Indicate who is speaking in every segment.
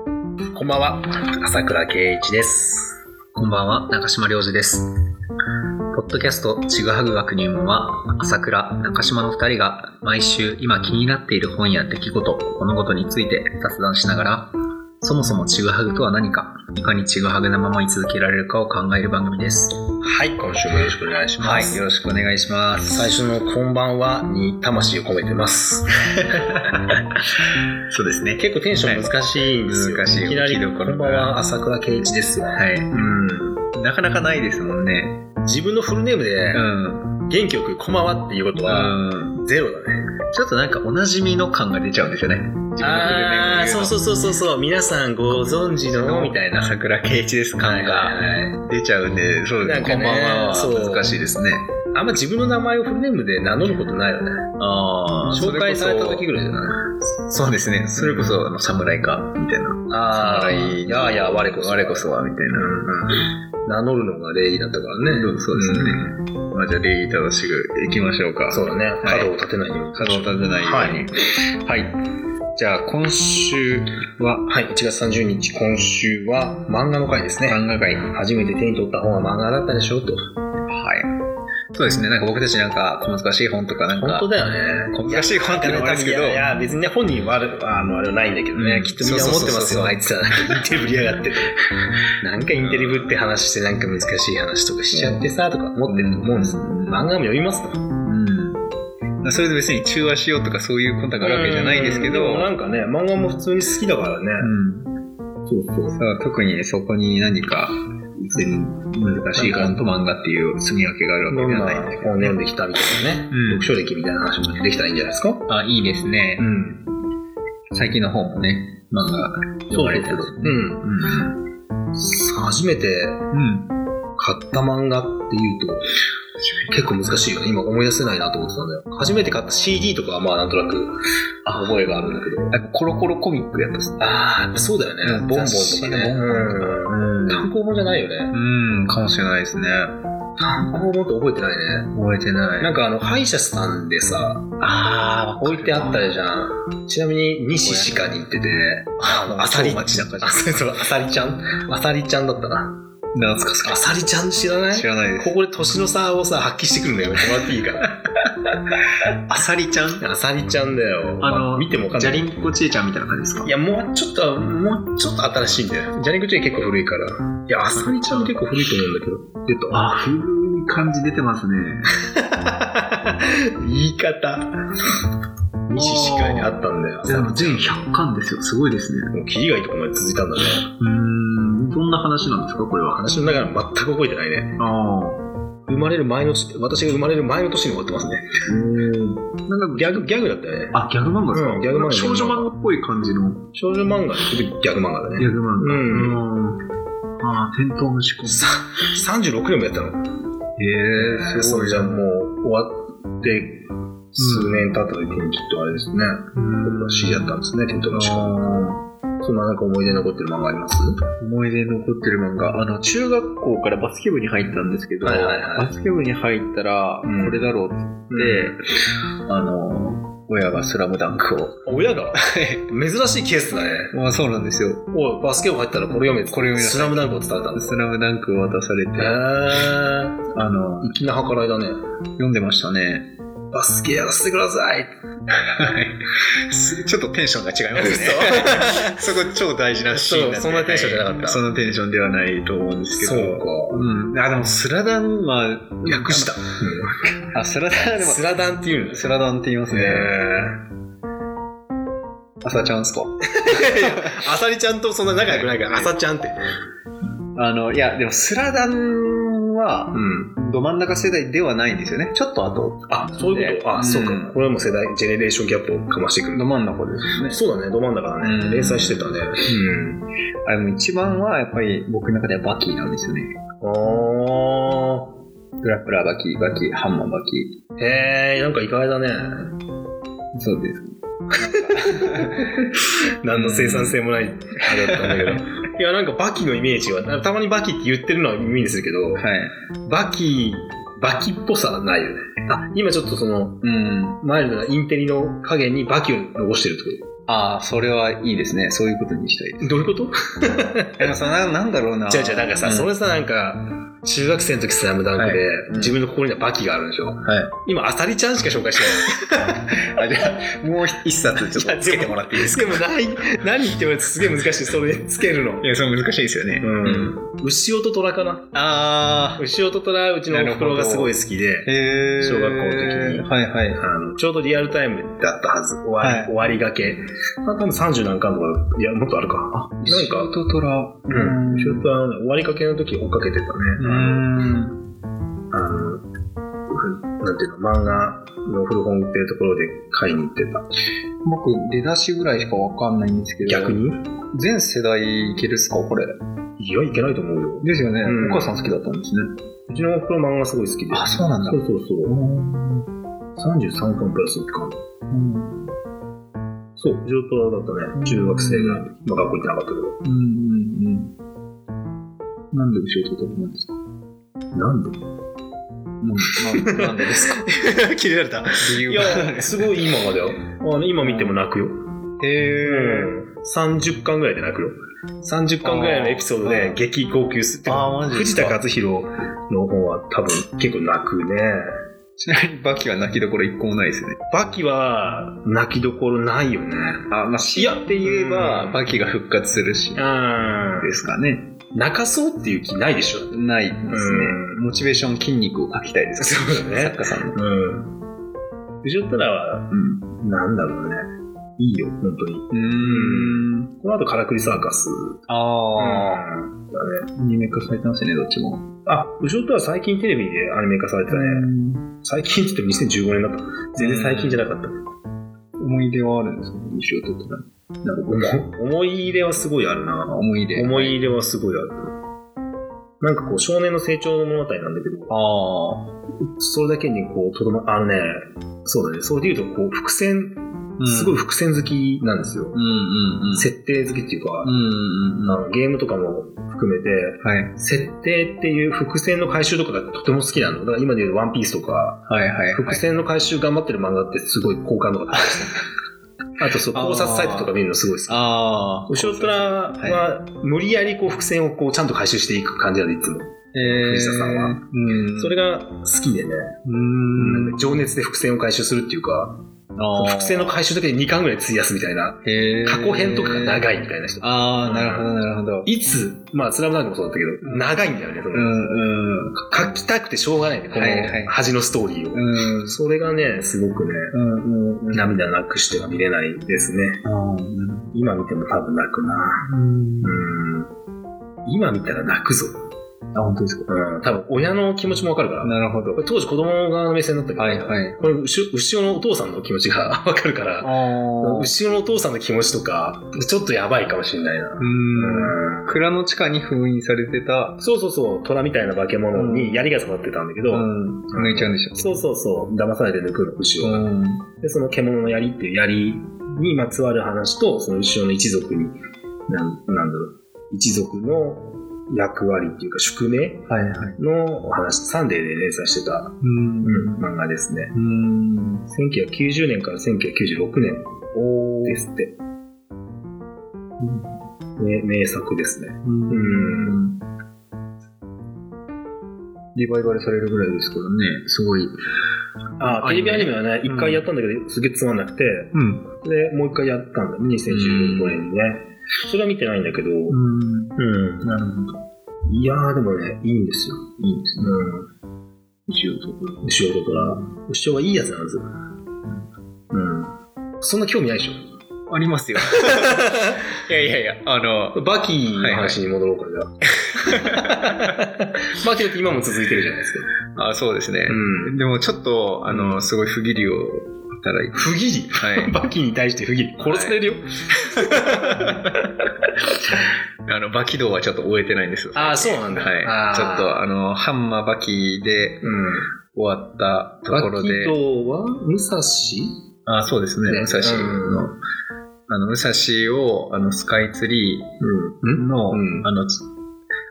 Speaker 1: んばんは、朝倉圭一です。
Speaker 2: こんばんは、中島良二です。ポッドキャスト、ちぐはぐ学入門は、朝倉、中島の2人が毎週今気になっている本や出来事、物事について雑談しながら、そもそもちぐはぐとは何か、いかにちぐはぐなまま居続けられるかを考える番組です。
Speaker 1: はい、今週もよろしくお願いしま
Speaker 2: は
Speaker 1: す。
Speaker 2: い、よろしくお願いします。
Speaker 1: 最初のこんばんはに魂を込めて ます。
Speaker 2: そうですね。
Speaker 1: 結構テンション難しいんですよ。
Speaker 2: 難しい
Speaker 1: きなり、
Speaker 2: 起き
Speaker 1: こ
Speaker 2: る頃
Speaker 1: んばんは、朝倉圭一です。
Speaker 2: はい。うん。なかなかないですもんね。
Speaker 1: 自分のフルネームで
Speaker 2: う、ん。
Speaker 1: 元気よくこんばんはっていうことは、
Speaker 2: うん
Speaker 1: ゼロだね。
Speaker 2: ちょっとなんかおなじみの感が出ちゃうんですよね。自分のフルネームで言の
Speaker 1: あー、そうそうそうそうそう、皆さんご存知の、みたいな。
Speaker 2: 桜圭一です感
Speaker 1: はい
Speaker 2: が
Speaker 1: はいはい
Speaker 2: 出ちゃうんで、そうです
Speaker 1: なん
Speaker 2: ね。
Speaker 1: かね
Speaker 2: こんばんは
Speaker 1: そう
Speaker 2: は難しいですね。
Speaker 1: あんま自分の名前をフルネームで名乗ることないよね。
Speaker 2: あー
Speaker 1: 紹介された時ぐらいじゃない
Speaker 2: そうですね。それこそ、あの、侍か、みたいな。
Speaker 1: ああ、い
Speaker 2: 侍
Speaker 1: やいや、我こそ。
Speaker 2: 我こそは、みたいな。
Speaker 1: 名乗るのが礼儀だったからね。
Speaker 2: そうそうですね。まあ、じゃあ、礼儀正しくいきましょうか。
Speaker 1: そうだね。
Speaker 2: い
Speaker 1: 角を立てないように。
Speaker 2: 角を立てないように。はい。じゃあ、今週は、
Speaker 1: はい、1月30日、今週は漫画の回ですね。
Speaker 2: 漫画会。
Speaker 1: 初めて手に取った本は漫画だったでしょうと。
Speaker 2: はい。そうですね。なんか僕たちなんか、小難しい本とかなんか、
Speaker 1: 本当だよね。
Speaker 2: 小難しい本っていうのもあるんですけど
Speaker 1: いや、いや、別にね、本人はあるあのあれはないんだけどね、
Speaker 2: うん
Speaker 1: きっとみんな思ってますよ、
Speaker 2: そうそうそうそう
Speaker 1: あいつ は。インテリぶりやがって。なんかインテリぶって話して、なんか難しい話とかしちゃってさ、とか思ってると思うんです。漫画も読みますと。
Speaker 2: うん、それで別に中和しようとかそういうコンタクトがあるわけじゃないんですけど、
Speaker 1: うもなんかね、漫画も普通に好きだからね。
Speaker 2: うん
Speaker 1: そうそう。
Speaker 2: さあ特にそこに何か別に難しい本と漫画っていう住み分けがあるわ
Speaker 1: ど
Speaker 2: け
Speaker 1: ん
Speaker 2: で
Speaker 1: な
Speaker 2: はないん
Speaker 1: 本
Speaker 2: ですけど、
Speaker 1: 読んできたみたいなね、
Speaker 2: うん
Speaker 1: 読書歴みたいな話もできたらいいんじゃないですか。
Speaker 2: あいいですね、
Speaker 1: ん。
Speaker 2: 最近の本もね漫画読まれてる
Speaker 1: う
Speaker 2: う
Speaker 1: ん。
Speaker 2: ん
Speaker 1: 初めて
Speaker 2: うん
Speaker 1: 買った漫画っていうと、結構難しいよね。今思い出せないなと思ってたんだよ。初めて買った CD とかはまあなんとなく覚えがあるんだけど。
Speaker 2: あコロコロコミックやったっすね
Speaker 1: ああ、やっぱそうだよね。
Speaker 2: うん
Speaker 1: ボンボンと
Speaker 2: 雑誌
Speaker 1: か
Speaker 2: の
Speaker 1: ね。
Speaker 2: ボンボンと
Speaker 1: うん
Speaker 2: う
Speaker 1: 単行本じゃないよね。
Speaker 2: ん、うん、かもしれないですね
Speaker 1: 単行本って覚えてないね。
Speaker 2: 覚えてない
Speaker 1: なんかあの、歯医者さんでさ、
Speaker 2: あ
Speaker 1: 置いてあったりじゃん。ちなみに、西鹿に行ってて、あの、あさり、
Speaker 2: そう町だから
Speaker 1: あそうそうあさりちゃんあさりちゃんだったな。
Speaker 2: 懐かし
Speaker 1: あさりちゃん知らない
Speaker 2: い知らないです
Speaker 1: ここで年の差をさ、発揮してくるのやめてもらっていいかな。
Speaker 2: あさりちゃん
Speaker 1: あさりちゃんだよ。
Speaker 2: あの
Speaker 1: ま見てもわかん
Speaker 2: じ
Speaker 1: な
Speaker 2: ゃ
Speaker 1: い。
Speaker 2: りんこちえちゃんみたいな感じですか
Speaker 1: いや、もうちょっと、もうちょっと新しいんだよ。ジャリングチェーン結構古いから。いや、あさりちゃん結構古いと思うんだけど。
Speaker 2: あ、古い感じ出てますね。
Speaker 1: 出た。 言い方。西司会にあったんだよ。
Speaker 2: でも全100巻ですよ。すごいですね。
Speaker 1: もう切りがいいとこまで続いたんだね。
Speaker 2: うーん、どんな話なんですか、これは。あ
Speaker 1: 話の中で全く覚えてないね。
Speaker 2: あ。
Speaker 1: 生まれる前の年、私が生まれる前の年に終わってますね。
Speaker 2: なんか、
Speaker 1: ギャグ、ギャグだったよね。
Speaker 2: あ、ギャグ漫画ですか、
Speaker 1: うんギャグ漫画
Speaker 2: 少女漫画っぽい感じの
Speaker 1: 少女漫画でギャグ漫画だ
Speaker 2: ギ
Speaker 1: ね
Speaker 2: ャ。グ漫画。
Speaker 1: うん
Speaker 2: うん。ああ、テントウムシコン。
Speaker 1: さ36読みやったの。
Speaker 2: え
Speaker 1: それじゃもう終わって数年経った時にちょっとあれですね、僕は知り合ったんですね、テントウムシ君。そんななんか思い出に残ってる漫画あります
Speaker 2: 思い出に残ってる漫画あの中学校からバスケ部に入ったんですけど、
Speaker 1: はいはいはい
Speaker 2: バスケ部に入ったら
Speaker 1: うん
Speaker 2: これだろうっつって、あの親が「スラムダンクを
Speaker 1: 親が 珍しいケースだね。
Speaker 2: まあそうなんですよ。
Speaker 1: おい、バスケ部入ったらこれ読めって
Speaker 2: これ読みなさい
Speaker 1: スラムダンクを伝えたんです。
Speaker 2: スラムダンクを渡されて、
Speaker 1: へ
Speaker 2: あの、
Speaker 1: ー。粋な計らいだね。
Speaker 2: 読んでましたね。
Speaker 1: バスケやらせてください
Speaker 2: ちょっとテンションが違いまそこ超大事な
Speaker 1: シーンなんではい
Speaker 2: そのテンションではないと思うんですけ
Speaker 1: そ
Speaker 2: ど。
Speaker 1: うか。
Speaker 2: うん。あ、でも、スラダンは、
Speaker 1: 略した。
Speaker 2: あ、スラダンでも、
Speaker 1: スラダンっていうんです
Speaker 2: スラダンって言います
Speaker 1: ね。
Speaker 2: ね。朝ちゃんすか
Speaker 1: あさりちゃんとそんな仲良くないから、あさちゃんって。
Speaker 2: あの、いや、でも、スラダンは、
Speaker 1: ん。
Speaker 2: ど真ん中世代ではないんですよね。ちょっと後。
Speaker 1: あ、そういうことあ、
Speaker 2: うん
Speaker 1: そうか。これも世代、ジェネレーションギャップをかましてくる
Speaker 2: ど。真ん中ですよね。
Speaker 1: そうだね、ど真ん中だね。
Speaker 2: うん
Speaker 1: 連載してたね。うん。
Speaker 2: あ、でも一番は、やっぱり、僕の中ではバキなんですよね。
Speaker 1: あ
Speaker 2: グラップラーバキ、バキ、ハンマーバキ。
Speaker 1: ー。へえ、なんか意外だね。
Speaker 2: そうです。
Speaker 1: 何の生産性もない、あれだったん だけど。いや、なんかバキのイメージは、たまにバキって言ってるのは耳にするけど、
Speaker 2: はい。
Speaker 1: バキ、バキっぽさはないよね。あ、今ちょっとその、
Speaker 2: うん。
Speaker 1: マイルドなインテリの加減にバキを残してるってこ
Speaker 2: ああ、それはいいですね。そういうことにしたいです。
Speaker 1: どういうこと
Speaker 2: でもさ、ななんだろうな。
Speaker 1: じゃあじゃあなんかさ、
Speaker 2: う
Speaker 1: それさ、なんか、中学生の時スラムダンクで、
Speaker 2: い
Speaker 1: 自分の心にはバキがあるんでしょ
Speaker 2: はい。
Speaker 1: 今、アサリちゃんしか紹介してない。
Speaker 2: あじゃあ、もう一冊ちょっとつけてもら っていいですか
Speaker 1: でも、ない、何言ってもすげえ難しい。それつけるの。
Speaker 2: いや、それ難しいですよね。
Speaker 1: うん。牛尾と虎かな。
Speaker 2: ああ。
Speaker 1: 牛尾と虎、うちのおふくろがすごい好きで、
Speaker 2: へえ。
Speaker 1: 小学校の時に
Speaker 2: はいはい。
Speaker 1: あのちょうどリアルタイムだったはず。終わり、
Speaker 2: はい
Speaker 1: 終わりがけ。まあ、多分30何巻とか、いや、もっとあるか。あ、なんか、
Speaker 2: と虎。う
Speaker 1: うん。ちょ
Speaker 2: ん
Speaker 1: っ。とあのね、終わりかけの時追っかけてたね。
Speaker 2: うん。
Speaker 1: あの、ふなんていうの、漫画の古本っていうところで買いに行ってた。
Speaker 2: 僕、出だしぐらいしかわかんないんですけど。
Speaker 1: 逆に
Speaker 2: 全世代いけるっすかこれ。
Speaker 1: いや、いけないと思うよ。
Speaker 2: ですよね。
Speaker 1: うん
Speaker 2: お母さん好きだったんですね。
Speaker 1: うちのおふくろ漫画がすごい好きで。
Speaker 2: あそうなんだ
Speaker 1: そうそうそう。33巻プラス1巻。
Speaker 2: うん。
Speaker 1: そう、上等だったね。中学生ぐらいの時。まあ、学校行ってなかった
Speaker 2: うんうんうん。なんで後ろと取なんですか
Speaker 1: けど。なんで
Speaker 2: なんなんでです か
Speaker 1: 切れられた。
Speaker 2: 理
Speaker 1: い
Speaker 2: 由が。
Speaker 1: や、すごいいい漫画だよ。あの今見ても泣くよ。
Speaker 2: へえ。
Speaker 1: 30巻ぐらいで泣くよ。30巻ぐらいのエピソード
Speaker 2: あ
Speaker 1: で
Speaker 2: ー
Speaker 1: 激号泣する。てか
Speaker 2: あーマジで
Speaker 1: 藤
Speaker 2: すか
Speaker 1: 田和弘の方は多分結構泣くね。
Speaker 2: ちなみにバキは泣きどころ一個もないですね。
Speaker 1: バキは泣きどころないよね。
Speaker 2: あ、まあ、死って言えば、バキが復活するし、
Speaker 1: う
Speaker 2: で
Speaker 1: ん。
Speaker 2: すかね。
Speaker 1: 泣かそうっていう気ないでしょ。
Speaker 2: ないですね
Speaker 1: う。ん
Speaker 2: モチベーション筋肉を書きたいです。
Speaker 1: そうだね
Speaker 2: 作家さんの。
Speaker 1: うん。藤田らは、
Speaker 2: うん。
Speaker 1: なんだろうね。いいよ、本当に。
Speaker 2: うーん。
Speaker 1: この後、カラクリサーカス。
Speaker 2: ああ、
Speaker 1: うんだね。
Speaker 2: アニメ化されてますよね、どっちも。
Speaker 1: あ、後ろとは最近テレビでアニメ化されてたね。最近って言っても2015年だった。全然最近じゃなかった。
Speaker 2: 思い出はあるんですか印象とったら。なるほど。
Speaker 1: 思い入れはすごいあるな。
Speaker 2: 思い出。
Speaker 1: 思い入れはすごいある。なんかこう、少年の成長の物語なんだけど、
Speaker 2: ああ。
Speaker 1: それだけにこう、とどま、あのね、そうだね、それで言うと、こう、伏線、すごい
Speaker 2: い。
Speaker 1: 伏線好きなんですよ。
Speaker 2: うんうんうん。
Speaker 1: 設定好きっていうか、
Speaker 2: うんうんうん。
Speaker 1: あのゲームとかも含めて、
Speaker 2: はい。
Speaker 1: 設定っていう伏線の回収とかがとても好きなの。だから今で言うワンピースとか、
Speaker 2: はいはいはい。
Speaker 1: 伏線の回収頑張ってる漫画ってすごい好感度 が高いですねあとそう、考察サイトとか見るのすごい好き。
Speaker 2: ああ。
Speaker 1: 後ろ虎は無理やりこう伏線をこうちゃんと回収していく感じなの、いつも。
Speaker 2: えー
Speaker 1: 藤田さんは
Speaker 2: うん。
Speaker 1: それが好きでね、
Speaker 2: う
Speaker 1: なん
Speaker 2: ん。
Speaker 1: か情熱で伏線を回収するっていうか、伏線の回収だけで2巻ぐらい費やすみたいな、過去編とかが長
Speaker 2: い。
Speaker 1: いみたいな人。
Speaker 2: ああ、なるほどなるほど。
Speaker 1: いつ、まあ、スラムダンクもそうだったけど、長いんだよね、その
Speaker 2: うんうん。
Speaker 1: 書きたくてしょうがないね、こ
Speaker 2: はいはい
Speaker 1: の恥のストーリーを。
Speaker 2: うん。
Speaker 1: それがね、すごくね、
Speaker 2: うんうん。
Speaker 1: 涙なくしては見れないですね。
Speaker 2: ああ、なるほ
Speaker 1: 今見ても多分泣くな。
Speaker 2: ど。うん
Speaker 1: うん。今見たら泣くぞ。
Speaker 2: あ、本当ですか。
Speaker 1: うん。多分親の気持ちもわかるから。
Speaker 2: なるほど
Speaker 1: こ。れ当時子供側の目線だったけど、
Speaker 2: はいはい。
Speaker 1: これ牛、牛尾のお父さんの気持ちが わかるから、
Speaker 2: あ
Speaker 1: 牛尾のお父さんの気持ちとか、ちょっとやばいかもしれないな。
Speaker 2: うん。
Speaker 1: うん
Speaker 2: 蔵の地下に封印されてた、
Speaker 1: そうそうそう、虎みたいな化け物に槍が刺さってたんだけど、
Speaker 2: うん、抜いちゃうんでしょ。
Speaker 1: そうそうそう、騙されて抜くの、牛尾。
Speaker 2: うん。
Speaker 1: で、その獣の槍っていう槍にまつわる話と、その後ろの一族に、なんなんだろう、一族の役割っていうか宿命
Speaker 2: はいはい。
Speaker 1: のお話、サンデーで連載してた、
Speaker 2: うん。
Speaker 1: 漫画ですね。
Speaker 2: うん。
Speaker 1: 1990年から1996年
Speaker 2: おー
Speaker 1: ですって。ね、名作ですね。
Speaker 2: うん。リバイバルされるぐらいですけどね、すごい。
Speaker 1: あ、
Speaker 2: ア
Speaker 1: テレ
Speaker 2: ニ
Speaker 1: ビ
Speaker 2: メ
Speaker 1: アニメはね、
Speaker 2: うん
Speaker 1: 一回やったんだけど、すげえつまんなくて、
Speaker 2: うん。
Speaker 1: で、もう一回やったんだ、2015年にね。それは見てないんだけど、うん。
Speaker 2: ん。なるほど。
Speaker 1: いやー、でもね、いいんですよ。
Speaker 2: いいですね。
Speaker 1: うん。
Speaker 2: 一応そこら。
Speaker 1: 牛尾と虎牛尾はいいやつなんですようんそんな興味ないでしょ
Speaker 2: あり ますよ。いやいやいや、あの、
Speaker 1: バキの話に戻ろうかじゃあ バキだって今も続いてるじゃないですか
Speaker 2: あそうですね。
Speaker 1: ん
Speaker 2: でもちょっと、あ
Speaker 1: うん
Speaker 2: の、すごい不義理を働いて。
Speaker 1: 不義理
Speaker 2: はい。
Speaker 1: バキに対して不義理殺されるよ、
Speaker 2: あの、バキ道はちょっと終えてないんですよ。
Speaker 1: ああそうなんだあ
Speaker 2: はい。
Speaker 1: ー
Speaker 2: ちょっと、あの、ハンマーバキで
Speaker 1: うん
Speaker 2: 終わったところで。
Speaker 1: バキとは武蔵
Speaker 2: あそうですね。
Speaker 1: ね
Speaker 2: 武蔵の、
Speaker 1: う
Speaker 2: あの、武蔵を、あの、スカイツリーの、
Speaker 1: うん
Speaker 2: あの、ち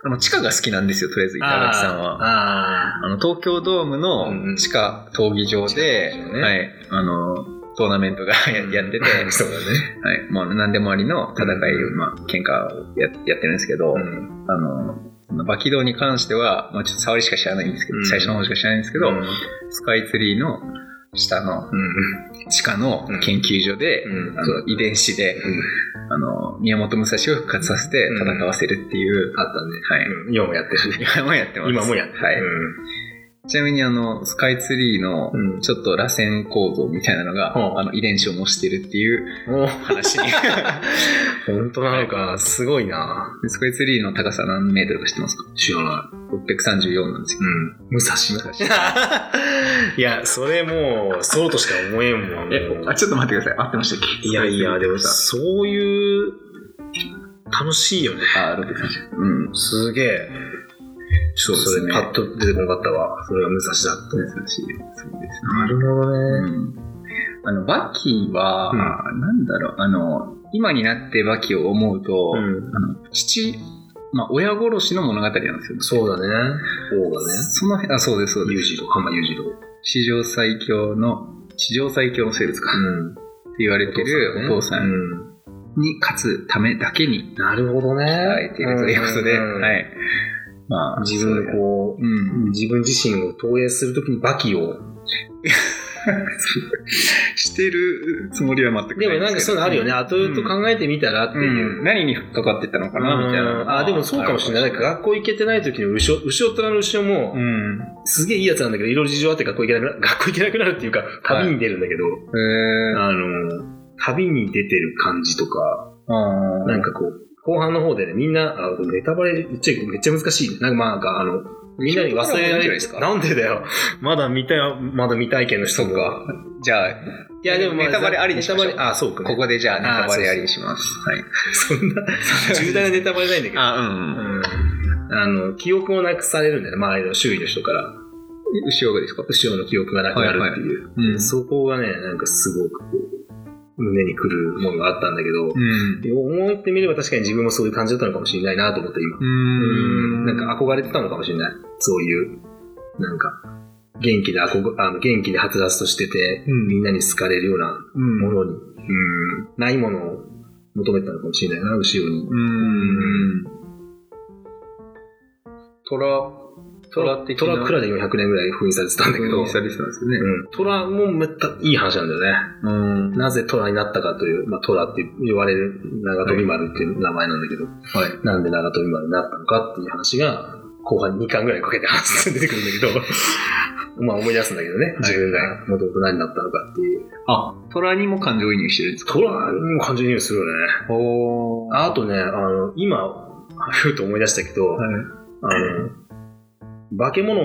Speaker 2: あの地下が好きなんですよ、とりあえず、板垣さんは。
Speaker 1: ああ
Speaker 2: あの、東京ドーム
Speaker 1: うんうん
Speaker 2: の地下闘技場で、
Speaker 1: 地下闘技場ね
Speaker 2: はい、あの、トーナメントがややってて、
Speaker 1: うん そうだね。
Speaker 2: はい、もう何でもありの戦い、まあ、喧嘩をややってるんですけど、
Speaker 1: うん。
Speaker 2: あの、そのバキドウに関しては、まあ、ちょっと触りしか知らないんですけど、
Speaker 1: うん
Speaker 2: 最初の方しか知らないんですけど、
Speaker 1: うん。
Speaker 2: スカイツリーの下の、
Speaker 1: うん。
Speaker 2: 地下の研究所で、
Speaker 1: うん
Speaker 2: あの遺伝子で、あの、宮本武蔵を復活させて
Speaker 1: うん
Speaker 2: 戦わせるっていう、
Speaker 1: あったね。
Speaker 2: はい
Speaker 1: うん。今もやってるね。
Speaker 2: 今もやってます。
Speaker 1: 今もやってる。
Speaker 2: はい。
Speaker 1: うん
Speaker 2: ちなみにあの、スカイツリーの
Speaker 1: うん、
Speaker 2: ちょっと螺旋構造みたいなのが、
Speaker 1: うん
Speaker 2: あの、遺伝子を模してるっていう
Speaker 1: お
Speaker 2: 話。
Speaker 1: 本当なのか、すごいな。
Speaker 2: スカイツリーの高さ何メートルか知ってますか
Speaker 1: 知らない。
Speaker 2: ?634 なんですよ。
Speaker 1: うん。武蔵
Speaker 2: 武蔵
Speaker 1: いや、それもう、そうとしか思えんもん。
Speaker 2: え、あ、ちょっと待ってください。合ってましたっけ
Speaker 1: いやいや、でも、
Speaker 2: さ。
Speaker 1: そういう、楽しいよね。
Speaker 2: あ、634。うん。
Speaker 1: すげえ。
Speaker 2: そ
Speaker 1: それ、パッと出てこなかったわ。それが武蔵だって。
Speaker 2: 難しい。そうですね。
Speaker 1: なるほどね。
Speaker 2: あの、バキは、なんだろう、あの、今になってバキを思うと、
Speaker 1: うん。
Speaker 2: あの父、まあ、親殺しの物語なんですよね。
Speaker 1: そうだね。王がね。
Speaker 2: その辺、あ、そうです、そうで
Speaker 1: 裕
Speaker 2: す。
Speaker 1: 次郎、浜裕次郎。
Speaker 2: 史上最強の、史上最強の生物か、って
Speaker 1: ん。
Speaker 2: 言われてるお父さ
Speaker 1: うんん。
Speaker 2: に勝つためだけに
Speaker 1: なるほどね。
Speaker 2: 鍛えているということで、
Speaker 1: ん
Speaker 2: はい。まあ、
Speaker 1: 自分
Speaker 2: う。
Speaker 1: でこ
Speaker 2: う
Speaker 1: う、
Speaker 2: ん。
Speaker 1: 自分自身を投影するときにバキを。
Speaker 2: してるつもりは全くない
Speaker 1: でもなんかそういうのあるよね。
Speaker 2: うん
Speaker 1: 後々考えてみたらって
Speaker 2: う
Speaker 1: いう。
Speaker 2: ん、何に引っかかってたのかなみたい
Speaker 1: うん
Speaker 2: な。
Speaker 1: あ、でもそうかもしれない。なんか学校行けてない時の後ろ、後ろ虎の後ろも、
Speaker 2: うん。
Speaker 1: すげえいいやつなんだけど、いろいろ事情あって学校行けなくなる、 学校行けなくなるっていうか、旅に出るんだけど、
Speaker 2: えー、
Speaker 1: あの、旅に出てる感じとか、
Speaker 2: あー
Speaker 1: なんかこう、後半の方でね、みんな、あネタバレ言っちゃいけどめっちゃ難しい。なんかまあなんか、あの、みんなに忘れられる。なんでだよ。 まだ見たい、まだ未体験の人
Speaker 2: そっ
Speaker 1: も。
Speaker 2: か。じゃあ、
Speaker 1: いやでもまあ
Speaker 2: ネタバレありにしましょう
Speaker 1: ネタバレあ、そうか、
Speaker 2: ここでじゃあネタバレありにします。はい。
Speaker 1: そんな、 重大なネタバレないんだけど。
Speaker 2: あ、うん。
Speaker 1: うんあの、記憶をなくされるんだよね、周りの周囲の人から。
Speaker 2: 後ろがですか
Speaker 1: 後ろの記憶がなくなるっていう。
Speaker 2: うん
Speaker 1: そこがね、なんかすごくこう、胸にくるものがあったんだけど、
Speaker 2: うん。
Speaker 1: 思ってみれば確かに自分もそういう感じだったのかもしれないなと思って今。
Speaker 2: う
Speaker 1: なんか憧れてたのかもしれない。そういう、なんか、元気で憧あの元気ではつらつとしてて、
Speaker 2: うん
Speaker 1: みんなに好かれるような
Speaker 2: うん
Speaker 1: ものに、うんないものを求めてたのかもしれないな、後ろに。
Speaker 2: うん。トラ、トラ的な。
Speaker 1: トラクラで400年ぐらい封印されてたんだけど、
Speaker 2: 久々なんですよね。
Speaker 1: うん、トラもめったいい話なんだよね。
Speaker 2: うんは
Speaker 1: なぜ虎になったかという、まあ、虎って言われる長富丸っていう名前なんだけど、
Speaker 2: い。
Speaker 1: なんで長富丸になったのかっていう話が、後半2巻ぐらいかけて話して出てくるん だけど、まあ思い出すんだけどね、自分がもともと何になったのかっていう。
Speaker 2: あ、トラにも感情移入してるんですか
Speaker 1: 虎にも感情移入するよね。
Speaker 2: おー。
Speaker 1: あとね、あの、今、ふうと思い出したけど、
Speaker 2: はい。
Speaker 1: あの、化け物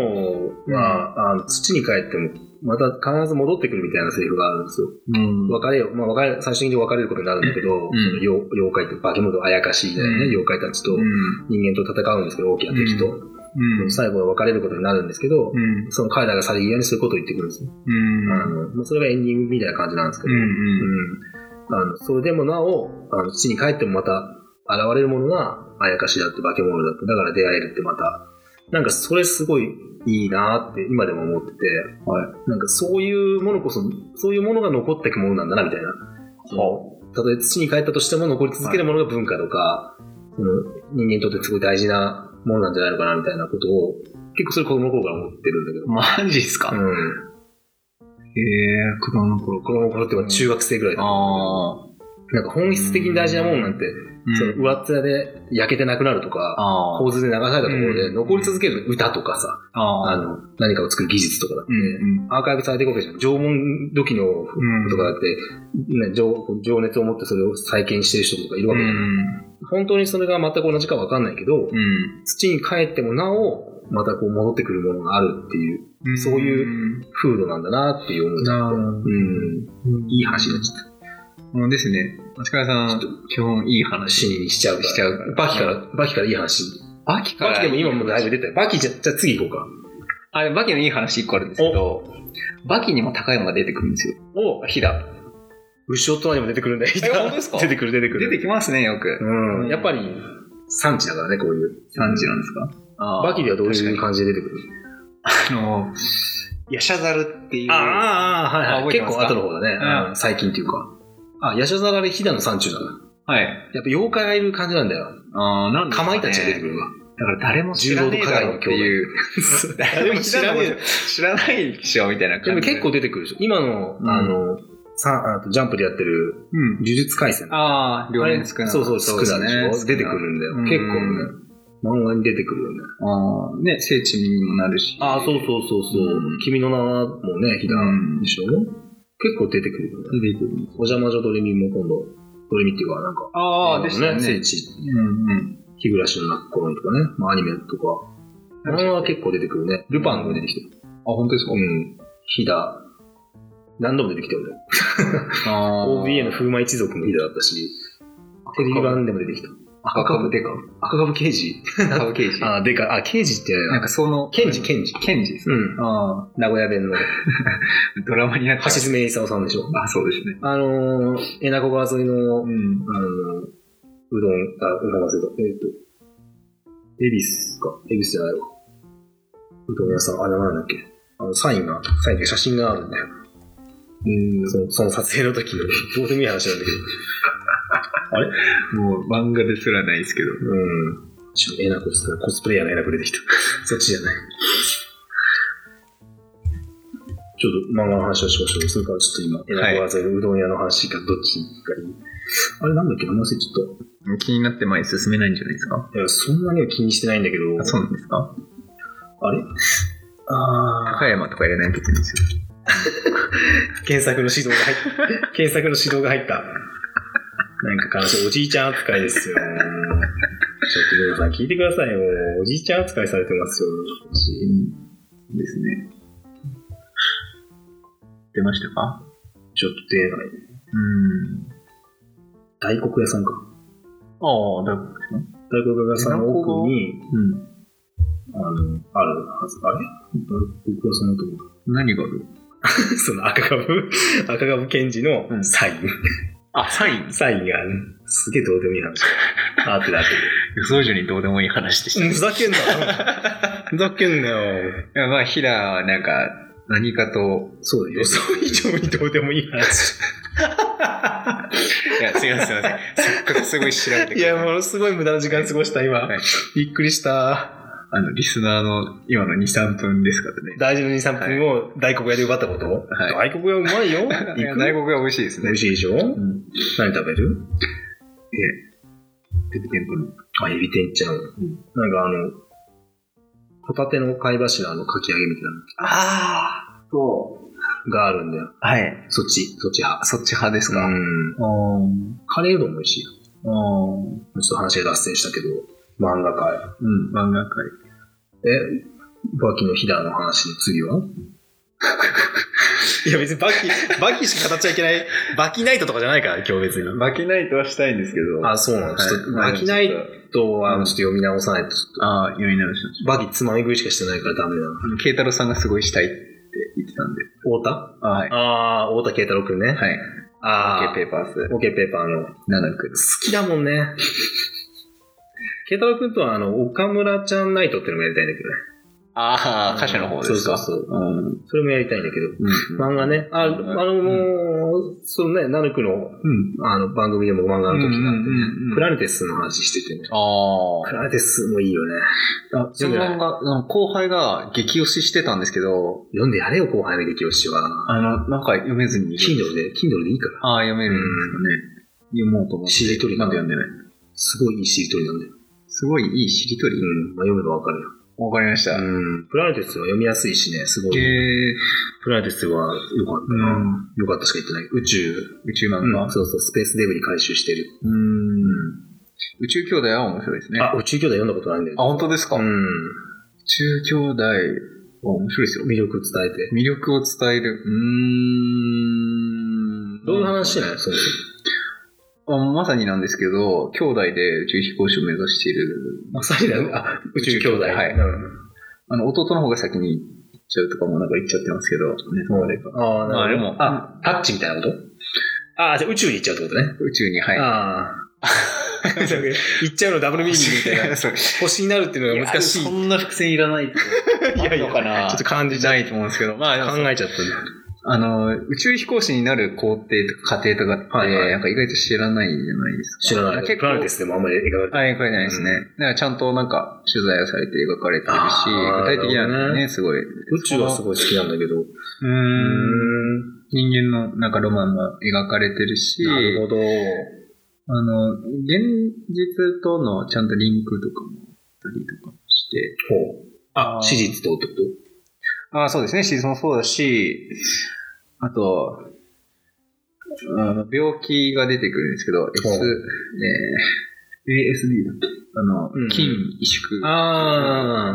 Speaker 1: は、あの土に帰っても、また必ず戻ってくるみたいなセリフがあるんですよ。
Speaker 2: うん
Speaker 1: 別れよ、まあ、別れ、最終的に別れることになるんだけど、
Speaker 2: うん
Speaker 1: その妖妖怪って化け物をあやかしいだよね、
Speaker 2: うん
Speaker 1: 妖怪たちと
Speaker 2: うん。
Speaker 1: 人間と戦うんですけど、大きな敵と。
Speaker 2: うん。
Speaker 1: 最後は別れることになるんですけど、
Speaker 2: うん。
Speaker 1: その彼らがさりげにそういうことを言ってくるんですよ。
Speaker 2: うん。
Speaker 1: あのまあ、それがエンディングみたいな感じなんですけ
Speaker 2: うん。
Speaker 1: ど、
Speaker 2: うん。
Speaker 1: うんあのそれでもなお、あの地に帰ってもまた現れるものがあやかしだって化け物だって、だから出会えるってまた、なんかそれすごいいいなって今でも思ってて、なんかそういうものこそ、そういうものが残っていくものなんだなみたいな。そのたとえ土に帰ったとしても残り続けるものが文化とか、その人間にとってすごい大事なものなんじゃないのかなみたいなことを、結構それ子供の頃から思ってるんだけど。
Speaker 2: マジっすか
Speaker 1: うん。
Speaker 2: へえ、子供の頃
Speaker 1: 子供の頃っていうか中学生ぐらいだった。
Speaker 2: ああ。
Speaker 1: なんか本質的に大事なものなんて、その上っ面で焼けてなくなるとか、
Speaker 2: あ
Speaker 1: 洪水で流されたところ
Speaker 2: う
Speaker 1: で
Speaker 2: ん
Speaker 1: 残り続ける歌とかさ、
Speaker 2: あ
Speaker 1: あ
Speaker 2: あ。
Speaker 1: の、何かを作る技術とかだって、
Speaker 2: うん。
Speaker 1: アーカイブされていくわけじゃん。縄文土器の
Speaker 2: うん
Speaker 1: とかだって、ね、情情熱を持ってそれを再建してる人とかいる
Speaker 2: う
Speaker 1: わけじゃん。
Speaker 2: ん。
Speaker 1: 本当にそれが全く同じかわかんないけど、
Speaker 2: うん。
Speaker 1: 土に帰ってもなお、またこう戻ってくるものがあるっていう
Speaker 2: いう。
Speaker 1: 風土なんだなっていう思いがあって、うん、いい話になっちゃった。
Speaker 2: もうですね。松川さん、基本いい
Speaker 1: 死
Speaker 2: 話。
Speaker 1: にしちゃうから。
Speaker 2: しちゃうから
Speaker 1: バキから、バキからいい話。
Speaker 2: バキ
Speaker 1: バキでも今もうだいぶ出たよ。バキじゃ、じゃあ次行こうか。
Speaker 2: あれ、バキのいい話一個あるんですけど、バキにも高いものが出てくるんですよ。
Speaker 1: お
Speaker 2: ヒダ。
Speaker 1: 牛尾とはにも出てくるんだよ。
Speaker 2: え本当ですか
Speaker 1: 出てくる、出てく
Speaker 2: 出
Speaker 1: る。
Speaker 2: てきますね、よく。
Speaker 1: うん。やっぱり、産地だからね、こういう。
Speaker 2: 3時なんですか
Speaker 1: バキではどういう
Speaker 2: か
Speaker 1: 感じで出てくる
Speaker 2: あの、ヤシャザルっていう。
Speaker 1: ああ、ああ、はい
Speaker 2: あ
Speaker 1: はい。
Speaker 2: 覚えて
Speaker 1: 結
Speaker 2: ます
Speaker 1: 構
Speaker 2: か
Speaker 1: 後の方だね。
Speaker 2: うん
Speaker 1: うん最近っていうか。あ、ヤシャザラで飛騨の山中だな。
Speaker 2: はい。
Speaker 1: やっぱ妖怪がいる感じなんだよ。
Speaker 2: ああ、なん
Speaker 1: かまいたちが出てく
Speaker 2: る。
Speaker 1: るわ。
Speaker 2: だから誰も知らねえだろっていう。 誰も知らねえ、知らないでしょみたいな
Speaker 1: で
Speaker 2: 感
Speaker 1: も
Speaker 2: じ。
Speaker 1: 結構、出てくるでしょ。今の、
Speaker 2: うん
Speaker 1: あの、さあとジャンプでやってる、
Speaker 2: うん。
Speaker 1: 呪術廻戦。
Speaker 2: ああ、両面少ない。
Speaker 1: そうそう、少
Speaker 2: です
Speaker 1: ないでしょ出てくるんだよ。
Speaker 2: うん
Speaker 1: 結構ね、漫画に出てくるよね。
Speaker 2: ああ、ね、聖地にもなるし。
Speaker 1: ああ、そうそうそうそう、
Speaker 2: うん
Speaker 1: 君の名はもうね、ひだ
Speaker 2: うん
Speaker 1: でしょ、結構出てくるよね。
Speaker 2: 出てくる。
Speaker 1: お邪魔女ドレミも今度、ドレミっていうか、なんか、
Speaker 2: ああ、でしたね。
Speaker 1: 聖地、
Speaker 2: うんうん。
Speaker 1: 日暮らしの泣く頃にとかね、まあ、アニメとか、漫画は結構出てくるね。ルパンが出てきてる。
Speaker 2: あ、本当ですか
Speaker 1: うん。ひだ、何度も出てきてるね。
Speaker 2: あ
Speaker 1: OBA の風魔一族もヒダだったし、テレビ版でも出てきた。
Speaker 2: 赤株デカ。
Speaker 1: 赤株刑事
Speaker 2: 赤株刑事。
Speaker 1: ああ、でか、あ、刑事って、
Speaker 2: なんかその、
Speaker 1: ケンジ、ケンジ。
Speaker 2: ケンジです
Speaker 1: う
Speaker 2: ね。
Speaker 1: ん。
Speaker 2: ああ、
Speaker 1: 名古屋弁の、
Speaker 2: ドラマになって
Speaker 1: 橋
Speaker 2: ます
Speaker 1: 爪功さんでしょ。
Speaker 2: あ、そうですね。
Speaker 1: あのー、えなこ川沿いの、
Speaker 2: うん。
Speaker 1: あの、うどん、あ、うどん忘れた。えっ、と、恵比寿か。恵比寿じゃないわ。うどん屋さん、あれなんだっけ。あの、サインが、サインっていうか写真があるんだよ。うん、その、その撮影の時の、どうでもいい話なんだけど。
Speaker 2: もう漫画ですらないですけど。
Speaker 1: うん。ちょっとえなこですから、コスプレイヤーのえなこ出てきた。そっちじゃない。ちょっと漫画の話をしましょう。それからちょっと今、
Speaker 2: はい
Speaker 1: えなこがうどん屋の話か、どっちかに。あれなんだっけな、もしちょっと。
Speaker 2: 気になって前に進めないんじゃないですか
Speaker 1: いや、そんなには気にしてないんだけど。
Speaker 2: あ、そうなんですか
Speaker 1: あれああ、
Speaker 2: 高山とか入れないといけないんですよ。
Speaker 1: 検索の指導が入った。 検索の指導が入った。なんか悲しい。おじいちゃん扱いですよ。ちょっと皆さん聞いてくださいよ。おじいちゃん扱いされてますよ。
Speaker 2: うん。ですね。出ましたか
Speaker 1: ちょっと出ない。
Speaker 2: うん。
Speaker 1: 大黒屋さんか。
Speaker 2: ああ、だから。
Speaker 1: 大黒屋さんの奥に、
Speaker 2: うん。
Speaker 1: あの、あるはず。あれ大黒屋さんのとこ。
Speaker 2: 何がある
Speaker 1: その赤株、赤株検事
Speaker 2: う
Speaker 1: の
Speaker 2: ん
Speaker 1: サイン。
Speaker 2: あ、サイン
Speaker 1: サインがある。すげえどうでもいい話。あーってなってる。
Speaker 2: 予想以上にどうでもいい話でした。
Speaker 1: ふざけんなよ。ふざけんなよ。
Speaker 2: いやまあ、ヒラはなんか、何かと、
Speaker 1: そうだよ。予想以上にどうでもいい話。
Speaker 2: いや、すいません、すい ません。せっかくすごい調べてくれて
Speaker 1: いや、ものすごい無駄な時間過ごした、今。
Speaker 2: はい
Speaker 1: びっくりした。
Speaker 2: あの、リスナーの今の2、3分ですからね。
Speaker 1: 大事な2、3分を大黒屋で奪ったこと、
Speaker 2: は
Speaker 1: 大黒屋うま いよ。
Speaker 2: いや、大黒が美味しいですね。
Speaker 1: 美味しいでし
Speaker 2: う
Speaker 1: ょ
Speaker 2: ん。
Speaker 1: 何食べる
Speaker 2: ペペテンポの。
Speaker 1: あ、エビ天いっちゃう。
Speaker 2: うん
Speaker 1: なんかあの、ホタテの貝柱のかき揚げみたいな
Speaker 2: ああ、そ
Speaker 1: のがあるんだよ。
Speaker 2: う。はい。
Speaker 1: そっち、そっち派。
Speaker 2: そっち派です
Speaker 1: う
Speaker 2: か。
Speaker 1: ん。
Speaker 2: うん。
Speaker 1: カレーうどんも美味しいよ。
Speaker 2: うん。
Speaker 1: ちょっと話が脱線したけど、漫画界。
Speaker 2: うん、漫画界。
Speaker 1: え、バキのヒダの話の次は いや別にバキ、バキしか語っちゃいけない、バキナイトとかじゃないから、今日別に。
Speaker 2: 負けないとはしたいんですけど。
Speaker 1: あ、そうなの。ちょっと、
Speaker 2: はい
Speaker 1: バキナイトは
Speaker 2: うん
Speaker 1: ちょっと読み直さないと、ちょっ
Speaker 2: ああ、読み直しまし
Speaker 1: とバキつまみ食いしかしてないからダメだな。
Speaker 2: た。慶太郎さんがすごいしたいって言ってたんで。
Speaker 1: 太田
Speaker 2: あはい。
Speaker 1: ああ、太田慶太郎くんね。
Speaker 2: はい。
Speaker 1: ああ、
Speaker 2: ペーパース、
Speaker 1: オケペーパーの。好
Speaker 2: 7くん。
Speaker 1: きだもんね。 慶太郎くんとは、あの、岡村ちゃんナイトっていうのもやりたいんだけどね。
Speaker 2: ああ、歌手の方ですか。
Speaker 1: そうそう
Speaker 2: そう。うん。
Speaker 1: それもやりたいんだけど。
Speaker 2: うん。
Speaker 1: 漫画ね。あ、あの、
Speaker 2: うん
Speaker 1: もう、そのね、ナヌクの
Speaker 2: うん。
Speaker 1: あの、番組でも漫画の時があ
Speaker 2: う
Speaker 1: って
Speaker 2: んうんうんう
Speaker 1: ね
Speaker 2: ん、
Speaker 1: プラネテスの話しててね。
Speaker 2: あ
Speaker 1: プラネテスもいいよね。
Speaker 2: あ。その漫画、うん後輩が激推ししてたんですけど、
Speaker 1: 読んでやれよ、後輩の激推しは。
Speaker 2: あの、なんか読めずに。
Speaker 1: Kindle で、Kindle でいいから。
Speaker 2: ああ、読めるんですかね。読もうと思って。
Speaker 1: しりとり
Speaker 2: まだ読んでない。
Speaker 1: すごいいいしりとりなんだよ。
Speaker 2: すごいいいしりとり
Speaker 1: う。ん。まあ、読めばわかるよ。
Speaker 2: わかりました。え
Speaker 1: うん。プラネテスは読みやすいしね、すごい。
Speaker 2: え
Speaker 1: プラネテスは良かった
Speaker 2: う
Speaker 1: な。
Speaker 2: ん。
Speaker 1: 良かったしか言ってない。宇宙。
Speaker 2: 宇宙漫
Speaker 1: う
Speaker 2: 画
Speaker 1: ん。。そうそう、スペースデブリ回収してる。
Speaker 2: うん。宇宙兄弟は面白いですね。あ、
Speaker 1: あ、宇宙兄弟読んだことないんだよ。
Speaker 2: 本当ですか
Speaker 1: う
Speaker 2: 宇
Speaker 1: ん。
Speaker 2: 宙兄弟は面白いですよ。
Speaker 1: 魅力伝えて。
Speaker 2: 魅力を伝える。うーん。
Speaker 1: どういう話なのその
Speaker 2: あまさになんですけど、兄弟で宇宙飛行士を目指している。
Speaker 1: まさにだね。あ、宇宙兄弟。
Speaker 2: はい
Speaker 1: うん
Speaker 2: あの、弟の方が先に行っちゃうとかもなんか言っちゃってますけど、ネタバレが。
Speaker 1: ああ、
Speaker 2: まあ
Speaker 1: な
Speaker 2: で
Speaker 1: るほど。
Speaker 2: も、
Speaker 1: あ、タッチみたいなことああ、じゃあ宇宙に行っちゃうってことね。
Speaker 2: 宇宙に、はい。
Speaker 1: ああ。 言っちゃうのダブルミーニングみたいな。
Speaker 3: そう
Speaker 1: 星になるっていうのが難しい。
Speaker 2: そ
Speaker 1: ちょ
Speaker 2: んな伏線いらないって
Speaker 3: いやい
Speaker 2: あ
Speaker 3: や
Speaker 2: んのかな
Speaker 1: っと感じちゃう。
Speaker 2: ないと思うんですけど、まあでも
Speaker 1: 考えちゃったね。
Speaker 2: あの、宇宙飛行士になる工程とか過程とかって、
Speaker 1: はいはい
Speaker 2: なんか意外と知らないんじゃないですか。
Speaker 1: 知らない。
Speaker 2: 結
Speaker 1: プラネテ
Speaker 2: 構
Speaker 1: スでもあんまり描かれてない。
Speaker 2: あ、描かれてないですね。だ
Speaker 1: う
Speaker 2: からちゃんとなんか取材をされて描かれてるし、
Speaker 1: あ
Speaker 2: 具
Speaker 1: ー
Speaker 2: 体的なのが
Speaker 1: なるほど
Speaker 2: ね、
Speaker 1: ね
Speaker 2: すごい。う
Speaker 1: 宇宙はすごい好きなんだけど。う
Speaker 2: ーん。人間のなんかロマンも描かれてるし、
Speaker 1: なるほど。
Speaker 2: あの、現実とのちゃんとリンクとかもあったりとかして、
Speaker 1: ほう。あ
Speaker 2: あ、ー
Speaker 1: 史実とってこと
Speaker 2: あそうですね、シーズンもそうだし、あと、あの病気が出てくるんですけど、S、
Speaker 1: ほう
Speaker 2: えー、ASD だっけあの、
Speaker 1: うん
Speaker 2: 筋萎縮。
Speaker 1: あ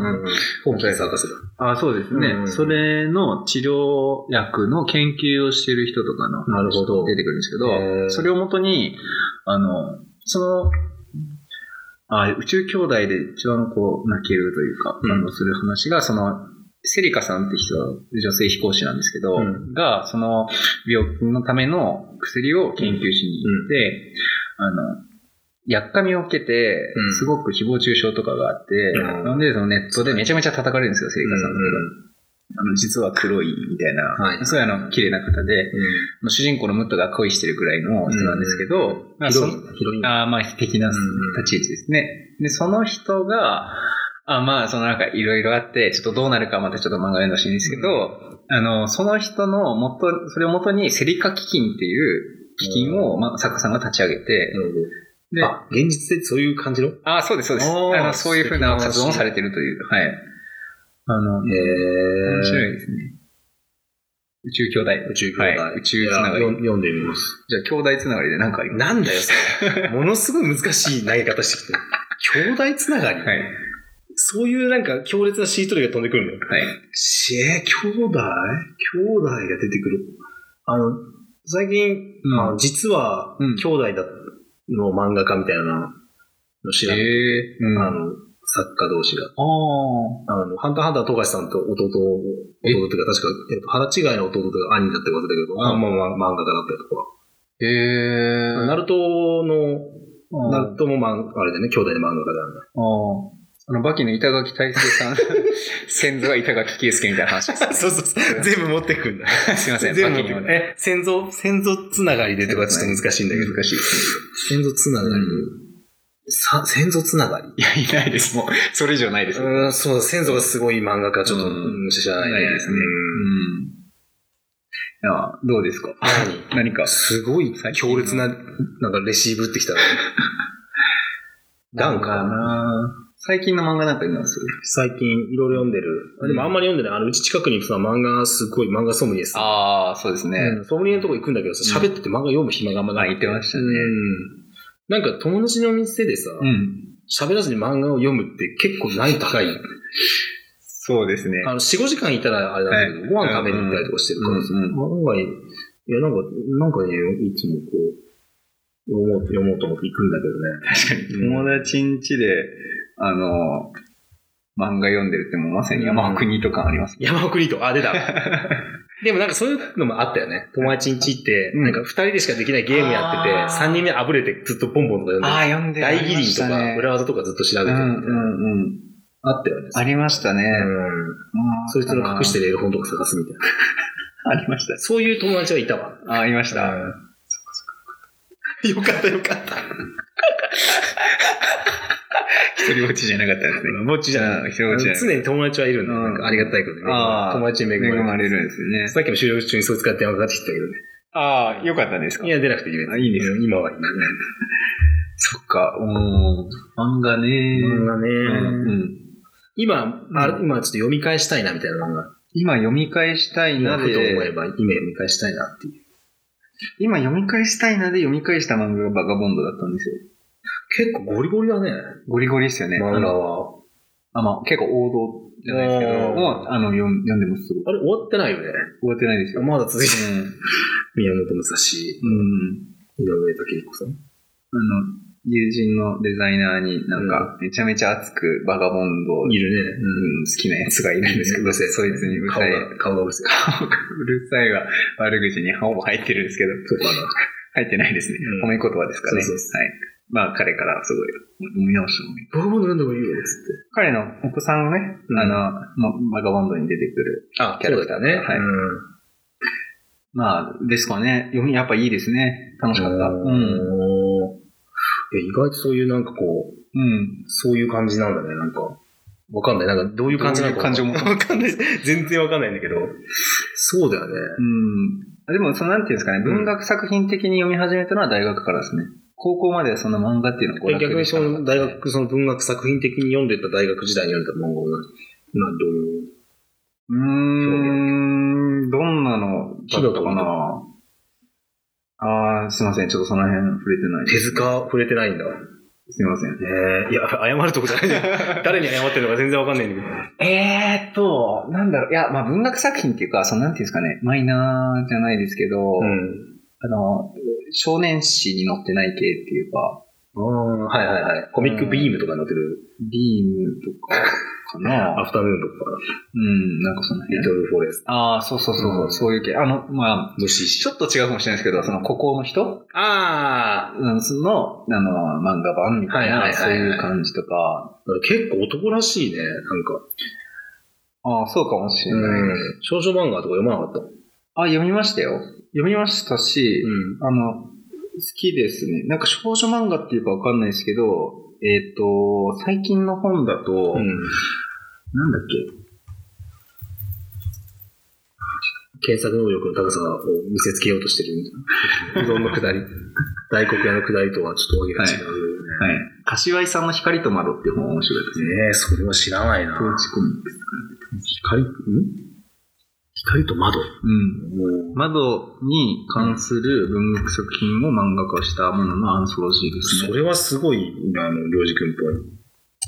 Speaker 2: ー
Speaker 1: あ、ホーキンス博士だ。
Speaker 2: ああ、そうですね、
Speaker 1: うん
Speaker 2: それの治療薬の研究をしている人とかの
Speaker 1: なるほど
Speaker 2: 出てくるんですけ
Speaker 1: へ
Speaker 2: ど、
Speaker 1: ー
Speaker 2: それをもとに、あの、その、あ宇宙兄弟で一番こう泣けるというか、
Speaker 1: うん
Speaker 2: 感動する話が、その、セリカさんって人、女性飛行士なんですけど、
Speaker 1: うん
Speaker 2: が、その病気のための薬を研究しに行って、あの、やっかみを受けて
Speaker 1: うん、
Speaker 2: すごく誹謗中傷とかがあって、
Speaker 1: うん
Speaker 2: なんでそのネットでめちゃめちゃ叩かれるんですよ、セリカさんとかが。あの、実は黒いみたいな、
Speaker 1: はい
Speaker 2: そういうあの、綺麗な方で、
Speaker 1: う
Speaker 2: 主人公のムットが恋してるぐらいの人なんですけど、まあ、
Speaker 1: ん。
Speaker 2: そ
Speaker 1: 広
Speaker 2: の
Speaker 1: い広い。
Speaker 2: あーまあ、的な
Speaker 1: うんうん
Speaker 2: 立ち位置ですね。で、その人が、あまあ、そのなんかいろいろあって、ちょっとどうなるかまたちょっと漫画読んでほしいんですけど、あの、その人のもと、それをもとにセリカ基金っていう基金を、まあ、作家さんが立ち上げて、
Speaker 1: なるほ
Speaker 2: で、
Speaker 1: ど。あ、現実でそういう感じのへ
Speaker 2: あ、そうです、そうです。あ
Speaker 1: おー
Speaker 2: の、そういうふうな活動もされてるという、はい。あの、面白
Speaker 1: え。
Speaker 2: いですね。宇宙兄弟。
Speaker 1: 宇宙兄弟。
Speaker 2: はい、宇宙つなが
Speaker 1: いや
Speaker 2: り。
Speaker 1: 読ん読んでみます。
Speaker 2: じゃあ、兄弟つながりで何かあります
Speaker 1: なんだよ、それ。 ものすごい難しい投げ方してきて。兄弟つながり、
Speaker 2: はい。
Speaker 1: そういうなんか強烈なシートルが飛んでくるんだよ。
Speaker 2: はい。
Speaker 1: しえ、兄弟兄弟が出てくる。あの、最近、
Speaker 2: うん
Speaker 1: あの実は
Speaker 2: うん
Speaker 1: 兄弟だの漫画家みたいなの知
Speaker 2: え
Speaker 1: らない、
Speaker 2: えうん。
Speaker 1: あの、作家同士が。
Speaker 2: あ
Speaker 1: あの、ハンターハンター富樫さんと弟を、
Speaker 2: え
Speaker 1: 弟というか確か、えっと、腹違いの弟が兄だってことだけど、
Speaker 2: あ
Speaker 1: あまあまあ漫画家だったりとか。
Speaker 2: ー。ええ
Speaker 1: ナルトの、
Speaker 2: ほ
Speaker 1: ナルトも漫画、あれだよね、兄弟で漫画家だよね。
Speaker 2: あーあの、バキの板垣大成さ ん、先祖は板垣圭介みたいな話です ね。
Speaker 1: そうそうそう。全部持ってくんだ。
Speaker 2: すいません、バ
Speaker 1: 全
Speaker 2: キ
Speaker 1: 部
Speaker 2: にも
Speaker 1: 持ってく
Speaker 2: ね。
Speaker 1: え、先祖、先祖つながりでとかちょっと難しいんだけど。
Speaker 2: 難しいですね。
Speaker 1: 先祖つながり、さ先祖つながり
Speaker 2: いや、いないです。もう、それ以上ないです。
Speaker 1: うん、そう、先祖がすごい漫画家、ちょっと、
Speaker 2: うん
Speaker 1: うん、知らない,、
Speaker 2: ないですね。うん。いや、どうですか
Speaker 1: 何
Speaker 2: 何か。
Speaker 1: すごい強烈な、 なんかレシーブってきたら、ダウンか
Speaker 2: な最近の漫画なんか読んでます
Speaker 1: 最近いろいろ読んでる。でもあんまり読んでない。あの、うち近くにさ、漫画すごい漫画ソムリエさ。
Speaker 2: ああ、そうですね。
Speaker 1: うんソムリエのとこ行くんだけどさ、
Speaker 2: うん
Speaker 1: 喋ってて漫画読む暇があんま
Speaker 2: まあ
Speaker 1: な
Speaker 2: 言
Speaker 1: い。
Speaker 2: ってましたね。
Speaker 1: うんなんか友達の店でさ、
Speaker 2: うん。
Speaker 1: 喋らずに漫画を読むって結構難易度高い。
Speaker 2: そうですね。
Speaker 1: あの、4、5時間いたらあれなんだけど、
Speaker 2: はい
Speaker 1: ご飯食べに行ったりとかしてるからさ、
Speaker 2: うんうん
Speaker 1: 案外、いや、なんか、なんかね、いつもこう、読もう、読もうと思って行くんだけどね。
Speaker 2: 確かに友達ん家で、あの、漫画読んでるってもうまさに山奥にとかあります。
Speaker 1: 山奥にと、あ、出た。 でもなんかそういうのもあったよね。友達ん家行って、
Speaker 2: うん
Speaker 1: なんか二人でしかできないゲームやって
Speaker 2: あー
Speaker 1: て、三人目あぶれてずっとボンボンとか読んで
Speaker 2: あ
Speaker 1: る。
Speaker 2: あ、読んで
Speaker 1: 大義林と
Speaker 2: あ
Speaker 1: か
Speaker 2: り
Speaker 1: 裏技とかずっと調べ
Speaker 2: ましたね
Speaker 1: て
Speaker 2: う
Speaker 1: るみたいな。
Speaker 2: んうんうん。
Speaker 1: あったよね。
Speaker 2: ありましたね。
Speaker 1: うん。そいつの隠して
Speaker 2: る。
Speaker 1: るエロ本とか探すみたいな。
Speaker 2: ありました。
Speaker 1: そういう友達はいたわ。
Speaker 2: あありました。
Speaker 1: よかったよか った。
Speaker 2: 一人ぼっちじゃなかったですね。ぼっち
Speaker 1: じゃ
Speaker 2: ない。一人ぼっちじゃない。
Speaker 1: 常に友達はいるんだよ。
Speaker 2: うん
Speaker 1: なんかありがたいことに。
Speaker 2: あー
Speaker 1: 友達に恵まれて
Speaker 2: 恵まれるんですよね。
Speaker 1: さっきも収録中にそいつから電話かかってきたけどね。
Speaker 2: ああ、よかったんですか
Speaker 1: いや、出なくていいです。
Speaker 2: あいいんですか
Speaker 1: うん今はいい。
Speaker 2: そっか。うん。漫画ね
Speaker 1: 漫画ね、
Speaker 2: うん。
Speaker 1: 今、あ
Speaker 2: う
Speaker 1: 今ちょっと読み返したいなみたいな漫画。
Speaker 2: 今読み返したい
Speaker 1: 今
Speaker 2: な
Speaker 1: ふ
Speaker 2: で
Speaker 1: と思えば、今読み返したいなっていう。
Speaker 2: 今読み返したいなで読み返した漫画がバガボンドだったんですよ。
Speaker 1: 結構ゴリゴリだね。
Speaker 2: ゴリゴリですよね。
Speaker 1: 漫
Speaker 2: あ
Speaker 1: 画
Speaker 2: の
Speaker 1: は。
Speaker 2: あまあ、結構王道じゃないですけど、
Speaker 1: うん
Speaker 2: もうあの読ん読んでます。すごい
Speaker 1: あれ終わってないよね。
Speaker 2: 終わってないですよ。
Speaker 1: まだ続いてる。
Speaker 2: う
Speaker 1: 宮本武蔵、
Speaker 2: ん。うん。
Speaker 1: 井上武彦さん。
Speaker 2: あの、友人のデザイナーになんか、めちゃめちゃ熱くバガボンド、うん
Speaker 1: いるね。
Speaker 2: 好きなやつがいるんですけど、そいつにうる
Speaker 1: 顔
Speaker 2: さい、
Speaker 1: が、顔がうるせえ。
Speaker 2: 顔がうるさいが悪口に歯も入ってるんですけど、
Speaker 1: そうかな。
Speaker 2: 入ってないですね。
Speaker 1: う
Speaker 2: 褒
Speaker 1: ん
Speaker 2: め言葉ですかね。
Speaker 1: そうそうそ
Speaker 2: はい。まあ彼からすごい読み直してもいい。
Speaker 1: 僕も何でもいいよ、つっ
Speaker 2: 彼のお子さんがね、
Speaker 1: うん
Speaker 2: あの、まバガボンドに出てくる。
Speaker 1: て。あ
Speaker 2: キャラクター
Speaker 1: そうだね。
Speaker 2: はい
Speaker 1: うん
Speaker 2: まあ、ですかね。読みやっぱいいですね。楽しかった。う
Speaker 1: うん
Speaker 2: ん。
Speaker 1: いや意外とそういうなんかこう、
Speaker 2: うん。
Speaker 1: そういう感じなんだね、なんか。わかんない。なんかどういう感じなのか。
Speaker 2: どういう感情も
Speaker 1: わかんない。全然わかんないんだけど。そうだよね。
Speaker 2: うん。でも、そのなんていうんですかね、文学作品的に読み始めたのは大学からですね。高校まではその漫画っていうのは娯楽
Speaker 1: 逆
Speaker 2: で
Speaker 1: に
Speaker 2: しか
Speaker 1: そ
Speaker 2: なか
Speaker 1: の
Speaker 2: った
Speaker 1: 大学、その文学作品的に読んでた大学時代に読んでた漫画はな、などういう
Speaker 2: うーん、どんなのだったかなあー、すいません。ちょっとその辺触れてない。
Speaker 1: 手塚触れてないんだ。ね
Speaker 2: すいません。
Speaker 1: えいや、謝るとこじゃないよ 誰に謝ってるのか全然わかんないんだけど。
Speaker 2: えーっと、なんだろう、いや、まあ文学作品っていうか、そのなんていうんですかね、マイナーじゃないですけど、
Speaker 1: うん。
Speaker 2: あの、少年誌に載ってない系っていうか、
Speaker 1: ああ、はいはいはい。コミックビームとかに載ってる。
Speaker 2: ビームとかか
Speaker 1: ア
Speaker 2: な
Speaker 1: フタヌーンとか、
Speaker 2: うん、なんかその辺
Speaker 1: リ。トルフォレスト、
Speaker 2: ああ、そうそうそう、
Speaker 1: うん
Speaker 2: そういう系。あの、まあ、
Speaker 1: のしし
Speaker 2: ちょっと違うかもしれないですけど、その孤高の人
Speaker 1: あ
Speaker 2: うんその、あの、漫画版みたい
Speaker 1: は
Speaker 2: な、
Speaker 1: いはい
Speaker 2: そ
Speaker 1: は
Speaker 2: う
Speaker 1: いはい
Speaker 2: いう感じとか、
Speaker 1: 結構男らしいね、なんか。
Speaker 2: ああ、そうかもしれない。
Speaker 1: うん。少女漫画とか読まなかった。う
Speaker 2: あ、読みましたよ。読みましたし、
Speaker 1: ん。
Speaker 2: あの、好きですね。なんか少女漫画っていうかわかんないですけど、えっ、と、最近の本だと、
Speaker 1: うん。
Speaker 2: なんだっけ
Speaker 1: 検索能力の高さを見せつけようとしてるみたい な。うどんのくだり。大黒屋のくだりとはちょっとわけが違うよね。
Speaker 2: はい。柏井さんの光と窓っていう本面白いですね。
Speaker 1: ねえ、それは知らないな。
Speaker 2: トーチコミックス
Speaker 1: 光、ん光と窓。
Speaker 2: うん。
Speaker 1: もう、
Speaker 2: 窓に関する文学作品を漫画化したもののアンソロジーです
Speaker 1: そ
Speaker 2: ね。
Speaker 1: れはすごい、あの、りょうじくんっぽい。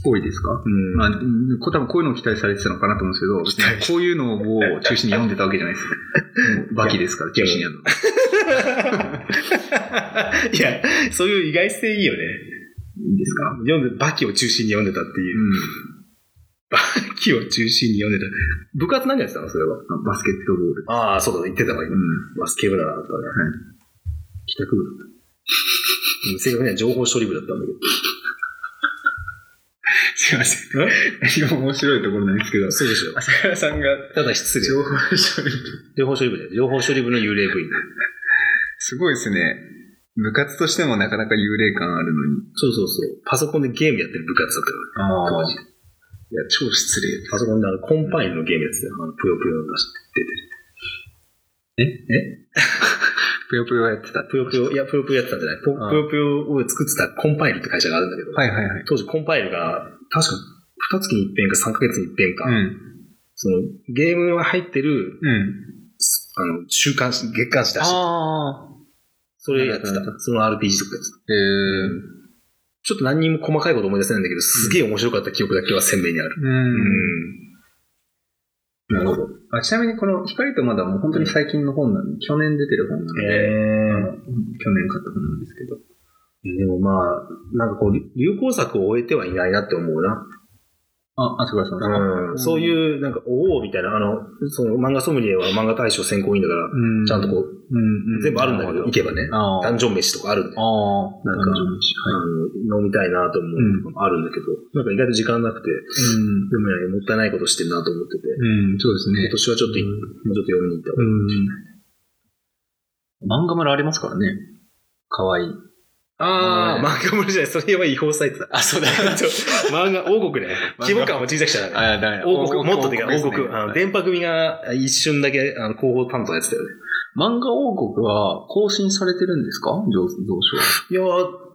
Speaker 2: 多いですか
Speaker 1: うん
Speaker 2: まあ、うんこ多分こういうのを期待されてたのかなと思うんですけど、こういうの を中心に読んでたわけじゃないです。もうバキですから、中心にやるの。
Speaker 1: いや、そういう意外性いいよね。
Speaker 2: いいですか
Speaker 1: 読んで、バキを中心に読んでたっていう。
Speaker 2: う
Speaker 1: バキを中心に読んでた。部活何やってたのそれは。
Speaker 2: ん。バスケットボール。
Speaker 1: ああ、そうだ、言ってたわ、今。
Speaker 2: うん。
Speaker 1: バスケ部だったね。
Speaker 2: い
Speaker 1: 帰宅部だった。うん正確には情報処理部だったんだけど。
Speaker 2: すいませ ん。面白いところなんですけど、
Speaker 1: そうでしょ。
Speaker 2: 朝倉さんが
Speaker 1: ただ失礼。
Speaker 2: 情報処理。
Speaker 1: 情報処理部だよ。情報処理部の幽霊部員。
Speaker 2: すごいですね。部活としてもなかなか幽霊感あるのに。
Speaker 1: そうそうそう。パソコンでゲームやってる部活だったから。
Speaker 2: あ
Speaker 1: 当
Speaker 2: あ。
Speaker 1: 時。
Speaker 2: いや、超失礼。
Speaker 1: パソコンであのコンパインのゲームやってたよ。あのぷよぷよの出して
Speaker 2: ぷよぷよやってた。
Speaker 1: ぷよぷよ、いや、ぷよぷよやってたんじゃないぽ
Speaker 2: ああ
Speaker 1: ぷよぷよを作ってたコンパイルって会社があるんだけど、
Speaker 2: はいはいはい。
Speaker 1: 当時コンパイルが、確か2月に1遍か3ヶ月に1遍か、
Speaker 2: うん。
Speaker 1: そのゲームが入ってる、
Speaker 2: うん。
Speaker 1: すあの、週刊誌、月刊誌出して、
Speaker 2: ああ。
Speaker 1: それやってた
Speaker 2: なるほ。
Speaker 1: その RPG とかやって
Speaker 2: え
Speaker 1: た。
Speaker 2: ー。
Speaker 1: ちょっと何にも細かいこと思い出せないんだけど、すげえ面白かった記憶だけは鮮明にある。
Speaker 2: うん。
Speaker 1: うん。なるほど。
Speaker 2: あちなみにこの光とまだもう本当に最近の本なので、去年出てる本なので、
Speaker 1: え
Speaker 2: 去年買った本なんですけど。
Speaker 1: でもまあ、なんかこう、流流行作を終えてはいないなって思うな。
Speaker 2: あ、あそこさんですか
Speaker 1: うんそういう、なんか、おおみたいな、あの、その漫画ソムリエは漫画大賞選考委員だから、
Speaker 2: う
Speaker 1: ちゃんとこ
Speaker 2: う、
Speaker 1: う、
Speaker 2: うんう
Speaker 1: 全部あるんだけど、行けばね、
Speaker 2: ああ。
Speaker 1: ダンジョン飯とかあるんで、
Speaker 2: あ
Speaker 1: あ
Speaker 2: あ、
Speaker 1: なんか
Speaker 2: 誕生日はい。
Speaker 1: の飲みたいなと思うのもあるんだけど、なんか意外と時間なくて、
Speaker 2: うん。
Speaker 1: 読むのにもったいないことしてるなと思ってて、
Speaker 2: うん、そうです
Speaker 1: 今
Speaker 2: ね。
Speaker 1: 年はちょっと、もうちょっと読みに行った方
Speaker 2: う
Speaker 1: がいい
Speaker 2: ん。漫画村ありますからね。かわい い。
Speaker 1: ああ、漫画村じゃない、それは違法サイトだ。あ、 そうだ。漫画、王国ね。規模感も小さくしたからね。
Speaker 2: あ、だめ
Speaker 1: 王国、もっとでかい王国。あの、
Speaker 2: 漫
Speaker 1: 電波組が一瞬だけ、あの、広報担当やってたよね。
Speaker 2: 画王国は更新されてるんですか上上昇。
Speaker 1: いやー、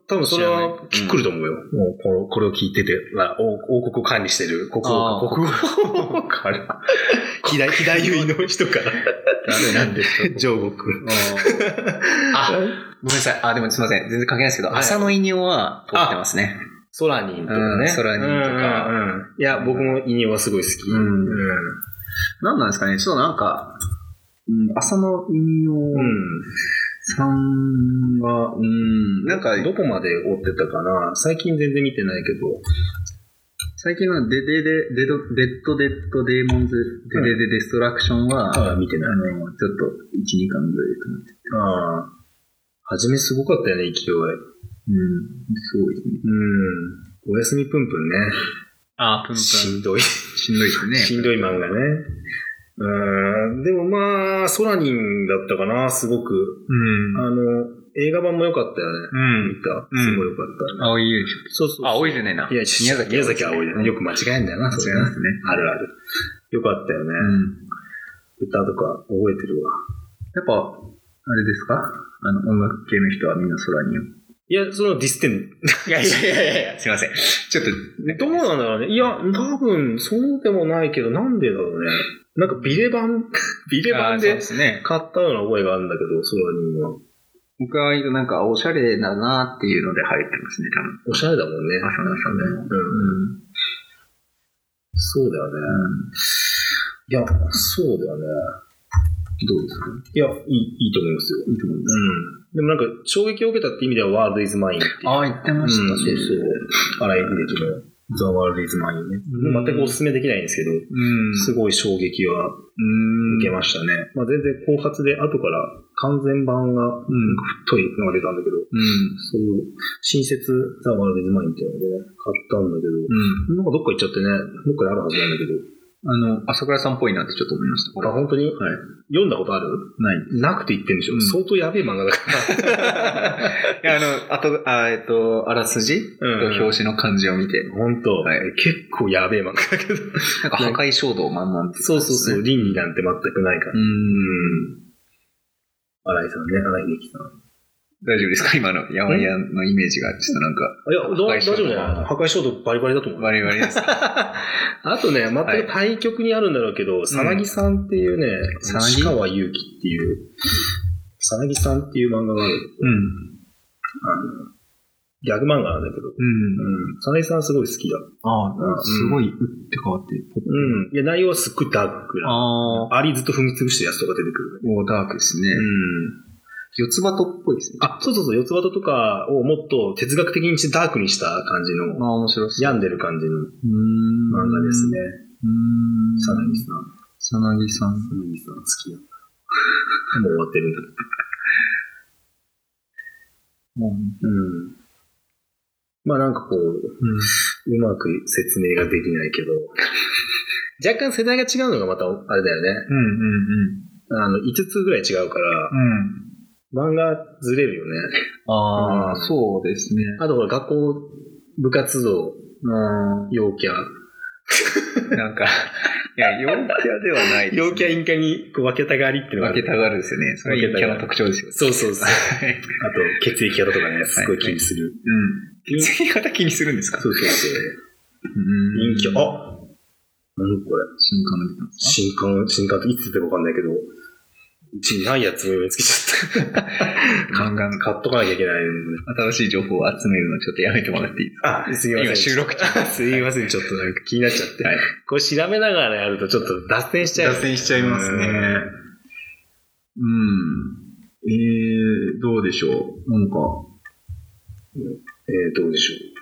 Speaker 1: 多分それ
Speaker 2: 知ら
Speaker 1: は
Speaker 2: ない
Speaker 1: きっくりと思うよ。もうこのこれを聞いてて、まあ、王王国を管理してる国
Speaker 2: あ
Speaker 1: 王
Speaker 2: ー
Speaker 1: 国王 から、左左優位の人から、
Speaker 2: ダメなんです
Speaker 1: 上国。
Speaker 2: あー、あごめんなさい。あ、でもすいません。全然関係ないですけど、
Speaker 1: はい
Speaker 2: 朝の異名は通ってますね。
Speaker 1: ソラニンとかね。
Speaker 2: うんソラニンとか
Speaker 1: うんうんうんいや、僕もイニオはすごい好き。
Speaker 2: うん
Speaker 1: うん
Speaker 2: なんなんですかねちょっとなんか、うん、朝の異名さんが、うん、なんか、
Speaker 1: どこまで追ってたかな最近全然見てないけど。
Speaker 2: 最近のデデデ、デド、デッドデッドデーモンズ、デデデデストラクションは、あ
Speaker 1: ああ、見てない。
Speaker 2: の、ちょっと、1、2巻ぐらいで止めて。
Speaker 1: ああ。初めすごかったよね、勢
Speaker 4: う
Speaker 1: い。
Speaker 4: ん、すごいですね。
Speaker 1: うん。おやすみぷんぷんね。
Speaker 2: あー、プンプン。
Speaker 1: し
Speaker 2: し
Speaker 1: んど
Speaker 2: んどい
Speaker 1: い。
Speaker 2: ですね。
Speaker 1: しんどい漫画ね。うん。でもまあ、ソラニンだったかな、すごく。
Speaker 2: うん
Speaker 1: あ。の、映画版も良かったよね。
Speaker 2: うん。
Speaker 1: 見た。
Speaker 2: うん
Speaker 1: すごい良かった、ね
Speaker 2: 青い優秀。
Speaker 1: そうそうそう。
Speaker 2: あ、青いじゃねえな。
Speaker 1: いや、宮崎宮崎
Speaker 2: は
Speaker 1: は多いだね。よく間違えんだよな、それ
Speaker 2: 間違え
Speaker 1: な
Speaker 2: ますね。
Speaker 1: あるある。よかったよね。
Speaker 2: うん。
Speaker 1: 歌とか覚えてるわ。
Speaker 2: やっぱ、あれですかあの、音楽系の人はみんな空に。
Speaker 1: いや、そのディステン。
Speaker 2: いやいやいやいやすいません。ちょっと、
Speaker 1: どうなんだろうね。いや、多分、そうでもないけど、なんでだろうね。なんかビレ版、 ビレ版
Speaker 2: そう
Speaker 1: で
Speaker 2: ですね。
Speaker 1: 買ったような覚えがあるんだけど、ソラニンは。
Speaker 2: 僕はなんか、おしゃれだなっていうので入ってますね、多分。
Speaker 1: おしゃれだもんね。
Speaker 2: 朝の朝ね。
Speaker 1: うん。そうだよね。いや、そうだよね。
Speaker 2: どうですか
Speaker 1: いや、いい、いいと思いますよ。
Speaker 2: いいと思いま
Speaker 1: うん。でもなんか、衝撃を受けたって意味では、ワールドイズマインっていう。
Speaker 2: ああ、言って
Speaker 1: う
Speaker 2: ま
Speaker 1: ん、
Speaker 2: し
Speaker 1: そう
Speaker 2: た、
Speaker 1: そう。荒井秀樹の、ザ・ワールドイズマインね。
Speaker 2: うん
Speaker 1: もう全くお勧めできないんですけど、
Speaker 2: うん。
Speaker 1: すごい衝撃は
Speaker 2: うん。
Speaker 1: 受けましたね。まあ全然後発で、後から完全版が、なんか太いのが出たんだけど、
Speaker 2: うん。
Speaker 1: それを、新設ザ・ワールドイズマインっていうのでね、買ったんだけど、
Speaker 2: うん。
Speaker 1: なんかどっか行っちゃってね、どっかにあるはずなんだけど、
Speaker 2: あの、朝倉さんっぽいなってちょっと思いました。
Speaker 1: あ、本当に、読んだことある
Speaker 2: ない。
Speaker 1: なくて言ってんでしょ、
Speaker 2: うん
Speaker 1: 相当やべえ漫画だか ら。
Speaker 2: いや、あの、あと、あえっと、あらすじと
Speaker 1: うん
Speaker 2: 表紙の感じを見て、
Speaker 1: 本当、
Speaker 2: はい
Speaker 1: 結構やべえ漫画だけど。
Speaker 2: なんか破壊衝動満々ってい
Speaker 1: そうそ
Speaker 2: う
Speaker 1: うそう、倫理なんて全くないから。
Speaker 2: 感じですね。うん。
Speaker 1: ん。荒井さんね、荒井美樹さん。
Speaker 2: 大丈夫ですか今のヤマヤのイメージが、ちょっとなんか、
Speaker 1: いや、どう
Speaker 2: 破壊
Speaker 1: 大
Speaker 2: 衝
Speaker 1: 丈
Speaker 2: 動
Speaker 1: 夫じゃない破壊衝動バリバリだと思う。
Speaker 2: 我々ですか
Speaker 1: あとね、全く対局にあるんだろうけど、さなぎさんっていうね、
Speaker 2: さなぎ
Speaker 1: 鹿川祐希っていう、さなぎさんっていう漫画がある。
Speaker 2: うん。
Speaker 1: あの、ギャグ漫画なんだけど、
Speaker 2: うん。
Speaker 1: うん。さなぎさんすごい好きだ。
Speaker 2: あ
Speaker 1: う
Speaker 2: あ、
Speaker 1: ん
Speaker 2: すごい、打って変わって。
Speaker 1: うん。いや、内容はすっごいダークな。
Speaker 2: ああ、
Speaker 1: アリずっと踏み潰してるやつとか出てくる。
Speaker 2: おダークですね。
Speaker 1: うん。
Speaker 2: 四つ葉とっぽいですね。
Speaker 1: あ、そうそうそう、四つ葉とかをもっと哲学的にしてダークにした感じの、
Speaker 2: あ、面白そう。
Speaker 1: 病んでる感じの
Speaker 2: うーん
Speaker 1: 漫画ですね。。
Speaker 2: うーん。
Speaker 1: さなぎさん。
Speaker 2: さなぎさん。
Speaker 1: さなぎさん好きだ。もう終わってるんだけど。
Speaker 2: うん。
Speaker 1: うん。まあなんかこう、うまく説明ができないけど、若干世代が違うのがまたあれだよね。
Speaker 2: うんうん
Speaker 1: あの、5つぐらい違うから、
Speaker 2: うん。うん。
Speaker 1: 漫画ずれるよね。
Speaker 2: あ
Speaker 1: うん
Speaker 2: あ、そうですね。
Speaker 1: あとほら、学校、部活
Speaker 2: う
Speaker 1: 動、
Speaker 2: ん。
Speaker 1: 陽キャ。
Speaker 2: なんか、いや、 陽キャではないです、ね。
Speaker 1: 陽キャ、陰キャにこう分けたがりっていうのがあ
Speaker 2: 分
Speaker 1: る
Speaker 2: けたがるですよね。それ陽キャの特徴ですよ。
Speaker 1: そうそう そう。あ
Speaker 2: はい
Speaker 1: と、血液型とかね、すごい気にする。
Speaker 2: うん。血液型気にするんですか
Speaker 1: そうそうそう。
Speaker 2: うん
Speaker 1: 陰キャ、あ何これ。
Speaker 2: 新刊が出たんです
Speaker 1: 新刊、新刊っていつ出てるか分かんないけど、うちにないやつも見つけち ゃった。
Speaker 2: かガンガン
Speaker 1: 買っとかなきゃいけないんで。
Speaker 2: 新しい情報を集めるのちょっとやめてもらっていいですか
Speaker 1: あ、すみません。
Speaker 2: 今収録中
Speaker 1: すみません、ちょっとなんか気になっちゃって。
Speaker 2: はい
Speaker 1: これ調べながらやるとちょっと脱線しちゃう。
Speaker 2: 脱線しちゃいますねう
Speaker 1: うん
Speaker 2: ん。えー、どうでしょうなんか、
Speaker 1: えー、どうでしょ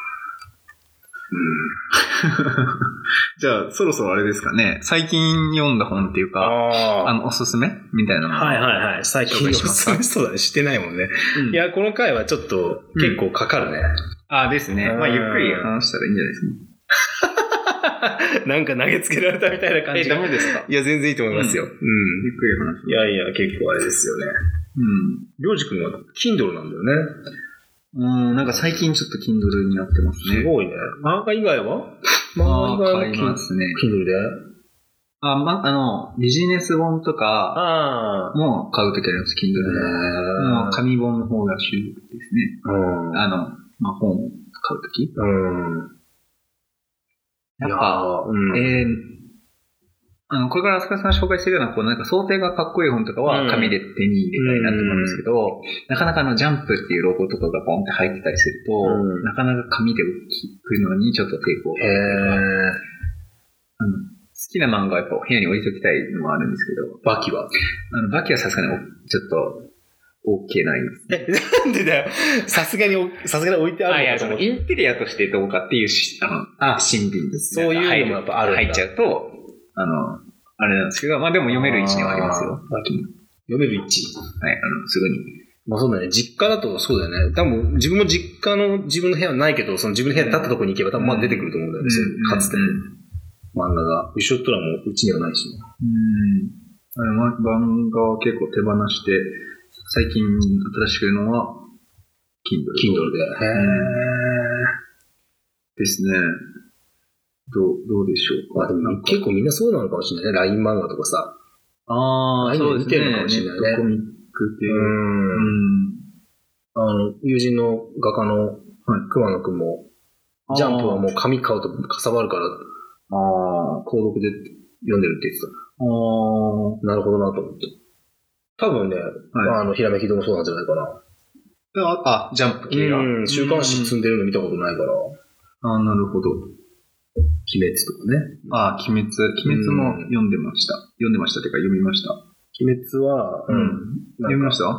Speaker 2: じゃあそろそろあれですかね。最近読んだ本っていう
Speaker 1: う。
Speaker 2: か、
Speaker 1: あ
Speaker 2: あの、おすすめみたいなの
Speaker 1: はい
Speaker 2: い。
Speaker 1: はいはい。最近
Speaker 2: 紹
Speaker 1: の
Speaker 2: 介
Speaker 1: お
Speaker 2: しますす
Speaker 1: すめそうだね。してないもんね。
Speaker 2: うん
Speaker 1: いや、この回はちょっと結構かかるね。
Speaker 2: あ、ですね。まあ、
Speaker 1: うん
Speaker 2: ゆっくり話したらいいんじゃないですか。
Speaker 1: なんか投げつけられたみたいな感じ。
Speaker 2: メですか
Speaker 1: いや、全然いいと思いますよ。うん。
Speaker 2: ゆっくり話す。
Speaker 1: いやいや、結構あれですよね。
Speaker 2: う
Speaker 1: りょうじくんは Kindle なんだよね。
Speaker 2: ん。うん、なんか最近ちょっと Kindle になってますね。
Speaker 1: すごいね。漫画以外は
Speaker 2: ま
Speaker 1: 漫画以
Speaker 2: あ、
Speaker 1: 外は
Speaker 2: 買いますね。
Speaker 1: Kindle で
Speaker 2: あ、ま、あの、ビジネス本とか
Speaker 1: ああ。
Speaker 2: も買うときあります、Kindle で。もう
Speaker 1: う
Speaker 2: 紙本の方が主力ですね。
Speaker 1: ん。
Speaker 2: あの、まあ、本を買うとき。
Speaker 1: うん。
Speaker 2: やっ
Speaker 1: い
Speaker 2: ぱ、
Speaker 1: うん
Speaker 2: えー、あの、これから飛鳥さんが紹介してるような、こう、なんか想定がかっこいい本とか
Speaker 1: う
Speaker 2: は
Speaker 1: ん
Speaker 2: 紙で手に入れたいなと思うんですけど、なかなかあの、ジャンプっていうロゴとかがポンって入ってたりすると、
Speaker 1: うん
Speaker 2: なかなか紙で聞くのにちょっと抵抗があるというか
Speaker 1: えー、
Speaker 2: あの好きな漫画はやっぱ部屋に置いておきたいのもあるんですけど、
Speaker 1: バキ
Speaker 2: あ
Speaker 1: は。
Speaker 2: の、バキはさすがにおちょっと、OK ないです。
Speaker 1: え、 なんでだよ。さすがにお、さすがに置いてあるのかと思って。
Speaker 2: インテリアとしてどうかっていうし、あの、あ新品です
Speaker 1: そういうのもやっぱあるんだ
Speaker 2: 入っちゃうと、あの、あれなんですけど、まあでも読める位置にはありますよ。
Speaker 1: あー
Speaker 2: バキも
Speaker 1: 読める位置。
Speaker 2: はい、あの、すぐに
Speaker 1: まあそうだね。実家だとそうだよね。多分、自分も実家の自分の部屋はないけど、その自分の部屋に立ったとこに行けば多分まあ出てくると思うんだよね。そういうかつて
Speaker 2: うん。
Speaker 1: 漫画が。後ろったらもううちにはないしね。
Speaker 2: あれま漫画は結構手放して、最近新しく言うのは、Kindle。
Speaker 1: Kindle で。
Speaker 2: ですね。どう、どうでしょう
Speaker 1: まあ
Speaker 2: か。
Speaker 1: でも結構みんなそうなのかもしれないね。LINE 漫画とかさ。
Speaker 2: あ
Speaker 1: あ
Speaker 2: あ、
Speaker 1: 今
Speaker 2: そう
Speaker 1: 見
Speaker 2: です
Speaker 1: て
Speaker 2: ね。
Speaker 1: るのかもしれないね
Speaker 2: ネットコミックって
Speaker 1: う
Speaker 2: いう。
Speaker 1: ん。あの、友人の画家の熊野くんも、ジャンプはもう紙買うとかさばるから、
Speaker 2: ああー。
Speaker 1: 購読で読んでるって言って
Speaker 2: あー
Speaker 1: た。なるほどなと思って。多分ね、まああの、ひらめき堂もそうなんじゃないかな。
Speaker 2: あ、あジャンプ系が。
Speaker 1: うん、週刊誌積んでるの見たことないから。鬼
Speaker 2: ああ、なるほど。
Speaker 1: 滅とかね。
Speaker 2: ああ、鬼滅。鬼滅も読んでました。読んでましたっていうか、読みました。
Speaker 1: 鬼滅は、うん。
Speaker 2: 読みま
Speaker 1: し
Speaker 2: した
Speaker 1: た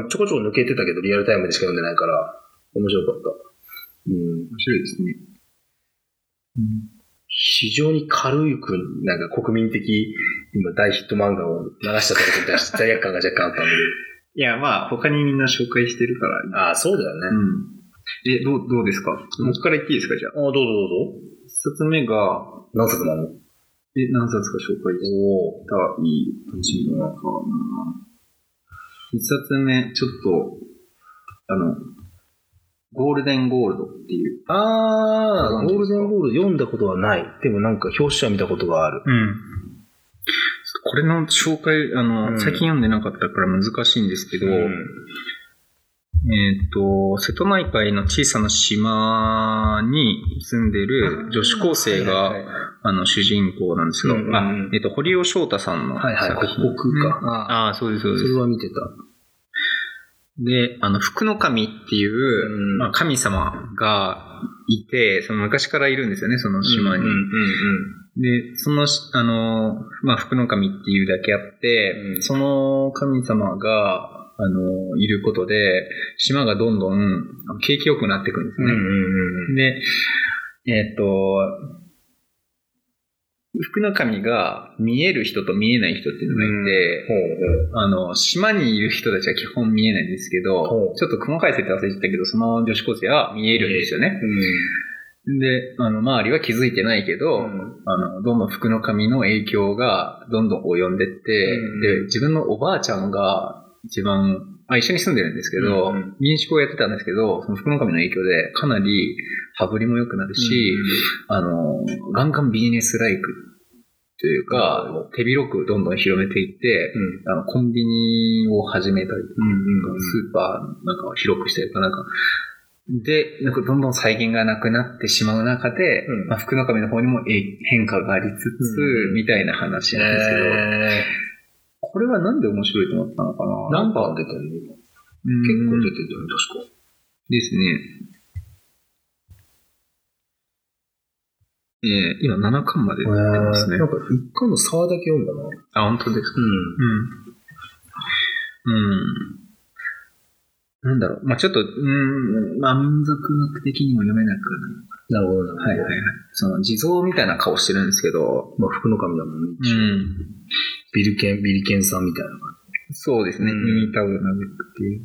Speaker 1: うん、ちょこちょこ抜けてたけど、リアルタイムでしか読んでないから、面白かった。うん。
Speaker 2: 面白いですね。
Speaker 1: 非常に軽いく、なんか国民的、今大ヒット漫画を流しちゃったことに対して罪悪感が若干あったんだけ
Speaker 2: いや、まあ、他にみんな紹介してるから。
Speaker 1: ど。ああ、そうだよね。
Speaker 2: うん。え、どう、どうですか
Speaker 1: ん
Speaker 2: 僕から言っていいですか、じゃあ。
Speaker 1: ああ、どうぞどうぞ。
Speaker 2: 一冊目が、
Speaker 1: 何冊なの
Speaker 2: え、何冊か紹介し
Speaker 1: おお。
Speaker 2: たいチームかな。一冊目、ちょっと、あの、ゴールデンゴールドっていう。
Speaker 1: ああ、
Speaker 2: ご
Speaker 1: ゴー
Speaker 2: 存
Speaker 1: ル
Speaker 2: 知です
Speaker 1: デ
Speaker 2: か
Speaker 1: ンゴールド読んだことはない。でもなんか表紙は見たことがある。
Speaker 2: うん。これの紹介、あの、
Speaker 1: うん
Speaker 2: 最近読んでなかったから難しいんですけど、えっ、と、瀬戸内海の小さな島に住んでる女子高生が、
Speaker 1: はいはいはい
Speaker 2: あの、主人公なんですよ。
Speaker 1: うんうんうん
Speaker 2: あ、えっ、と、堀尾翔太さんの作
Speaker 1: はい
Speaker 2: 品。
Speaker 1: はい、国国か。ああ、
Speaker 2: ああ、そうです、そうで
Speaker 1: そ
Speaker 2: す
Speaker 1: れ。は見てた。
Speaker 2: で、あの、福の神っていう、
Speaker 1: うん
Speaker 2: まあ、神様がいて、その昔からいるんですよね、その島に。
Speaker 1: うんうん
Speaker 2: で、そのし、あの、まあ、福の神っていうだけあって、
Speaker 1: うん
Speaker 2: その神様が、あの、いることで、島がどんどんあの景気良くなっていくんです
Speaker 1: うんうん。
Speaker 2: ね。
Speaker 1: うんうん。
Speaker 2: で、えーっと、福の神が見える人と見えない人っていうのがいて、あの、島にいる人たちは基本見えないんですけ
Speaker 1: ほ
Speaker 2: ど
Speaker 1: う、
Speaker 2: ちょっと細かい設定忘れちゃったけど、その女子高生は見えるんですよね。で、あの、周りは気づいてないけど、
Speaker 1: ほうほう。うん。
Speaker 2: あの、どんどん服の髪の影響がどんどん及んでって、
Speaker 1: うん
Speaker 2: で、自分のおばあちゃんが一番、あ、一緒に住んでるんですけど、
Speaker 1: うんうん
Speaker 2: 民宿をやってたんですけど、その服の髪の影響でかなり羽振りも良くなるし、あの、ガンガンビジネスライクという
Speaker 1: なる
Speaker 2: か、手広くどんどん広めていって、
Speaker 1: うん。
Speaker 2: あの、コンビニを始めたりとか、
Speaker 1: うんうん。
Speaker 2: スーパーなんかを広くしたりとか、なんか、で、なんかどんどん再現がなくなってしまう中で、
Speaker 1: うん
Speaker 2: まあ、福の神の方にもえ変化がありつつ、
Speaker 1: うん
Speaker 2: みたいな話なんですけど、
Speaker 1: え
Speaker 2: これはなんで面白いと思ったのか
Speaker 1: ー、
Speaker 2: な
Speaker 1: 何番出てるの今
Speaker 2: 結
Speaker 1: 結
Speaker 2: 構
Speaker 1: 構
Speaker 2: ち
Speaker 1: 出
Speaker 2: ょって
Speaker 1: るよね、確か。
Speaker 2: とですね、えー、今7巻まで出てますね
Speaker 1: なん。か一巻の沢だけ読んだな。
Speaker 2: あ、本当ですか
Speaker 1: う
Speaker 2: うん。うん。なんだろう。まあちょっと、うん、まあ民族学的にも読めなくなる
Speaker 1: ん。なるほど、な
Speaker 2: はい
Speaker 1: る
Speaker 2: は
Speaker 1: ほ
Speaker 2: いはい。
Speaker 1: ど。
Speaker 2: その地蔵みたいな顔してるんですけど、
Speaker 1: まあ、福の神だもんね。
Speaker 2: ん。
Speaker 1: ビルケン、ビリケンさんみたいな感
Speaker 2: そうですね。
Speaker 1: うん
Speaker 2: 耳たぶなめっていう。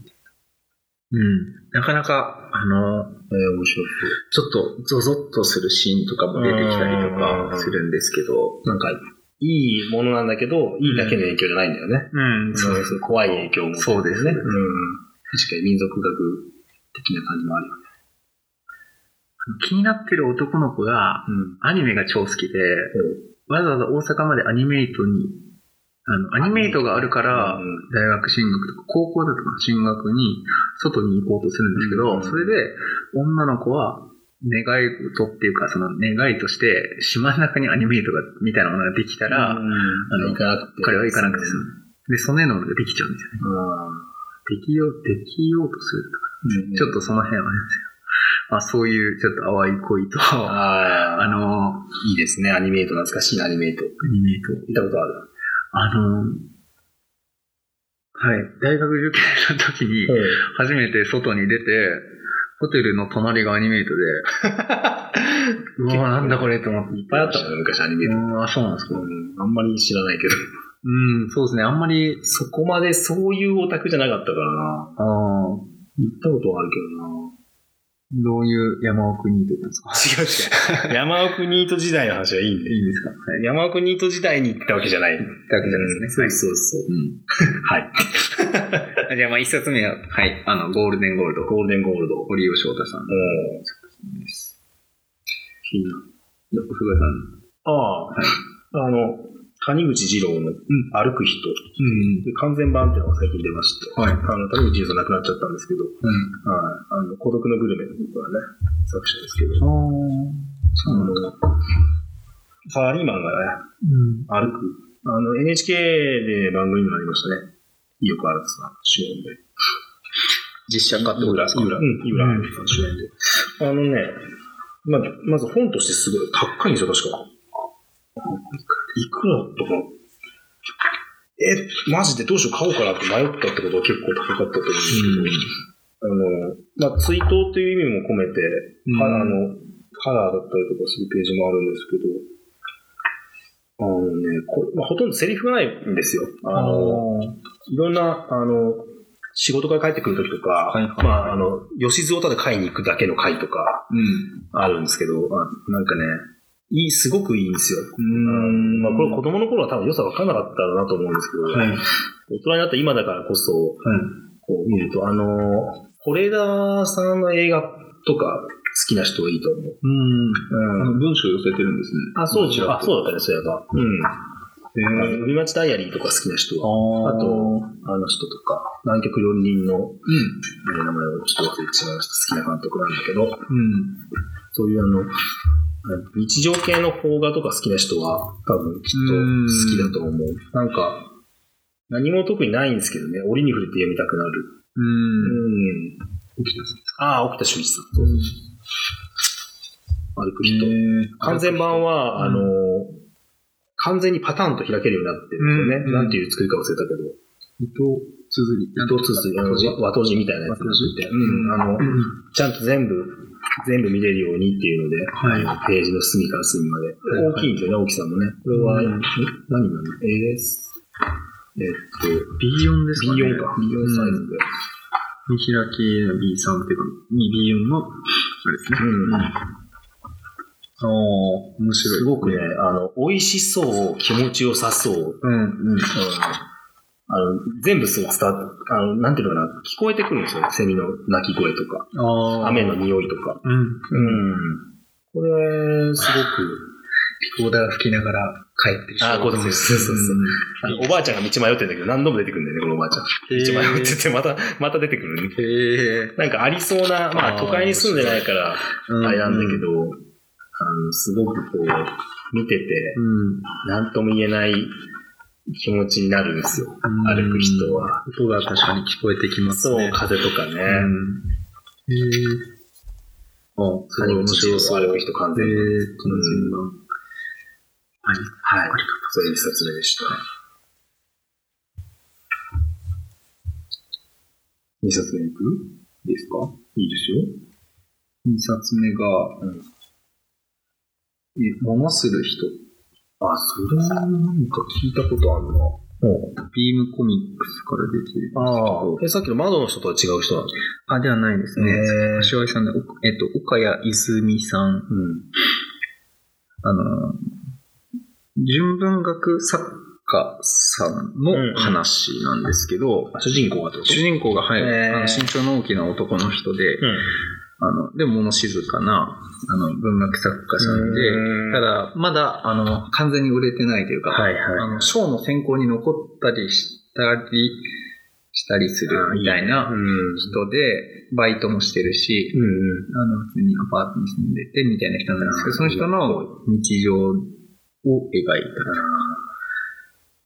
Speaker 2: うん。なかなか、あの、
Speaker 1: じ。えー、面白い。
Speaker 2: ちょっとゾゾッとするシーンとかも出てきたりとかするんですけど、
Speaker 1: なんか、いいものなんだけど、いいだけの影響じゃないんだよね。
Speaker 2: うん
Speaker 1: そうです。怖い影響も。
Speaker 2: そうですね
Speaker 1: うん。確かに民族学的な感じもあるよね。
Speaker 2: 気になってる男の子が、
Speaker 1: うん。
Speaker 2: アニメが超好きで、
Speaker 1: う
Speaker 2: わざわざ大阪までアニメイトに、あの、アニメイトがあるから、
Speaker 1: うん
Speaker 2: 大学進学とか、高校だとか進学に、外に行こうとするんですけど、
Speaker 1: うん
Speaker 2: それで、女の子は、願い事っていうか、その願いとして、島の中にアニメイトが、みたいなものができたら、
Speaker 1: うん行かなくて。
Speaker 2: 彼は行かなくて済
Speaker 1: う
Speaker 2: む。で、そのようなものができちゃうんですよね。できよう、できようとするとか、
Speaker 1: ん。
Speaker 2: ちょっとその辺はあれですよ。まあ、そういう、ちょっと淡い恋と、
Speaker 1: と
Speaker 2: あ
Speaker 1: ああ、
Speaker 2: の、
Speaker 1: いいですね。アニメイト、懐かしいなアニメイト。
Speaker 2: アニメイト。
Speaker 1: 見たことある。
Speaker 2: あの、はい、大学受験の時に、初めて外に出て、ホテルの隣がアニメイト で、うわ、なんだこれと思って。いっ
Speaker 1: いっぱいあったもんね、昔アニメイト。
Speaker 2: うん、あ、そうなんですか。
Speaker 1: うんあんまり知らないけど。
Speaker 2: うん、そうですね。あんまり、
Speaker 1: そこまでそういうオタクじゃなかったからな。
Speaker 2: あー
Speaker 1: 行ったことはある
Speaker 2: どういう山奥にいてたんですか
Speaker 1: けどな。違う違う。山奥ニート時代の話はいいんで。
Speaker 2: いいんですかはい。
Speaker 1: 山奥ニート時代に行ったわけじゃない。
Speaker 2: ってわけなんですね。はい。
Speaker 1: そうそうはい。
Speaker 2: うん。じゃあ、まあ、一冊目は、はい、あの、ゴールデンゴールド。
Speaker 1: ゴールデンゴールド。
Speaker 2: 堀尾翔太さん
Speaker 1: おー
Speaker 2: です。気になる。ふがさん。
Speaker 1: ああ、あの、谷口二郎の歩く人。
Speaker 2: うん。
Speaker 1: で完全版っていうのが最近出まして。
Speaker 2: はい
Speaker 1: あの、谷口二郎さん亡くなっちゃったんですけ
Speaker 2: う
Speaker 1: ど、
Speaker 2: ん。
Speaker 1: はい。あの、孤独のグルメの僕はね、作者ですけど、
Speaker 2: あーそうなんだ。
Speaker 1: サラリーマンが
Speaker 2: うん。
Speaker 1: ね、歩く。あの、NHK で番組にもなりましたね。よくあるさん主演で。
Speaker 2: 実写化ってことですか
Speaker 1: 井浦。うん、井浦
Speaker 2: うん
Speaker 1: さん主演で。あのね、ま、まず本としてすごい高いんですよ、確か。いくらだったかなえ、マジでどうしよう買おうかなって迷ったってことは結構高かったと思うんですけど、あの、まあ、追悼という意味も込めて、
Speaker 2: うん
Speaker 1: カラーの、カラーだったりとかするページもあるんですけど、あのね、これ、まあ、ほとんどセリフがないんですよ。あの、いろんな、あの、仕事から帰ってくるときとか、
Speaker 2: はいはい
Speaker 1: まあ、あの、吉津をただ買いに行くだけの回とか
Speaker 2: うん。
Speaker 1: あるんですけど、あなんかね、いい、すごくいいんですよ。
Speaker 2: うん
Speaker 1: まあ、これ子供の頃は多分良さ分かんなかったろうなと思うんですけど、
Speaker 2: はい。はい。
Speaker 1: 大人になった今だからこそ、こう見ると、あの、是枝さんの映画とか好きな人いいと思う。
Speaker 2: うん。
Speaker 1: うん
Speaker 2: あの、文章寄せてるんですね。
Speaker 1: あ、そうで
Speaker 2: ち
Speaker 1: す
Speaker 2: ら
Speaker 1: あ、
Speaker 2: っと
Speaker 1: そうだったね、そういえば。うん。海町ダイアリーとか好きな人は、
Speaker 2: あ
Speaker 1: あとあの人とか、南極四人の
Speaker 2: う
Speaker 1: えー名前をちょっと忘れてしまいました。好きな監督なんだけど、
Speaker 2: ん。うん。
Speaker 1: そういうあの、日常系の邦画とか好きな人は、多分きっと好きだと思う。なんか、何も特にないんですけどね、折に触れて読みたくなる。
Speaker 2: うん。
Speaker 1: うん。
Speaker 2: 起きた
Speaker 1: ああ、沖田修一さん。そうそうそう歩く人。完全版
Speaker 2: う
Speaker 1: は、
Speaker 2: ん
Speaker 1: あの、完全にパターンと開けるようになってるん
Speaker 2: う
Speaker 1: ですよね。
Speaker 2: ん
Speaker 1: なんていう作りか忘れたけど。
Speaker 2: 伊藤つづり。伊
Speaker 1: 糸つづり、あのわ和とじみたいなやつになってて、うん、あの、ちゃんと全部、全部見れるようにっていうので、
Speaker 2: はい
Speaker 1: あのページの隅から隅まで。
Speaker 2: いはい
Speaker 1: 大きいんですよね、大きさもね。これは、
Speaker 2: うん
Speaker 1: ん何なの ?AS? えっと、
Speaker 2: B4 ですかね。
Speaker 1: B4 か。B4 サイズで。
Speaker 2: 見開き B3 っていうか、B4 の、あれですね。
Speaker 1: うん
Speaker 2: ああ、面白い。
Speaker 1: すごくね、あの、美味しそう、気持ちよさそう、
Speaker 2: うん、うん。
Speaker 1: あの全部そう伝わって、あの、なんていうのかな、聞こえてくるんですよ。セミの鳴き声とか、
Speaker 2: ああ。
Speaker 1: 雨の匂いとか。
Speaker 2: うん。
Speaker 1: うん。これ、すごく、
Speaker 2: リコーダー吹きながら帰ってる
Speaker 1: あー子供ですそうそうそうあのおばあちゃんが道迷ってんだけど、何度も出てくるんだよね、このおばあちゃん。道
Speaker 2: へ
Speaker 1: 迷ってて、また、また出てくるね。
Speaker 2: え。へえ。
Speaker 1: なんかありそうな、ま
Speaker 2: あ
Speaker 1: あ、
Speaker 2: ー
Speaker 1: 都会に住んでないから、
Speaker 2: う
Speaker 1: あれなんだけ。ど、あの、すごくこう、見てて、
Speaker 2: うん。
Speaker 1: なんとも言えない気持ちになるんですよ。
Speaker 2: うん
Speaker 1: 歩く人は。
Speaker 2: 音が確かに聞こえてきます
Speaker 1: そう、
Speaker 2: ね。
Speaker 1: 風とかね。
Speaker 2: うん。へえ。ああ、すごい面白そう。
Speaker 1: 歩く人完
Speaker 2: え
Speaker 1: 全に。
Speaker 2: ー、この順番。はい。
Speaker 1: はい。それ一冊目でした。二冊目いく
Speaker 2: いいですか
Speaker 1: いいですよ。
Speaker 2: 二冊目が、
Speaker 1: うん
Speaker 2: え物する人。
Speaker 1: あ、それはなんか聞いたことあるな。
Speaker 2: ビームコミックスから出てる。
Speaker 1: ああ。え、さっきの窓の人とは違う人なんです
Speaker 2: あ、ではないです
Speaker 1: ね
Speaker 2: ね。柏木さんで、おえっと、岡谷泉さん、
Speaker 1: うん。
Speaker 2: あのー、純文学作家さん
Speaker 1: うんう
Speaker 2: の
Speaker 1: ん
Speaker 2: 話なんですけど、
Speaker 1: あ主人公がってこと
Speaker 2: 主人公が、はい、
Speaker 1: へー
Speaker 2: あの身長の大きな男の人で、あの、でも物静かな、あの、文学作家さんで、
Speaker 1: うん
Speaker 2: ただ、まだ、あの、完全に売れてないというか、
Speaker 1: はい
Speaker 2: あ
Speaker 1: は
Speaker 2: の、ショーの選考に残ったりしたり、したりするみたい
Speaker 1: い。
Speaker 2: な
Speaker 1: うん。
Speaker 2: 人で、バイトもしてるし、
Speaker 1: うん。
Speaker 2: あの、普通にアパートに住んでてみたいな人なんですけ
Speaker 1: うん
Speaker 2: ど、その人の日常を描い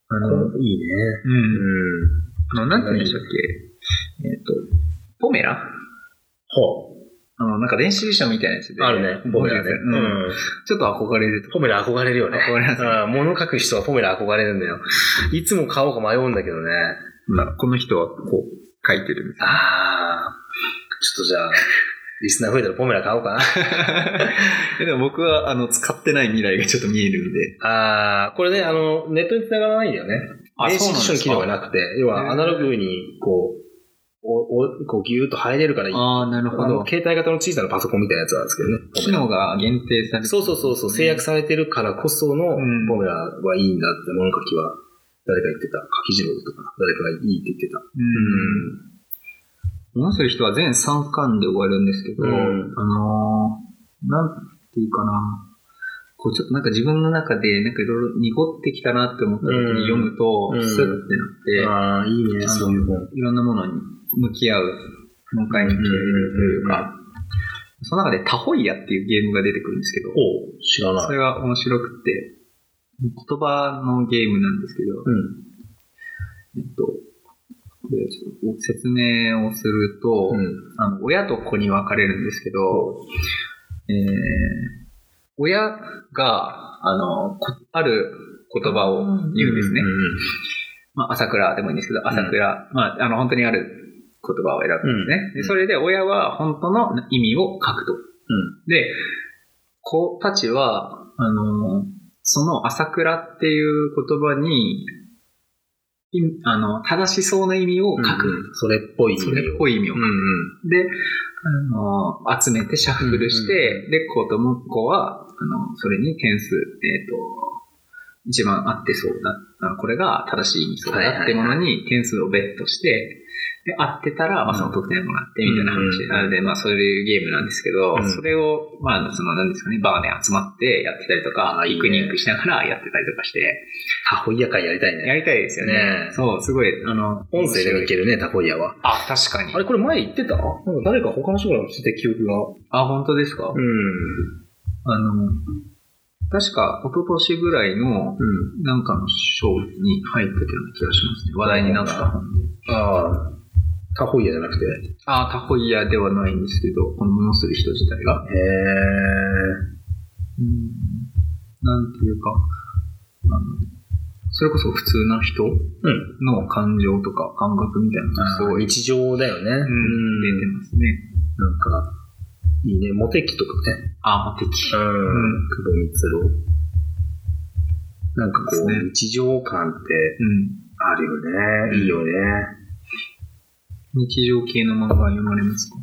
Speaker 2: た。あの、
Speaker 1: いいね。
Speaker 2: うん。
Speaker 1: うん。
Speaker 2: あの、なんて言うんでしたっけえっと、ポメラ
Speaker 1: ほ
Speaker 2: あの、なんか電子辞書みたいなやつ
Speaker 1: う。
Speaker 2: で。
Speaker 1: あるね、ポメラね。
Speaker 2: うんちょっと憧れると
Speaker 1: ポメラ憧れるよね。
Speaker 2: 憧れますね
Speaker 1: うん物書く人はポメラ憧れるんだよ。いつも買おうか迷うんだけどね。
Speaker 2: まあこの人はこう、書いてるんですよ
Speaker 1: ああ。ちょっとじゃあ、リスナー増えたらポメラ買おうかな。
Speaker 2: え でも僕は、あの、使ってない未来がちょっと見えるんで。
Speaker 1: ああ、これね、あの、ネットに繋がらないんだよね。
Speaker 2: あ
Speaker 1: 電
Speaker 2: そう
Speaker 1: 子辞
Speaker 2: なんで
Speaker 1: 書の
Speaker 2: す
Speaker 1: 機
Speaker 2: か
Speaker 1: 能がなくて、要
Speaker 2: へー
Speaker 1: はアナログにこう、おおこうギューッと入れるからいい。
Speaker 2: ああ、なるほ
Speaker 1: あ
Speaker 2: ど
Speaker 1: の。携帯型の小さなパソコンみたいなやつなんですけどね。
Speaker 2: 機能が限定されて
Speaker 1: そうそうそうそう、制約されてるからこその
Speaker 2: うん
Speaker 1: ポメラはいいんだって、物書きは誰か言ってた。書き次郎とか、誰かがいいって言ってた。
Speaker 2: うん。読ませる人は全3巻で終わるんですけど、
Speaker 1: うん
Speaker 2: あのーなんていうかな。こうちょっとなんか自分の中で、なんかいろいろ濁ってきたなって思った時に読むと、
Speaker 1: うん
Speaker 2: スッてなって、
Speaker 1: ああ、いいね、
Speaker 2: あの
Speaker 1: そういう本。
Speaker 2: いろんなものに向き合う、今回向き合えるというか、その中でタホイヤっていうゲームが出てくるんですけど、
Speaker 1: おう知ら
Speaker 2: そ
Speaker 1: ない。
Speaker 2: れが面白くて、言葉のゲームなんですけど、
Speaker 1: うん。
Speaker 2: えっと、これちょっと説明をすると、
Speaker 1: うん。
Speaker 2: あの親と子に分かれるんですけど、えー親が、あの、こある言葉を言うんですね。まあ、朝倉でもいいんですけど、朝倉、まあ、あの、本当にある言葉を選ぶんですね。
Speaker 1: うん
Speaker 2: でそれで、親は本当の意味を書くと。で、子たちは、あの、その朝倉っていう言葉に、いあの、正しそうな意味を
Speaker 1: うん。
Speaker 2: 書く。
Speaker 1: うん。それっぽい。
Speaker 2: それっぽい意味を
Speaker 1: う
Speaker 2: 書
Speaker 1: ん
Speaker 2: く。
Speaker 1: うん。
Speaker 2: で、あの、集めてシャッフルして、で、子と子は、あの、それに点数、えっ、と、一番合ってそうだ、あこれが正しい意味そう
Speaker 1: はいはい
Speaker 2: だ
Speaker 1: はい
Speaker 2: ってものに点数をベットして、で、合ってたら、まあ、その得点もらって、みたいな
Speaker 1: うん
Speaker 2: 話
Speaker 1: うん
Speaker 2: なので、まあ、そういうゲームなんですけど、
Speaker 1: うん
Speaker 2: それを、まああの、その、なんですかね、バーで集まってやってたりとか、
Speaker 1: あいい
Speaker 2: ピ
Speaker 1: ね
Speaker 2: クニックしながらやってたりとかして、
Speaker 1: タホイヤ会やりたい
Speaker 2: や
Speaker 1: ね。
Speaker 2: りたいですよね。
Speaker 1: ねえ
Speaker 2: そう、すごい、あの、
Speaker 1: 音声でもいけるね、タホイヤは。
Speaker 2: あ、確かに。
Speaker 1: あれ、これ前言ってたなんか誰か他の人から聞いた記憶が。
Speaker 2: あ、本当ですか
Speaker 1: ん。
Speaker 2: あの、確か、一昨年ぐらいの、
Speaker 1: うん。
Speaker 2: なんかの賞に入ってたような気がしますね。話題になった本で。
Speaker 1: ああ。タホイヤじゃなくて。へ
Speaker 2: ああ、タホイヤではないんですけど、このものする人自体が。う
Speaker 1: え。
Speaker 2: んなんていうか、あの、それこそ普通な人
Speaker 1: うん。
Speaker 2: の感情とか感覚みたいなのがすごい、
Speaker 1: 日常だよね。う
Speaker 2: うん、出て
Speaker 1: なん
Speaker 2: ますね。
Speaker 1: か、いいね。モテ期とかね。
Speaker 2: ああ、無敵。
Speaker 1: ん。
Speaker 2: ん
Speaker 1: 久保光郎。なんかこ
Speaker 2: そう
Speaker 1: う、
Speaker 2: ですね
Speaker 1: 日常感って
Speaker 2: うん。
Speaker 1: あるよね。いいよね。
Speaker 2: 日常系の漫画は読まれますか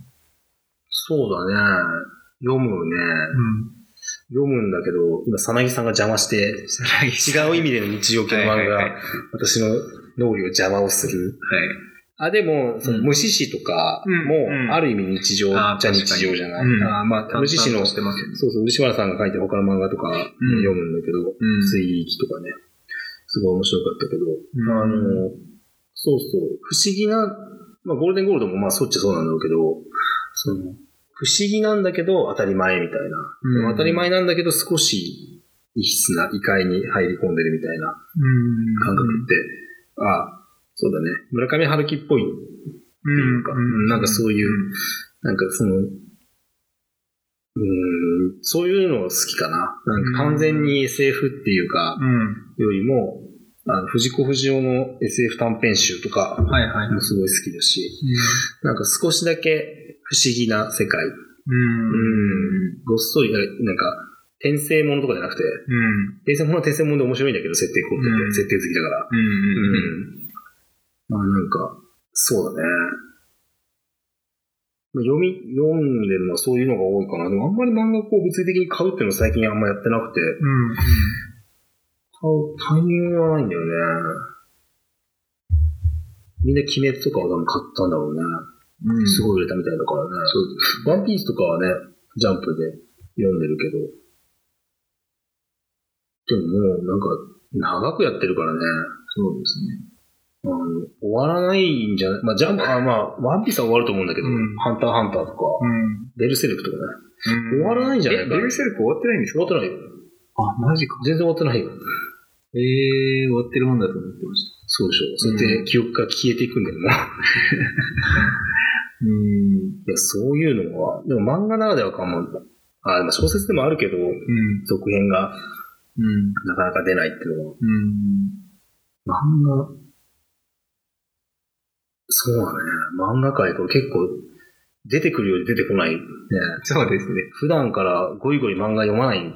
Speaker 1: そうだね。読むね。
Speaker 2: うん。
Speaker 1: 読むんだけど、今、さなぎさんが邪魔して、 違う意味での日常系の漫画、
Speaker 2: はいはいはい
Speaker 1: 私の脳裏を邪魔をする。
Speaker 2: はい。
Speaker 1: あ、でも、その
Speaker 2: うん
Speaker 1: 無視死とか
Speaker 2: うんうん
Speaker 1: も、ある意味日常じ
Speaker 2: あ
Speaker 1: ゃ
Speaker 2: ー
Speaker 1: 日
Speaker 2: 確かに
Speaker 1: 常じゃない。
Speaker 2: うん
Speaker 1: あーまあ、無視死の、
Speaker 2: 淡々とし
Speaker 1: そ
Speaker 2: て
Speaker 1: う
Speaker 2: ますよね
Speaker 1: そう、漆原さんが書いてる他の漫画とかね、
Speaker 2: うん
Speaker 1: 読むんだけど、
Speaker 2: うん
Speaker 1: 水域とかね、すごい面白かったけど、
Speaker 2: うん
Speaker 1: あの、そうそう、不思議な、まあ、ゴールデンゴールドもまあ、そっちそうなんだろうけど、その、不思議なんだけど当たり前みたいな。
Speaker 2: うん
Speaker 1: でも当たり前なんだけど少し異質な異界に入り込んでるみたいな
Speaker 2: うん
Speaker 1: 感覚って、ああ、そうだね。村上春樹っぽい。
Speaker 2: て
Speaker 1: いうかうんなんかそういうなんかその、うーん、そういうの好きかな。なんか完全に SF っていうか、
Speaker 2: うん。
Speaker 1: よりも、あの藤子不二雄の SF 短編集とか
Speaker 2: はいはい。
Speaker 1: もすごい好きだし、なんか少しだけ不思議な世界。
Speaker 2: うん。
Speaker 1: う
Speaker 2: うん。
Speaker 1: ん。ごっそり、なんか、転生ものとかじゃなくて、
Speaker 2: うん。
Speaker 1: 転生ものは転生もので面白いんだけど、設定コンテンツ
Speaker 2: うん
Speaker 1: 設定好きだから。
Speaker 2: うん。
Speaker 1: まあなんか、そうだね。まあ読み、読んでるのはそういうのが多いかな。でもあんまり漫画をこう物理的に買うっていうの最近あんまやってなくて、
Speaker 2: うん。
Speaker 1: 買うタイミングがないんだよね。みんな鬼滅とかは多分買ったんだろうね。
Speaker 2: うん。
Speaker 1: す
Speaker 2: い。
Speaker 1: ごい売れたみたいだからね。ワンピースとかはね、ジャンプで読んでるけど。でももうなんか、長くやってるからね。
Speaker 2: そうですね。
Speaker 1: あの終わらないんじゃないまあ、ジャンプ、あまあ、ワンピースは終わると思うんだけど、
Speaker 2: うん
Speaker 1: ハンターハンターとか、
Speaker 2: ん。
Speaker 1: ベルセルクとかね。終わらないんじゃないかな
Speaker 2: えベルセルク終わってないんです
Speaker 1: 終わってないよ。
Speaker 2: かあ、マジか。
Speaker 1: 全然終わってないよ。
Speaker 2: ええ、終わってるもんだと思ってました。
Speaker 1: そうでしょ。それで記憶が消えていくんだよな。
Speaker 2: うん。
Speaker 1: いや、そういうのは、でも漫画ならではかも。あ、でも小説でもあるけど、
Speaker 2: うん。
Speaker 1: 続編が
Speaker 2: うん。
Speaker 1: なかなか出ないっていうのは。
Speaker 2: うん。
Speaker 1: 漫画、そうだね。漫画界、これ結構、出てくるより出てこない。ね。
Speaker 2: そうですね。
Speaker 1: 普段からゴリゴリ漫画読まないからね。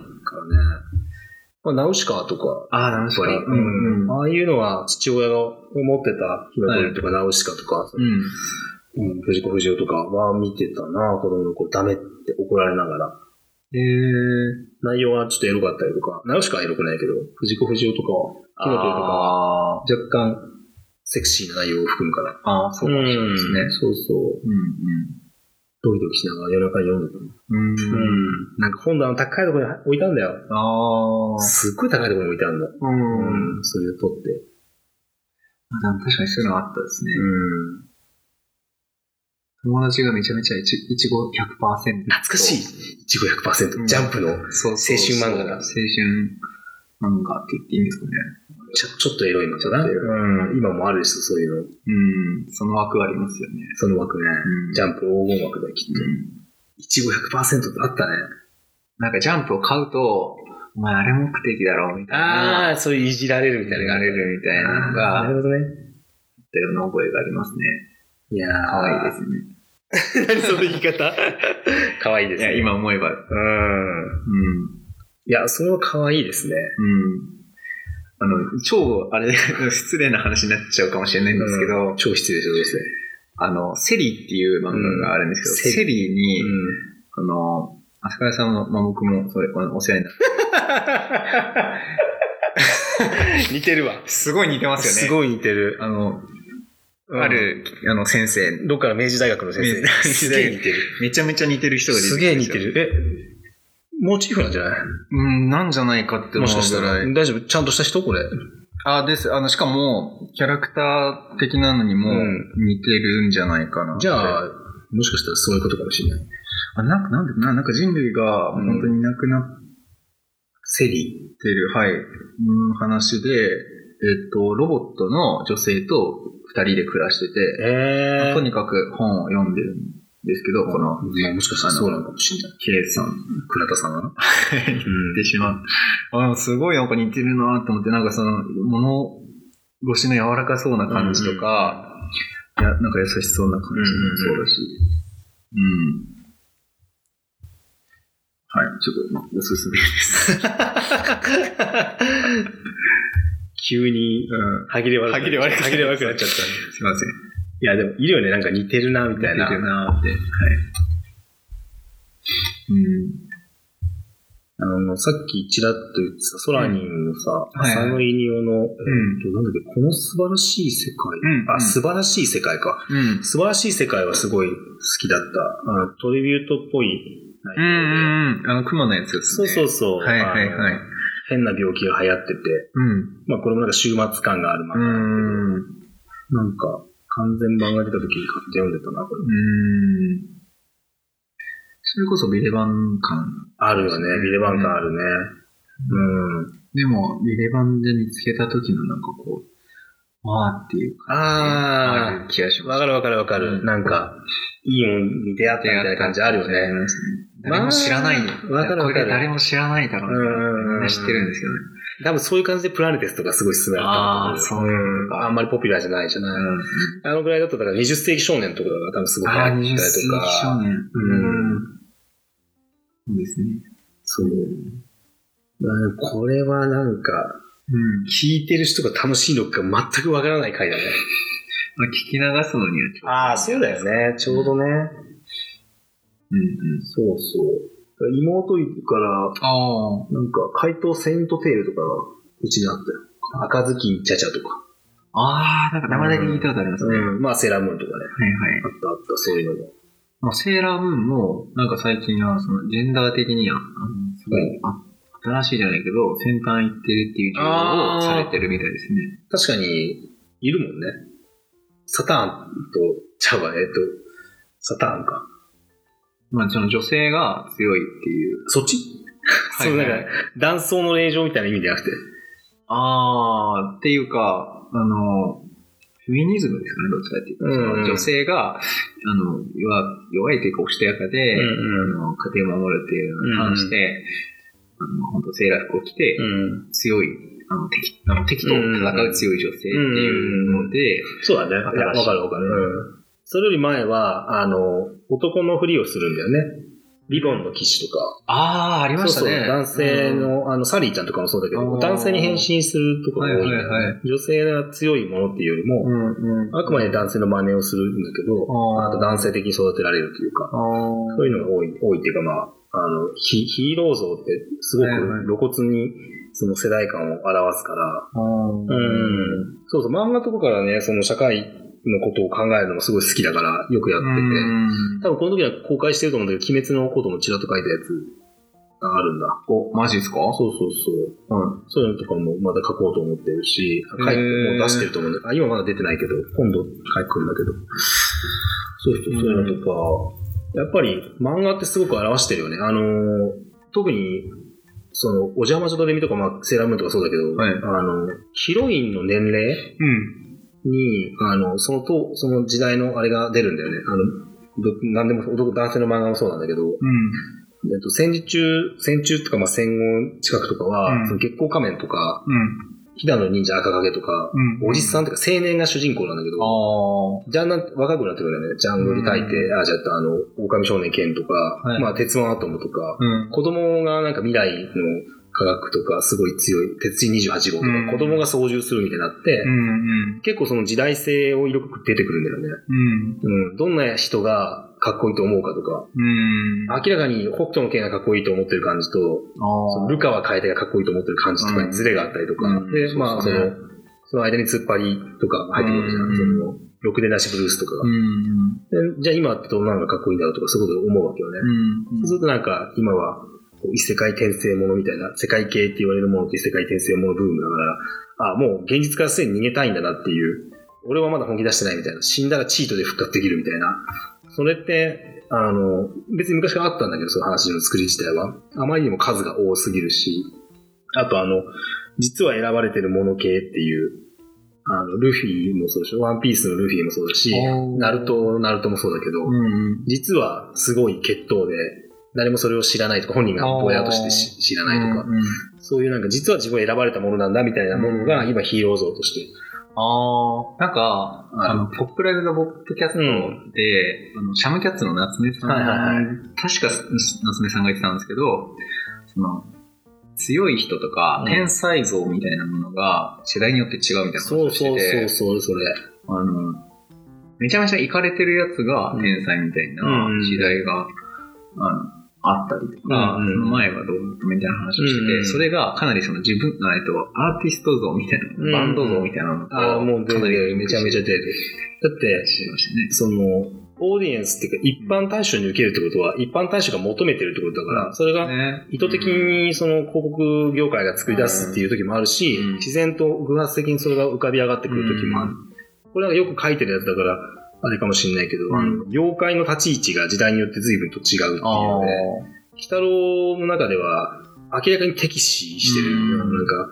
Speaker 1: まあ、ナウシカとか、
Speaker 2: ああ、ナウシカ。
Speaker 1: やっぱり
Speaker 2: うん。
Speaker 1: ああいうのは父親が持ってたヒナトリとかナウシカとか、
Speaker 2: うん。
Speaker 1: うん藤子不二雄とかは見てたな、子供の頃ダメって怒られながら。
Speaker 2: えー、
Speaker 1: 内容はちょっとエロかったりとか、ナウシカはエロくないけど、藤子不二雄とかは、ヒナトリとかは
Speaker 2: あ
Speaker 1: 若干セクシーな内容を含むから。
Speaker 2: ーあー、そうかもしれないですね
Speaker 1: うん。そうそう。
Speaker 2: うん
Speaker 1: ドキドキしながら夜中に読んでた。
Speaker 2: うん。
Speaker 1: う
Speaker 2: うん。
Speaker 1: ん。なんか本棚高いところに置いたんだよ。
Speaker 2: ああ。
Speaker 1: すっごい高いところに置いてあるんだ。
Speaker 2: う。
Speaker 1: うんん。それで撮って。
Speaker 2: でも確かにそういうのあったですね。
Speaker 1: うん。
Speaker 2: 友達がめちゃめちゃいちいちご100%。懐
Speaker 1: 懐かしい。自己100%。ジャンプの、
Speaker 2: そう
Speaker 1: そうそう
Speaker 2: 青春漫画だ。青春漫画って言っていいんですかね。
Speaker 1: ちょちょっとエロいのかな。
Speaker 2: ちょっとエ
Speaker 1: うん。今もあるし、そういうの。
Speaker 2: うん。その枠ありますよね。
Speaker 1: その枠ね。
Speaker 2: ん
Speaker 1: ジャンプ黄金枠だよ、きっと。
Speaker 2: うん
Speaker 1: いちご100%ってあったね。
Speaker 2: なんかジャンプを買うと、お前あれ目的だろ、みたいな。あ。
Speaker 1: ああ、そういういじられるみ
Speaker 2: み
Speaker 1: た
Speaker 2: た
Speaker 1: い
Speaker 2: い
Speaker 1: な
Speaker 2: な
Speaker 1: のが
Speaker 2: れ
Speaker 1: ね。
Speaker 2: るみたいなのが、
Speaker 1: あーな
Speaker 2: あっ
Speaker 1: るほどね。
Speaker 2: たような覚えがありますね。
Speaker 1: いや
Speaker 2: 可愛いですね。
Speaker 1: いです。何その言い方 可愛いで
Speaker 2: い
Speaker 1: す
Speaker 2: や、
Speaker 1: ね。
Speaker 2: 今思えば。うん。
Speaker 1: うん。いや、それは可愛いですね。
Speaker 2: うん。あの、超、あれ、 失礼な話になっちゃうかもしれないんですけど、
Speaker 1: 超失礼しましたね。
Speaker 2: あの、セリっていう漫画があるんですけど、
Speaker 1: うん
Speaker 2: セリに、
Speaker 1: う
Speaker 2: あ
Speaker 1: ん。
Speaker 2: の、浅倉さんも、まあ、僕も、それ、あのお世話になって。
Speaker 1: 似てるわ。
Speaker 2: すごい似てますよね。
Speaker 1: す
Speaker 2: い。
Speaker 1: ごい似てる。
Speaker 2: あの、
Speaker 1: うん
Speaker 2: ある、あの、先生、
Speaker 1: どっかの明治大学の
Speaker 2: 明
Speaker 1: 先
Speaker 2: 治大学
Speaker 1: 生。 すげえ似てる。
Speaker 2: めちゃめちゃ似てる人が出て
Speaker 1: す
Speaker 2: きた
Speaker 1: げえ
Speaker 2: んで
Speaker 1: 似
Speaker 2: すよ
Speaker 1: て。る。え、モチーフなんじゃない
Speaker 2: うん、なんじゃないかって思う
Speaker 1: もしかし
Speaker 2: ぐ
Speaker 1: た
Speaker 2: ら
Speaker 1: ら。
Speaker 2: い。
Speaker 1: 大丈夫ちゃんとした人これ。
Speaker 2: あ、です。あの、しかも、キャラクター的なのにも
Speaker 1: うん
Speaker 2: 似てるんじゃないかな。
Speaker 1: じゃあ、もしかしたらそういうことかもしれない。
Speaker 2: あ、なんか、なんで、ななんか人類が
Speaker 1: うん
Speaker 2: 本当にいなくなっ
Speaker 1: セリ
Speaker 2: てる、はい、うん、話で、えっと、ロボットの女性と二人で暮らしてて、
Speaker 1: え
Speaker 2: とにかく本を読んでるんですけど、この、
Speaker 1: まあもしかしたらそうなのかもしれない。
Speaker 2: ケイさん、倉田さんが
Speaker 1: うん
Speaker 2: 言ってしまう。あ、でもすごいなんか似てるなと思って、なんかその、物腰の柔らかそうな感じとか、いや、なんか優しそうな感じもそうだし、うんはい、ちょっと、まあ、おすすめです。
Speaker 1: 急に、
Speaker 2: うん。
Speaker 1: 歯切れ悪くなっ
Speaker 2: 歯切れ悪くなっちゃった
Speaker 1: 歯切れ悪くなっちゃった。
Speaker 2: すいません。
Speaker 1: いや、でも、いるよね。なんか似てるな、み
Speaker 2: み
Speaker 1: た
Speaker 2: た
Speaker 1: い
Speaker 2: い
Speaker 1: な。
Speaker 2: な。なって。はい。うん。
Speaker 1: あの、さっきちらっと言ってた、ソラニンのさ、
Speaker 2: うんはい
Speaker 1: 浅野稲雄の、えっ
Speaker 2: ん
Speaker 1: と、なんだっけ、この素晴らしい世界。
Speaker 2: うん
Speaker 1: あ、素晴らしい世界か。
Speaker 2: うん。
Speaker 1: 素晴らしい世界はすごい好きだった。あのトリビュートっぽい
Speaker 2: うんう
Speaker 1: 内容で。
Speaker 2: んうん。あの、雲のやつです
Speaker 1: そう
Speaker 2: ね。
Speaker 1: そうそう。
Speaker 2: はいはいはい
Speaker 1: あの。変な病気が流行ってて、
Speaker 2: うん。
Speaker 1: まあこれもなんか終末感がある漫
Speaker 2: う
Speaker 1: 画なんだけど
Speaker 2: ん。う
Speaker 1: なんか、完全版が出た時に買って読んでたな、これ。
Speaker 2: ん。それこそビレバン感。
Speaker 1: あるよね。ビレバン感あるね。うん。
Speaker 2: でも、ビレバンで見つけた時のなんかこう、わーっていう感
Speaker 1: あ
Speaker 2: じ。ある気がし
Speaker 1: ー、
Speaker 2: ま
Speaker 1: わ
Speaker 2: す。
Speaker 1: かるわかるわかる。
Speaker 2: うん
Speaker 1: なんか、いいもんに出会ったみたいな感じあるよね。
Speaker 2: 誰も知らない。
Speaker 1: わかるわ
Speaker 2: こ
Speaker 1: かる
Speaker 2: れ誰も知らないだろ
Speaker 1: うんう
Speaker 2: う
Speaker 1: んうん
Speaker 2: な。みんな知ってるんですよね。
Speaker 1: 多分そういう感じでプラネテスとかすごい進められたんだと思
Speaker 2: あーそう
Speaker 1: う
Speaker 2: なん
Speaker 1: ん
Speaker 2: だ
Speaker 1: あんまりポピュラーじゃないじゃない。あのぐらいだと、だから20世紀少年とかが多分すごく流
Speaker 2: ああ、
Speaker 1: 行
Speaker 2: 20
Speaker 1: ったり
Speaker 2: 世
Speaker 1: とか。
Speaker 2: 紀少年。
Speaker 1: うん
Speaker 2: そうですね。
Speaker 1: そう。うんこれはなんか、
Speaker 2: うん。
Speaker 1: 聞いてる人が楽しいのか全くわからない回だね。
Speaker 2: まあ、聞き流すのにはちょっと
Speaker 1: ああ、そうだよね。ちょうどね。
Speaker 2: うんうん。
Speaker 1: そうそう。妹いるから、
Speaker 2: あ
Speaker 1: なんか、怪盗セイントテールとかがうちにあったよ。赤ずきんちゃちゃとか。
Speaker 2: あ。ああ、なんか名前だけ聞いたことありますね。はいはい。
Speaker 1: ん。まあ、セーラームーンとかね。あったあった、そういうのも。
Speaker 2: まあ、セーラームーンも、なんか最近は、その、ジェンダー的には、あの、すごい、あ新しいじゃないけど、先端行ってるっていう情報
Speaker 1: あー
Speaker 2: をされてるみたいですね。
Speaker 1: 確かに、いるもんね。サターンと、ちゃうわ、えっと、サターンか。
Speaker 2: まあ、その女性が強いっていう。
Speaker 1: そっち
Speaker 2: い
Speaker 1: そう、
Speaker 2: は
Speaker 1: ないんか、断層の令状みたいな意味じゃなくて。
Speaker 2: ああ、っていうか、あの、フェミニズムですかね、どっちかっていうと。
Speaker 1: うんうん
Speaker 2: その女性が、あの、弱、弱いというか、おしとやかで、あの家庭を守るっていうのに関して、あの本当セーラー服を着て、
Speaker 1: うん。うん。
Speaker 2: 強い、あの敵あの敵と戦う強い女性っていうので、
Speaker 1: そうだね。
Speaker 2: 新しい
Speaker 1: いやわかるわかる。うん。それより前は、あの、男のふりをするんだよね。リボンの騎士とか、
Speaker 2: ああ、ありましたね。
Speaker 1: そうそう男性
Speaker 2: うん、
Speaker 1: の、あの、サリーちゃんとかもそうだけど、
Speaker 2: うん
Speaker 1: 男性に変身するとか
Speaker 2: は
Speaker 1: が
Speaker 2: い
Speaker 1: 多い
Speaker 2: はいはい。
Speaker 1: 女性が強いものっていうより
Speaker 2: う
Speaker 1: も、
Speaker 2: んうん。
Speaker 1: あくまで男性の真似をするんだけど、
Speaker 2: あー
Speaker 1: あと男性的に育てられるというか、
Speaker 2: あー
Speaker 1: そういうのが多い、多いっていうかまあ、あの、ヒヒーロー像ってすごく
Speaker 2: はいはい
Speaker 1: 露骨にその世代感を表すから、
Speaker 2: あー
Speaker 1: うん。そうそう、漫画とかからね、その社会のことを考えるのもすごい好きだから、よくやってて、
Speaker 2: うん
Speaker 1: 多分この時は公開してると思うんだけど、鬼滅のこともちらっと書いたやつがあるんだ。
Speaker 2: お、マジですか
Speaker 1: そうそうそう。
Speaker 2: うん。
Speaker 1: そういうのとかもまだ書こうと思ってるし、書いて、
Speaker 2: へー
Speaker 1: もう出してると思うんだあ、今まだ出てないけど、今度書くんだけど。そうそう、そういうのとか、やっぱり漫画ってすごく表してるよね。あのー特に、その、お邪魔女とレミとか、まあ、セーラームーンとかそうだけど、
Speaker 2: はい
Speaker 1: あの、ヒロインの年齢
Speaker 2: うん。
Speaker 1: に、あの、そのと、その時代のあれが出るんだよね。あの、ど何でも、男男性の漫画もそうなんだけど、
Speaker 2: うん。
Speaker 1: えっと、戦時中、戦中とか、まあ、戦後近くとかは、
Speaker 2: うん
Speaker 1: その月光仮面とか、
Speaker 2: うん。
Speaker 1: 飛騨の忍者赤影とか、
Speaker 2: うん。
Speaker 1: おじさんとか青年が主人公なんだけ
Speaker 2: ああ。
Speaker 1: ど、ジャンナ若くなってくるよね。ジャングル大帝、あ、じゃあ、あの、狼少年剣とか、
Speaker 2: はい
Speaker 1: まあ、鉄腕アトムとか、
Speaker 2: うん。
Speaker 1: 子供がなんか未来の科学とか、すごい強い、鉄人28号とか、
Speaker 2: うん
Speaker 1: 子供が操縦するみたいになって、
Speaker 2: うん。うん。
Speaker 1: 結構その時代性を色濃く出てくるんだよね。
Speaker 2: うん。
Speaker 1: うん。どんな人がかっこいいと思うかとか、
Speaker 2: うん。
Speaker 1: 明らかに北斗の剣がかっこいいと思ってる感じと、その
Speaker 2: あ
Speaker 1: ルカは楓がかっこいいと思ってる感じとかにズレがあったりとか、
Speaker 2: うん
Speaker 1: で、
Speaker 2: うん
Speaker 1: まあ、
Speaker 2: そ
Speaker 1: そう
Speaker 2: そう
Speaker 1: の、その間に突っ張りとか入ってくるじゃん。
Speaker 2: うん
Speaker 1: その、ろくでなしブルースとかが
Speaker 2: う。ん。
Speaker 1: でじゃあ今ってどんなのがかっこいいんだろうとか、そういうこと思うわけよね。
Speaker 2: うん。
Speaker 1: そうするとなんか、今は、こう異世界転生ものみたいな、世界系って言われるものと異世界転生ものブームだから、あ、もう現実からすでに逃げたいんだなっていう、俺はまだ本気出してないみたいな、死んだらチートで復活できるみたいな、それって、あの、別に昔からあったんだけど、その話の作り自体は。あまりにも数が多すぎるし、あとあの、実は選ばれてるもの系っていう、あの、ルフィもそうだし、ワンピースのルフィもそうだし
Speaker 2: あ、ー
Speaker 1: ナルト、ナルトもそうだけど、
Speaker 2: うん。
Speaker 1: 実はすごい血統で、誰もそれを知らないとか、本人がぼやっとしてし知らないとか、
Speaker 2: うん。
Speaker 1: そういうなんか実は自分は選ばれたものなんだみたいなものが今ヒーロー像として。
Speaker 2: ああ、なんか、
Speaker 1: はい
Speaker 2: あの、ポップライブ・ザ・ボッドキャストで、あのシャムキャッツの夏目さん、
Speaker 1: はいはいは
Speaker 2: 確か夏目さんが言ってたんですけど、その、強い人とか、
Speaker 1: うん
Speaker 2: 天才像みたいなものが世代によって違うみたいな話
Speaker 1: そ
Speaker 2: を
Speaker 1: う
Speaker 2: してて、
Speaker 1: そうそう、そうそれ。
Speaker 2: あの、めちゃめちゃイカれてるやつが天才みたいな
Speaker 1: うん
Speaker 2: 時代が、あのあったりとか、
Speaker 1: うんうん
Speaker 2: その前はどうだったみたいな話をしてて、
Speaker 1: うんうん
Speaker 2: それがかなりその自分、えっと、アーティスト像みたいな、
Speaker 1: う
Speaker 2: バ
Speaker 1: ん
Speaker 2: ンド像みたいなの
Speaker 1: ああ、もう
Speaker 2: か
Speaker 1: 出
Speaker 2: な
Speaker 1: て
Speaker 2: り
Speaker 1: る。めちゃめちゃ出てる。だって、
Speaker 2: してましたね。
Speaker 1: その、オーディエンスっていうか、一般大衆に受けるってことは、一般大衆が求めてるってことだから、
Speaker 2: うん
Speaker 1: それが意図的にその広告業界が作り出すっていう時もあるし、
Speaker 2: うん
Speaker 1: 自然と偶発的にそれが浮かび上がってくる時もある。これはよく書いてるやつだから、あれかもしれないけど、
Speaker 2: うん
Speaker 1: あの妖怪の立ち位置が時代によって随分と違うっていう
Speaker 2: ああ
Speaker 1: ので、鬼太郎の中では明らかに敵視してる、
Speaker 2: うん
Speaker 1: なんか、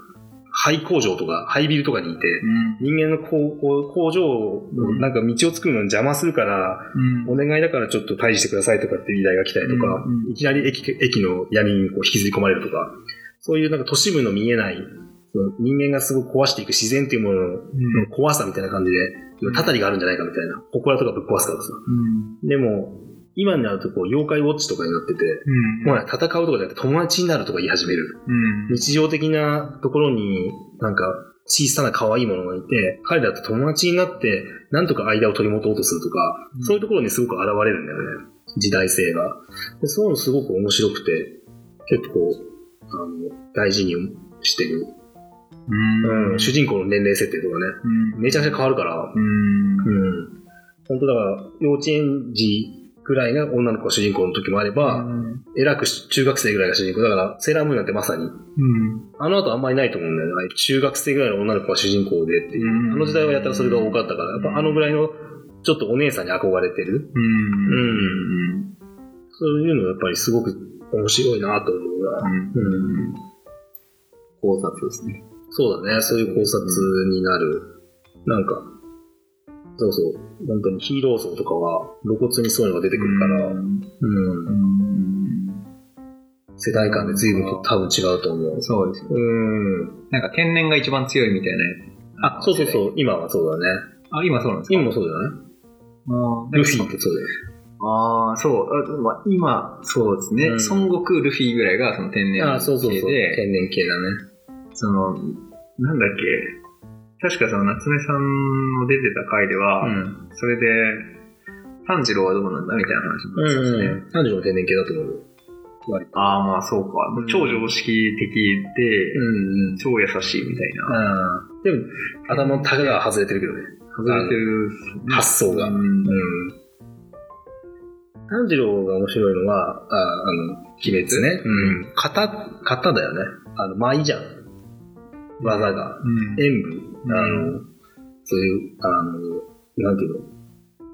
Speaker 1: 廃工場とか廃ビルとかにいて、人間の工工工場を、
Speaker 2: うん
Speaker 1: なんか道を作るのに邪魔するから、
Speaker 2: うん
Speaker 1: お願いだからちょっと退治してくださいとかっていう依頼が来たりとか、
Speaker 2: うんうん
Speaker 1: いきなり駅駅の闇にこう引きずり込まれるとか、そういうなんか都市部の見えない、その人間がすごく壊していく自然っていうものの怖さみたいな感じで、
Speaker 2: うん
Speaker 1: たたりがあるんじゃないかみたいな、祠とかぶっ壊すからさ。
Speaker 2: うん
Speaker 1: でも、今になるとこう妖怪ウォッチとかになってて、
Speaker 2: うん
Speaker 1: もうね戦うとかじゃなくて友達になるとか言い始める。
Speaker 2: うん
Speaker 1: 日常的なところになんか小さな可愛いものがいて、彼らと友達になって、なんとか間を取り持とうとするとか、
Speaker 2: うん
Speaker 1: そういうところにすごく現れるんだよね。時代性が。でそういうのすごく面白くて、結構、あの、大事にしてる。
Speaker 2: うん
Speaker 1: 主人公の年齢設定とかね、
Speaker 2: うん
Speaker 1: めちゃくちゃ変わるから、
Speaker 2: うん
Speaker 1: うん。本当だから、幼稚園児ぐらいが女の子が主人公の時もあれば、
Speaker 2: うん
Speaker 1: えらく中学生ぐらいが主人公。だから、セーラームーンなんてまさに、あの後あんまりないと思うんだよね。中学生ぐらいの女の子が主人公でっていう。
Speaker 2: うん
Speaker 1: あの時代はやったらそれが多かったから、やっぱあのぐらいの、ちょっとお姉さんに憧れてる。
Speaker 2: うん
Speaker 1: うん。そういうのやっぱりすごく面白いなと思うな。
Speaker 2: うん考察ですね。
Speaker 1: そうだね。そういう考察になる。なんか、そうそう。本当にヒーロー像とかは露骨にそういうのが出てくるから、
Speaker 2: う
Speaker 1: うんん。世代間で随分と多分違うと思う。
Speaker 2: そうですよ。
Speaker 1: うん。
Speaker 2: なんか天然が一番強いみたいな。。
Speaker 1: あ、そうそうそうう。今はそうだね。
Speaker 2: あ、今そうなんですか
Speaker 1: 今もそうじゃない
Speaker 2: うん
Speaker 1: ルフィってそうだよ。
Speaker 2: ああ、そう。あまあ、今、そうですね。
Speaker 1: うん
Speaker 2: 孫悟空、ルフィぐらいがその天然
Speaker 1: ああ、そうそうそう。
Speaker 2: で、
Speaker 1: 天然系だね。
Speaker 2: その、なんだっけ、確かその夏目さんの出てた回では、
Speaker 1: ん。
Speaker 2: それで、炭治郎はどうなんだみたいな話もあってたんですね。
Speaker 1: うん。男女も天然系だと思う。割と。
Speaker 2: ああ、まあそうか。
Speaker 1: うん
Speaker 2: 超常識的で、
Speaker 1: うんうん。
Speaker 2: 超優しいみたいな。
Speaker 1: ああ。でも、頭のタガが外れてるけどね。
Speaker 2: 外れてる
Speaker 1: あの発想
Speaker 2: う
Speaker 1: が
Speaker 2: ん
Speaker 1: うん。炭治郎が面白いのは、ああの、鬼滅ね。うん。型、型だよね。あの、舞じゃん。技が。演
Speaker 2: う
Speaker 1: 武。
Speaker 2: ん
Speaker 1: あの、そういう、あの、なんていうの。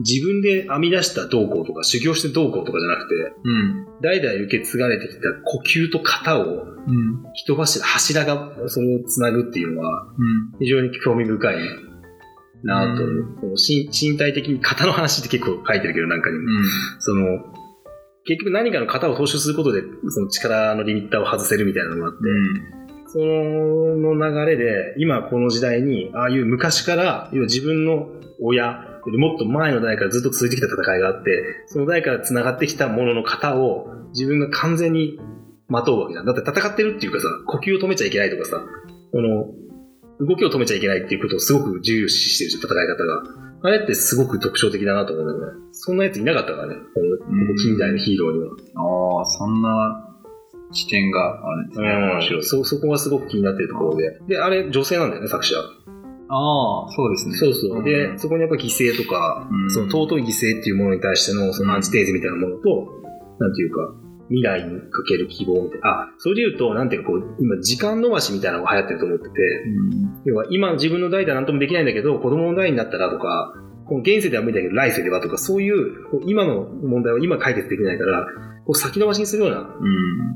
Speaker 1: 自分で編み出した道行とか、修行して道行とかじゃなくて、
Speaker 2: うん。
Speaker 1: 代々受け継がれてきた呼吸と型を
Speaker 2: うん。
Speaker 1: 人柱、柱がそれをつなぐっていうのは
Speaker 2: うん。
Speaker 1: 非常に興味深いなと思う。
Speaker 2: う
Speaker 1: その身身体的に型の話って結構書いてるけど、なんかにも。
Speaker 2: うん。
Speaker 1: その、結局何かの型を踏襲することで、その力のリミッターを外せるみたいなのがあって、その流れで、今この時代に、ああいう昔から、要は自分の親、よりもっと前の代からずっと続いてきた戦いがあって、その代から繋がってきたものの型を自分が完全にまとうわけじゃん。だって戦ってるっていうかさ、呼吸を止めちゃいけないとかさ、この、動きを止めちゃいけないっていうことをすごく重視してるじゃん、戦い方が。あれってすごく特徴的だなと思うんだよね。そんなやついなかったからね、この
Speaker 2: うん
Speaker 1: 近代のヒーローには。
Speaker 2: ああ、そんな視点があるんですね。面白い。
Speaker 1: そ、そこがすごく気になってるところで。で、あれ女性なんだよね、作者。
Speaker 2: ああ、そうですね。
Speaker 1: そうそう。
Speaker 2: う
Speaker 1: で、
Speaker 2: ん
Speaker 1: そこにやっぱ犠牲とか、
Speaker 2: うん
Speaker 1: その尊い犠牲っていうものに対してのそのアンチテーゼみたいなものと、なんていうか、未来にかける希望みたいな。あ、それで言うと、なんていうかこう、今時間延ばしみたいなのが流行ってると思ってて、
Speaker 2: うん
Speaker 1: 要は今自分の代では何ともできないんだけど、子供の代になったらとか、この現世では無理だけど来世ではとか、そういうこう今の問題は今解決できないから、こう先延ばしにするような、
Speaker 2: うん。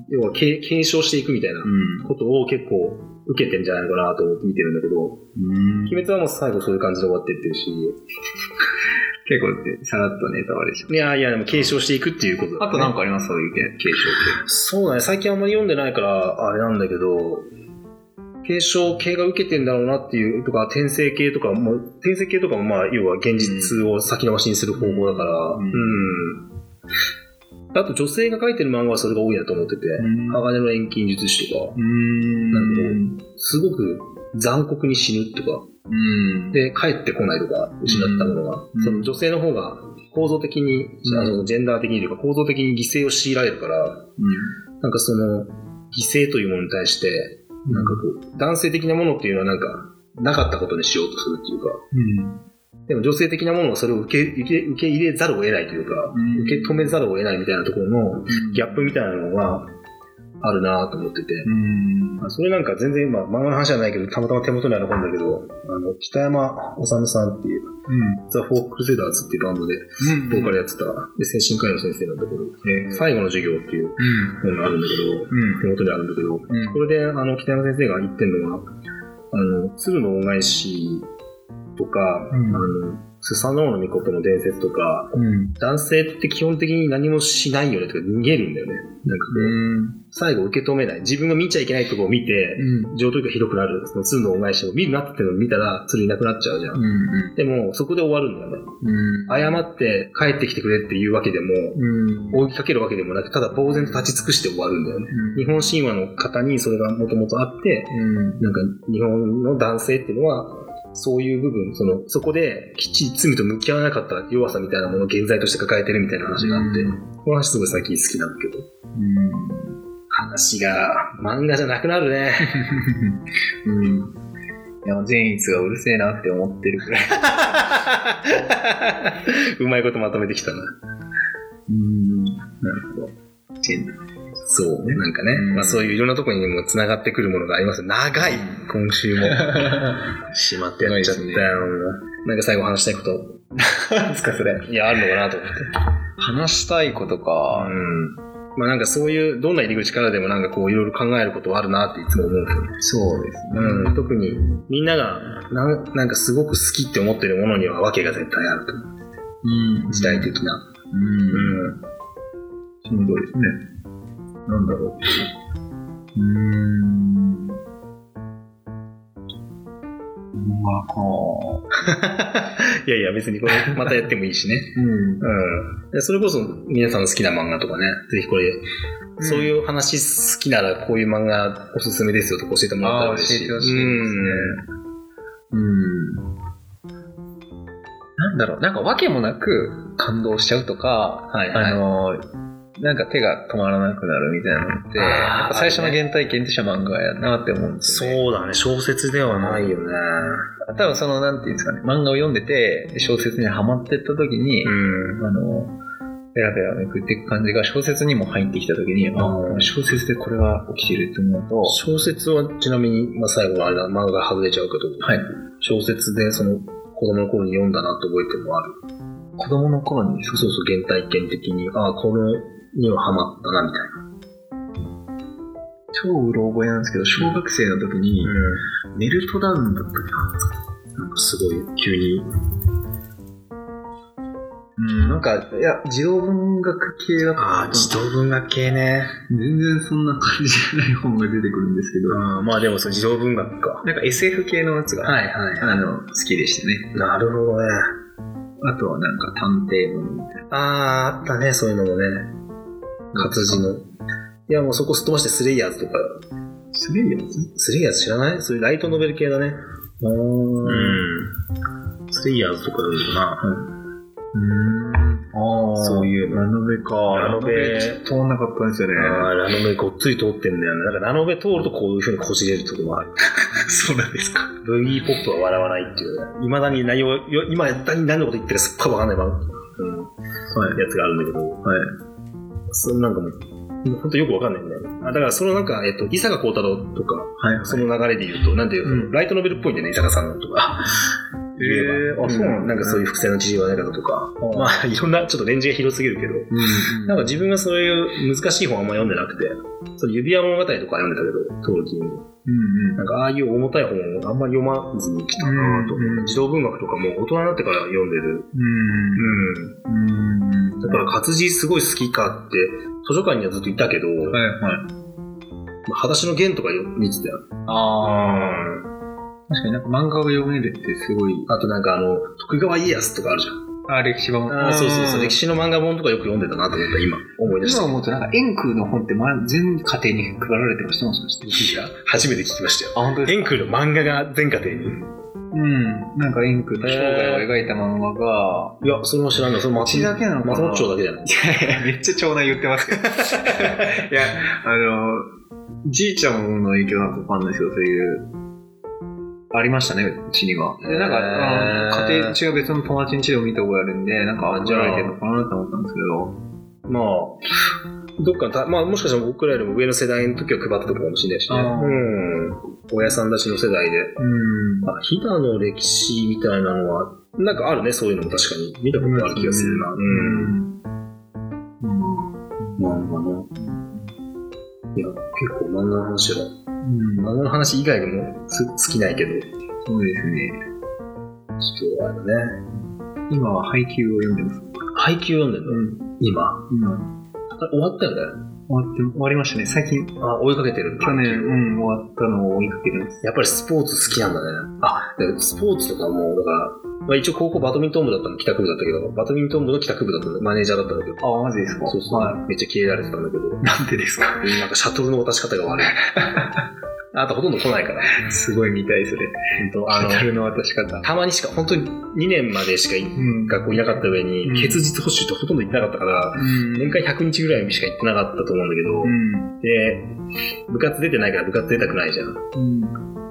Speaker 1: 要は継継承していくみたいな
Speaker 2: うん。
Speaker 1: ことを結構受けてんじゃないのかなと思って見てるんだけど、
Speaker 2: うん
Speaker 1: 鬼滅はもう最後そういう感じで終わってってるし、
Speaker 2: 結構、さらっとネタバレしまし
Speaker 1: いやいや、でも継承していくっていうことだね、
Speaker 2: た。あとなんかありますそういう系継
Speaker 1: そうだね、最近あんまり読んでないから、あれなんだけど、継承系が受けてんだろうなっていうとか、転生系とかも、転生系とかもまあ、要は現実を先延ばしにする方法だから、
Speaker 2: う
Speaker 1: うんん。あと女性が書いてる漫画はそれが多いなと思ってて、
Speaker 2: 承系。
Speaker 1: 鋼の錬金術師とか、
Speaker 2: うん。
Speaker 1: なんすごく残酷に死ぬとか、
Speaker 2: うん。
Speaker 1: で、帰ってこないとか、失ったものが、
Speaker 2: うん
Speaker 1: その女性の方が構造的に、
Speaker 2: ん
Speaker 1: あのジェンダー的にというか構造的に犠牲を強いられるから、
Speaker 2: う
Speaker 1: なんかその、犠牲というものに対して、
Speaker 2: ん。
Speaker 1: なんかこう、男性的なものっていうのはなんか、なかったことにしようとするっていうか、
Speaker 2: うん、
Speaker 1: でも女性的なものはそれを受け受け受け入れざるを得ないというか、
Speaker 2: うん
Speaker 1: 受け止めざるを得ないみたいなところのギャップみたいなのがあるなと思ってて、
Speaker 2: うん。
Speaker 1: あそれなんか全然今、漫画の話じゃないけど、たまたま手元にある本だけど、あの、北山治さんっていう、ザ・フォーク・クルセイダーズっていうバンドで、
Speaker 2: うん。
Speaker 1: ボーカルやってた、で、精神科医の先生なんだけど、
Speaker 2: えー
Speaker 1: 最後の授業っていう
Speaker 2: うん。
Speaker 1: 本があるんだけ
Speaker 2: うん
Speaker 1: ど、。手元にあるんだけど、
Speaker 2: うん
Speaker 1: これで、あの、北山先生が言ってんのが、あの、鶴の恩返しとか、
Speaker 2: うん
Speaker 1: あの、スサノオノミコトの伝説とか、
Speaker 2: うん。
Speaker 1: 男性って基本的に何もしないよねとか逃げるんだよね。なんかこう、
Speaker 2: うん。
Speaker 1: 最後受け止めない。自分が見ちゃいけないとこを見て、上等がひどくなる。その鶴の恩返しを見るなってのを見たら、鶴いなくなっちゃうじゃん。
Speaker 2: うん。
Speaker 1: でも、そこで終わるんだよね。
Speaker 2: うん。
Speaker 1: 謝って帰ってきてくれっていうわけでも、
Speaker 2: うん。
Speaker 1: 追いかけるわけでもなく、ただ呆然と立ち尽くして終わるんだよね。
Speaker 2: うん
Speaker 1: 日本神話の方にそれがもともとあって、
Speaker 2: うん。
Speaker 1: なんか日本の男性っていうのは、そういう部分、その、そこできっちり罪と向き合わなかった弱さみたいなものを現在として抱えてるみたいな話があって、
Speaker 2: うん
Speaker 1: この話すごい最近好きなんだけど、
Speaker 2: う
Speaker 1: 話が漫画じゃなくなるね。
Speaker 2: ん。うん。いや、善逸がうるせえなって思ってるくらい。
Speaker 1: うまいことまとめてきたな。
Speaker 2: うん。
Speaker 1: そう、なんかね、
Speaker 2: うん
Speaker 1: まあそういういろんなところにも繋がってくるものがあります。長い今週も。しま ってやっちゃった
Speaker 2: 長いです
Speaker 1: よ、
Speaker 2: ね
Speaker 1: なんか最後話したいこと、
Speaker 2: なんですか、それ。
Speaker 1: いや、あるのかなと思って。
Speaker 2: 話したいことか。
Speaker 1: うん。まあなんかそういう、どんな入り口からでもなんかこういろいろ考えることはあるなっていつも思うけどね。
Speaker 2: そうですね。
Speaker 1: うん。特にみんながなん、なんかすごく好きって思ってるものには訳が絶対あると思う。
Speaker 2: うん。
Speaker 1: 時代的な。
Speaker 2: うん。
Speaker 1: うん
Speaker 2: その通りですね。なんだろう。うーん。うーまあ、こ
Speaker 1: いやいや、別にこれ、またやってもいいしね。
Speaker 2: う。うん。
Speaker 1: うんで。それこそ、皆さんの好きな漫画とかね、ぜひこれ、そういう話好きなら、こういう漫画おすすめですよとか教えてもらったら嬉し
Speaker 5: あー教え
Speaker 1: い。
Speaker 5: てほしいですね
Speaker 2: うん。
Speaker 5: なんだろう、なんか訳もなく感動しちゃうとか、
Speaker 1: はいはい
Speaker 5: あのーなんか手が止まらなくなるみたいなのって、
Speaker 1: あー
Speaker 5: やっぱ最初の原体験としては漫画やなって思うんですよ、ね。
Speaker 1: そうだね、小説ではないよね。
Speaker 5: 多分その、なんていうんですかね、漫画を読んでて、小説にハマってった時に、
Speaker 1: うん。
Speaker 5: あの、ペラペラめくっていく感じが小説にも入ってきた時に、あ
Speaker 1: うん
Speaker 5: 小説でこれが起きてるって思うと、
Speaker 1: 小説はちなみに、まあ、最後のあれだ、漫画が外れちゃうけど、
Speaker 5: はい。
Speaker 1: 小説でその子供の頃に読んだなって覚えてるのはある。
Speaker 5: 子供の頃に
Speaker 1: そうそう、原体験的に、ああ、このにはハマったな、みたいな。
Speaker 5: 超うろ覚えなんですけど、小学生の時に、メルトダウンだったか
Speaker 1: なんかすごい、急に。
Speaker 5: ななんか、いや、児童文学系だった
Speaker 1: ああ、児童文学系ね。
Speaker 2: 全然そんな感じじゃない本が出てくるんですけど。
Speaker 1: うん、まあでも、その児童文学か。
Speaker 5: なんか SF 系のやつが、
Speaker 1: はいはい。
Speaker 5: あの、好きでしたね。
Speaker 1: なるほどね。
Speaker 5: あとはなんか探偵文みたい
Speaker 1: ああ、あったね、そういうのもね。
Speaker 5: な。
Speaker 1: 活字の。いや、もうそこすっ飛ばしてスレイヤーズとか、
Speaker 2: すげえやつ
Speaker 1: スレイヤーズ知らないそういうライトノベル系だね。うん。スレイヤーズとかだよな。
Speaker 2: うん。ああ。
Speaker 1: そういうの
Speaker 2: ラノベか。
Speaker 1: ラノベ
Speaker 2: 通んなかったんですよね。
Speaker 1: ああ、ラノベごっつり通ってんだよね。だからラノベ通るとこういうふうにこじれると こもある。そうなんですか。ブギーポップは笑わないっていうね。未だに内容、よ今やったに何のこと言ってるかすっぱわかんない番、うんやつがあるんだけど、はい。それなんかもう、もう本当よくわかんないんだよね。あだからそのなんか、えっと、伊坂幸太郎とか、
Speaker 2: はい
Speaker 1: その流れで言うと、なんていうの、
Speaker 2: うん
Speaker 1: ライトノベルっぽいんだよね、伊坂さんのとか。
Speaker 2: えーあそうなんだ
Speaker 1: なんかそういう伏線の知事はないかとか、
Speaker 2: あ
Speaker 1: まあいろんなちょっとレンジが広すぎるけど、
Speaker 2: うん。
Speaker 1: なんか自分がそういう難しい本あんま読んでなくて、その指輪物語とか読んでたけど、トールキンの。
Speaker 2: うんうん
Speaker 1: なんかああいう重たい本をあんまり読まずに来たなと。
Speaker 2: うんうん
Speaker 1: 児童文学とかも大人になってから読んでる。
Speaker 2: うん。
Speaker 1: うん。
Speaker 2: うん。
Speaker 1: だから活字すごい好きかって、図書館にはずっといたけど、
Speaker 2: はいはい。
Speaker 1: まあ裸足の弦とかよ見てたよ。
Speaker 2: ああ。
Speaker 1: あ
Speaker 2: 確かになんか漫画が読めるってすごい。
Speaker 1: となんかあの、徳川家康とかあるじゃん。
Speaker 2: あ、歴史版
Speaker 1: ああ、そうそうそう。歴
Speaker 2: 史。
Speaker 1: 史の漫画本とかよく読んでたなと思った、今。思い出し
Speaker 2: 今
Speaker 1: た。
Speaker 2: 思うとなんか円空の本ってま全家庭に配られてましたもしかして。
Speaker 1: いや、 初めて聞きましたよ。
Speaker 2: あ、本当
Speaker 1: 円空の漫画が全家庭に。
Speaker 2: うん。なんか円空の生涯を描いた漫画が、
Speaker 1: いや、それも知らない。それ松
Speaker 2: うちだけなのかな
Speaker 1: 松本町だけじゃない。
Speaker 2: いやいや、めっちゃ長男言ってますけど。いや、あの、じいちゃんの影響なのかわかんないですけど、そういう、ありましたね、うちには。で、なんか、
Speaker 1: へー
Speaker 2: あの家庭中は別の友達ん家でも見た覚えあるんで、なんか、
Speaker 1: あ
Speaker 2: じゃられてるのかなと思ったんですけど。
Speaker 1: まあ、どっかた、まあ、もしかしたら僕らよりも上の世代の時は配ってたかもしれないしね。
Speaker 2: あー
Speaker 1: うん。親さんたちの世代で。
Speaker 2: うん。
Speaker 1: あ、飛騨の歴史みたいなのは、なんかあるね、そういうのも確かに。見たことある気がするな。うん。漫画の。いや、結構漫画の話は、
Speaker 2: うん。
Speaker 1: 漫画の話以外でもす尽きないけど、ちょ
Speaker 2: そうですね。
Speaker 1: っとあれだね。
Speaker 2: 今は配給を読んでます。
Speaker 1: 配給読んでんの、
Speaker 2: ん。
Speaker 1: 今。
Speaker 2: 今、
Speaker 1: あ終わったよね。
Speaker 2: 終わって、終わりましたね。最近、
Speaker 1: あ、追いかけてるんだ
Speaker 2: 去年、うん、終わったのを追いかけてます。
Speaker 1: やっぱりスポーツ好きなんだね。あ、でスポーツとかも、だから、まあ、一応高校バドミントン部だったの、帰宅部だったけど、バドミントン部の帰宅部だったの、マネージャーだったんだけど、
Speaker 2: あ、マジですか
Speaker 1: そうそう、
Speaker 2: は
Speaker 1: めっちゃキレられてたんだけど、
Speaker 2: い。なんでですか
Speaker 1: なんかシャトルの渡し方が 悪い。あとほとんど来ないから、
Speaker 2: すごい見たい、それ。
Speaker 1: 本当あ
Speaker 2: あの、
Speaker 1: の
Speaker 2: タ、ルの渡し方。
Speaker 1: たまにしか、本当に2年までしかい
Speaker 2: うん
Speaker 1: 学校いなかった上に、
Speaker 2: うん
Speaker 1: 結日補習ってほとんど行ってなかったから、年
Speaker 2: 年
Speaker 1: 間100日ぐらいしか行ってなかったと思うんだけど、
Speaker 2: うん。
Speaker 1: で、部活出てないから部活出たくないじゃん。
Speaker 2: うん。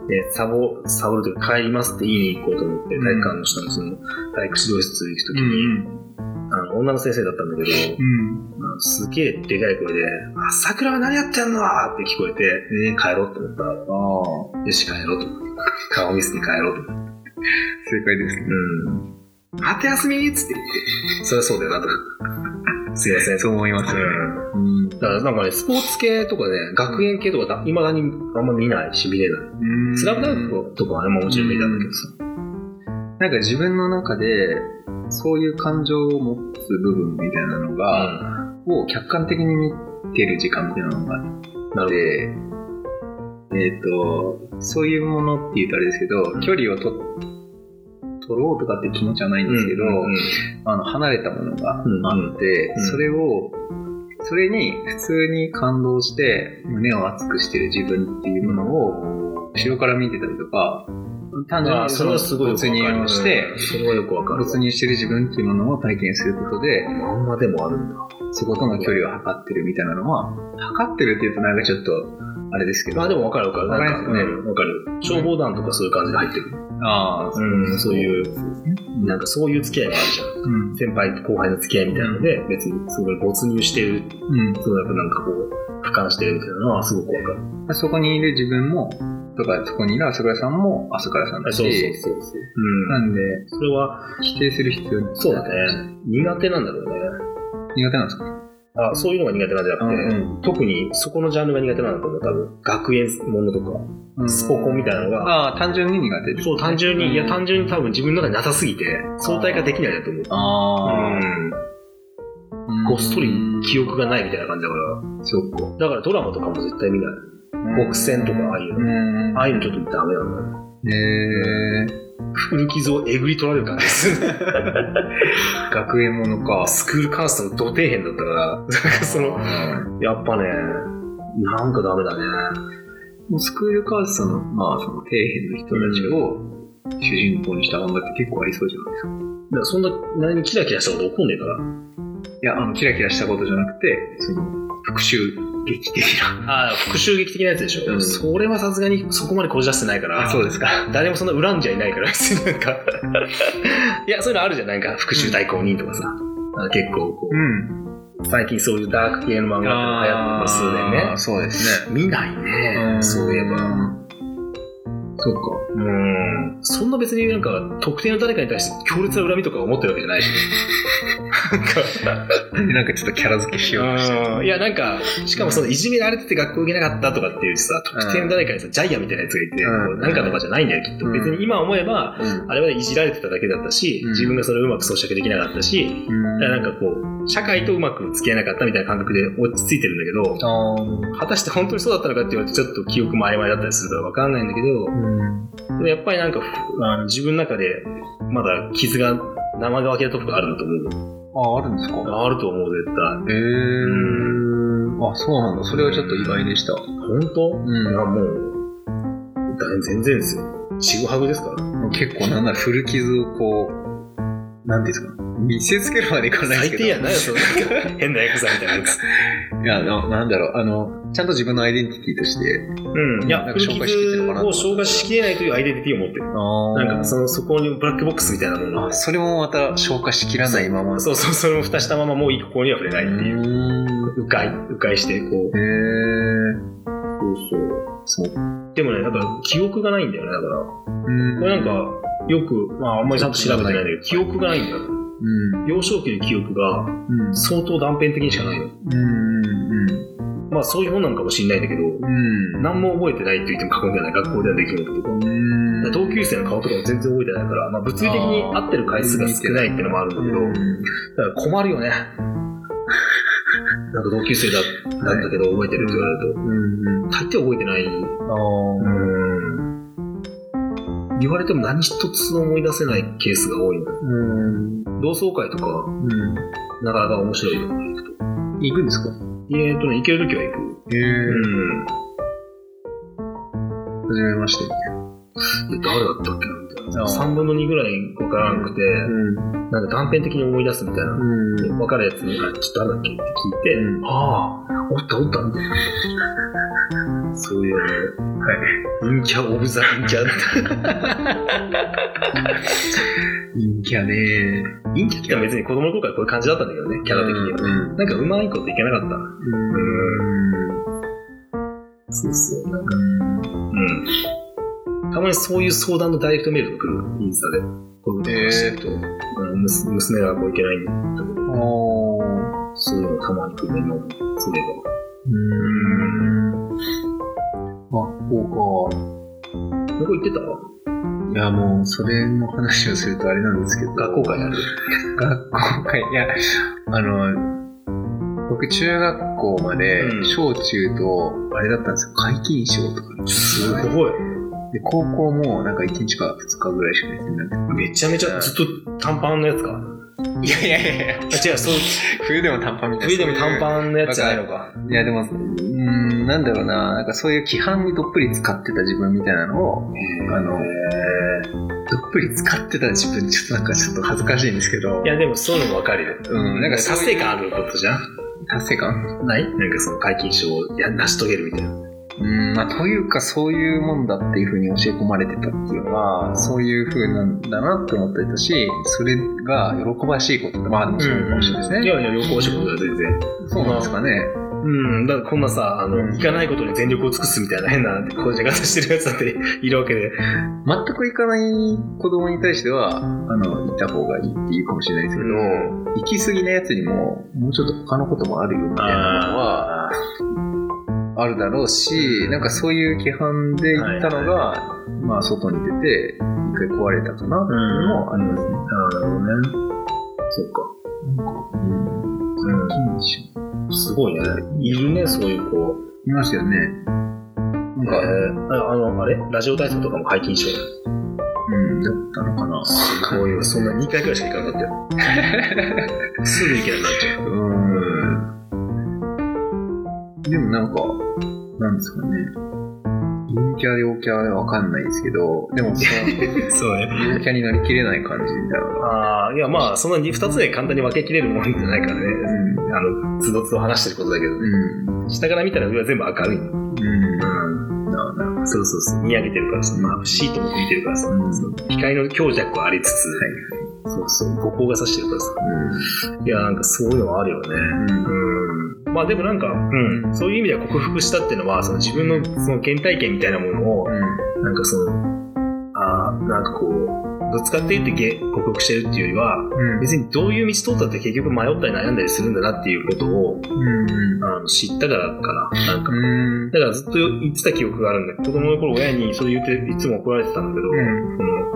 Speaker 1: で、サボ、サボるというか帰りますって言いに行こうと思って、体育館の下のその、体育指導室行くときに、あの、女の先生だったんだけど、
Speaker 2: うん。
Speaker 1: あのすげえでかい声で、あ、桜は何やってんのって聞こえて、ね帰ろうと思った
Speaker 2: ああ、
Speaker 1: ら、よし帰ろうと思って。顔見せて帰ろうと思って。
Speaker 2: 正解ですね。
Speaker 1: うん。て休みっつって言って、そりゃそうだよなと思って。すいません。
Speaker 2: そう思いますね。
Speaker 1: うん。
Speaker 2: うん。
Speaker 1: だからなんかね、スポーツ系とかね、学園系とかだ、未だにあんま見ないし、見れない。スラムダンクとかはね、まあもちろん見たんだけどさ。
Speaker 2: なんか自分の中で、そういう感情を持つ部分みたいなのが、を客観的に見てる時間みたいなのがあって、
Speaker 1: なる
Speaker 2: えっ、と、そういうものって言うとあれですけど、距離をと取ろうとかって気持ちはないんですけど、
Speaker 1: うんうん
Speaker 2: あの離れたものがあって、
Speaker 1: うんうん
Speaker 2: それを、それに普通に感動して胸を熱くしてる自分っていうものを後ろから見てたりとか、単純
Speaker 1: あ
Speaker 2: に
Speaker 1: ーそれはすごいよく
Speaker 2: 没
Speaker 1: わか
Speaker 2: 入
Speaker 1: る
Speaker 2: をして、
Speaker 1: うんそれはよくわかるわ。
Speaker 2: 没入してる自分っていうものを体験することで、
Speaker 1: まんまでもあるんだ。
Speaker 2: そことの距離を測ってるみたいなのは、測ってるっていうとなんかちょっと、あれですけど。
Speaker 1: まあでもわかるわかる。
Speaker 2: わかり
Speaker 1: な
Speaker 2: ま
Speaker 1: ん
Speaker 2: す
Speaker 1: か
Speaker 2: よ
Speaker 1: ね、
Speaker 2: ね
Speaker 1: わかる。消防団とかそういう感じで入ってくる。
Speaker 2: ああ、そう
Speaker 1: うん、そういう、なんかそういう付き合いがあるじゃん。
Speaker 2: うん。
Speaker 1: 先輩と後輩の付き合いみたいなので、別にすごい没入してる、
Speaker 2: うん。
Speaker 1: すごいなんかこう、俯瞰してるみたいなのはすごくわかる。
Speaker 2: そこにいる自分も、とか、そこにいる朝倉さんも朝倉さんだし、
Speaker 1: そうそう。う。
Speaker 2: なんんで、
Speaker 1: それは、
Speaker 2: 否定する必要ない
Speaker 1: そうだね。苦手なんだろうね。
Speaker 2: 苦手なんですか
Speaker 1: あ、そういうのが苦手なんじゃなくて、
Speaker 2: うん
Speaker 1: 特にそこのジャンルが苦手なんだと思う、多分。学園ものとか、
Speaker 2: うん
Speaker 1: スポコンみたいなのが、
Speaker 2: ああ、単純に苦手
Speaker 1: そう、単純に、いや、単純に多分自分の中になさすぎて、相対化できないなと思う。
Speaker 2: あ
Speaker 1: うん
Speaker 2: あ、
Speaker 1: ごっそり記憶がないみたいな感じだから。
Speaker 2: そうか。
Speaker 1: だからドラマとかも絶対見ない。極戦とかああいうの
Speaker 2: の
Speaker 1: ああいうのちょっとダメなんだ よ
Speaker 2: え
Speaker 1: ね。
Speaker 2: ー、
Speaker 1: 古傷をえぐり取られる感じでする。
Speaker 2: 学園ものか。
Speaker 1: スクールカーストの土底辺だったから、なんかその、やっぱね、なんかダメだね。
Speaker 2: スクールカーストの、まあ、その底辺の人たちを主人公にした漫画って結構ありそうじゃないですか。
Speaker 1: だからそんな、何にキラキラしたこと起こんねえから。
Speaker 2: いや、あの、キラキラしたことじゃなくて、その、復讐劇的な。
Speaker 1: ああ、復讐劇的なやつでしょ。
Speaker 2: うん
Speaker 1: それはさすがにそこまでこじらせてないから。
Speaker 2: そうですか。
Speaker 1: 誰もそんな恨んじゃいない から、別になんか。いや、そういうのあるじゃん。なんか、復讐代行人とかさ。あ結構こう、
Speaker 2: ん。
Speaker 1: 最近そういうダーク系の漫画って流行ってますよね。
Speaker 2: そうですね。
Speaker 1: 見ないね、そういえば。。
Speaker 2: そうか。
Speaker 1: うんそんな別になんか特定の誰かに対して強烈な恨みとか思ってるわけじゃ ないし、
Speaker 2: なんかちょっとキャラ付けしようとして。
Speaker 1: いやなんかしかもそのいじめられてて学校行けなかったとかっていうさ特定の誰かにさジャイアンみたいなやつがいて、
Speaker 2: うん
Speaker 1: こうなんかとかじゃないんだよきっと、
Speaker 2: うん
Speaker 1: 別に今思えば
Speaker 2: うん
Speaker 1: あれはいじられてただけだったし、
Speaker 2: うん
Speaker 1: 自分がそれをうまく咀嚼できなかったし、だからなんかこう社会とうまく付き合えなかったみたいな感覚で落ち着いてるんだけど
Speaker 2: あ
Speaker 1: 果たして本当にそうだったのかって言われてちょっと記憶も曖昧だったりするから分かんないんだけど、
Speaker 2: うん。
Speaker 1: でもやっぱりなんかふあの自分の中でまだ傷が生乾きなとこがあるんだと思う
Speaker 2: あ、あるんですか
Speaker 1: あると思う絶対
Speaker 2: えー。あ、そうなんだ。それはちょっと意外でした。
Speaker 1: 本当、
Speaker 2: ん
Speaker 1: いやもう大全然ですよちぐはぐですから
Speaker 2: 結構なんなら古傷をこう、なんていうんですか、見せつけるまでいかないですけ
Speaker 1: 最
Speaker 2: ど。
Speaker 1: 低やなよそのなんか 変なヤクザみたいなやつ
Speaker 2: いや、ななんだろう、あの、ちゃんと自分のアイデンティティとして。
Speaker 1: うんいや
Speaker 2: なんか
Speaker 1: 古
Speaker 2: 消化しきって
Speaker 1: 傷
Speaker 2: る
Speaker 1: を
Speaker 2: のかなと思って
Speaker 1: 消化しきれないというアイデンティティを持ってる
Speaker 2: あ
Speaker 1: なんか
Speaker 2: そ
Speaker 1: そのそこにブラックボックスみたいなもの
Speaker 2: あそれもまた消化しきらないまま。
Speaker 1: そうそうそれも蓋したままもういいここには触れないっていう、
Speaker 2: う
Speaker 1: 迂回迂回してこう
Speaker 2: ーん。へえ。
Speaker 1: そ
Speaker 2: そう。
Speaker 1: うでもねだから記憶がないんだよねだから
Speaker 2: うん
Speaker 1: これなん、か、よく、まあ、あんまりちゃんと調べてないんだけど、記憶がないんだよ。
Speaker 2: うん。
Speaker 1: 幼少期の記憶が
Speaker 2: うん。
Speaker 1: 相当断片的にしかないの。
Speaker 2: うん。うん。
Speaker 1: まあ、そういうもんなのかもしれないんだけど、
Speaker 2: うん。
Speaker 1: 何も覚えてないと言っても過言ではない。学校ではできること。
Speaker 2: うん。
Speaker 1: 同級生の顔とかも全然覚えてないから、まあ、物理的に会ってる回数が少ないっていうのもあるんだけど、だから困るよね。なんか同級生だだったけど覚えてるって言われる
Speaker 2: う
Speaker 1: と、
Speaker 2: ん。うん。
Speaker 1: 大抵覚えてない。
Speaker 2: あ
Speaker 1: 言われても何一つ思い出せないケースが多いの。
Speaker 2: あ。うん。
Speaker 1: 同窓会とか、
Speaker 2: うん。
Speaker 1: なかなか面白いよ。
Speaker 2: 行くんですか
Speaker 1: えーとね、行けるときは行く。
Speaker 2: へえ。
Speaker 1: ん。
Speaker 2: はじめまして。
Speaker 1: で誰だったっけなみたいな。
Speaker 2: あー
Speaker 1: 3分の2ぐらいわからなくて、
Speaker 2: ん。
Speaker 1: なんか断片的に思い出すみたいな。
Speaker 2: うん。
Speaker 1: で分かるやつに、あ、ちょっとあるだっけって聞いて、
Speaker 2: うん
Speaker 1: ああ、おったおったみたいな。そういうね、はい。陰キャオブザ陰キャ
Speaker 2: 陰キャね
Speaker 1: 陰キャって別に子供の頃からこういう感じだったんだけどね、キャラ的には。
Speaker 2: うん
Speaker 1: なんかうまいこといけなかった。
Speaker 2: うん。
Speaker 1: そうそう。なんか、
Speaker 2: うん。
Speaker 1: うん。たまにそういう相談のダイレクトメールが来るの、インスタで。こういうこと話してると、うん娘娘がこういけないんだけど、
Speaker 2: おー。
Speaker 1: そういうのたまに来るね、今もそういえ
Speaker 2: うー
Speaker 1: ば。
Speaker 2: ん。あ、そうか。
Speaker 1: どこ行ってた
Speaker 2: いや、もう、それの話をするとあれなんですけど。
Speaker 1: 学校会やる。
Speaker 2: 学校会。いや、あの、僕、中学校まで
Speaker 1: う、ん
Speaker 2: 小中と、あれだったんですよ、皆勤賞とか。
Speaker 1: すごい。
Speaker 2: で、高校も、なんか1日か2日ぐらいしか休みなく
Speaker 1: めちゃめちゃずっと短パンのやつか。
Speaker 2: て。いやいやいやいや、
Speaker 1: あ違う、そう、
Speaker 2: 冬でも短パンみたいな。
Speaker 1: 冬でも短パンのやつじゃないのか。
Speaker 2: いや、でも、うーん、なんだろうな、なんかそういう規範にどっぷり使ってた自分みたいなのを、あの、どっぷり使ってた自分、ちょっとなんかちょっと恥ずかしいんですけど
Speaker 1: い、や、でもそういうのもわかるよ。
Speaker 2: うん
Speaker 1: な
Speaker 2: なんんか
Speaker 1: か達成感あることじゃん
Speaker 2: 達成感
Speaker 1: ないなんかその解禁賞をや成し遂げるみたいな。
Speaker 2: うん、まあ、というかそういうもんだっていうふうに教え込まれてたっていうのは、そういうふうなんだなって思ってたし、それが喜ばしいことで、まあでもそうかもしれないです
Speaker 1: い
Speaker 2: ね。
Speaker 1: やいや、旅行仕事だよ、全然。
Speaker 2: そうなんですかね。
Speaker 1: うん、だからこんなさ、あの、
Speaker 2: うん
Speaker 1: 行かないことに全力を尽くすみたいな変な、こうじゃ方してるやつだって いるわけで。
Speaker 2: 全く行かない子供に対しては、あの、行った方がいいって言うかもしれないですけど、行き過ぎなやつにも、もうちょっと他のこともあるよみたいなのは、
Speaker 1: あ
Speaker 2: あるだろうし、なんかそういう規範で行ったのが、まあ外に出て、一回壊れたかなっていうのもありますね。
Speaker 1: あ、なるほどね。そうか。すごいね。いるね、そういう子。
Speaker 2: いましたよね。なん
Speaker 1: え
Speaker 2: か、
Speaker 1: ーああの、あれラジオ体操とかも解禁賞。
Speaker 2: うん、だったのかな。
Speaker 1: すごいよ。そんな2回くらいしか行かなかったよ。すぐ行けなくなっちゃう。
Speaker 2: うん。でもなんか、なんですかね。陰キャ陽キャはわかんないですけど、でもその、
Speaker 1: そうね。
Speaker 2: 陽キャになりきれない感じだから。
Speaker 1: ああ、いやまあ、そんなに2つで簡単に分けきれるもんじゃないからね。あの、つどつど話してることだけど
Speaker 2: う。ん。
Speaker 1: 下から見たら上は全部明るい。
Speaker 2: うん。
Speaker 1: うん。そうそうそう。見上げてるからさ、眩しいと思って見てるからさ、光の強弱はありつつ、そうそう、五光が差してるからさ。いや、なんかそういうのはあるよね。うん。まあでもなんか、うん、そういう意味では克服したっていうのは、その自分のその原体験みたいなものを、なんかその、あーなんかこう、どっちかって言ってげ克服してるっていうよりは、別にどういう道通ったって結局迷ったり悩んだりするんだなっていうことをあの知ったからかな。なんかだからずっと言ってた記憶があるんだけど、子供の頃親にそれ言っていつも怒られてたんだけど、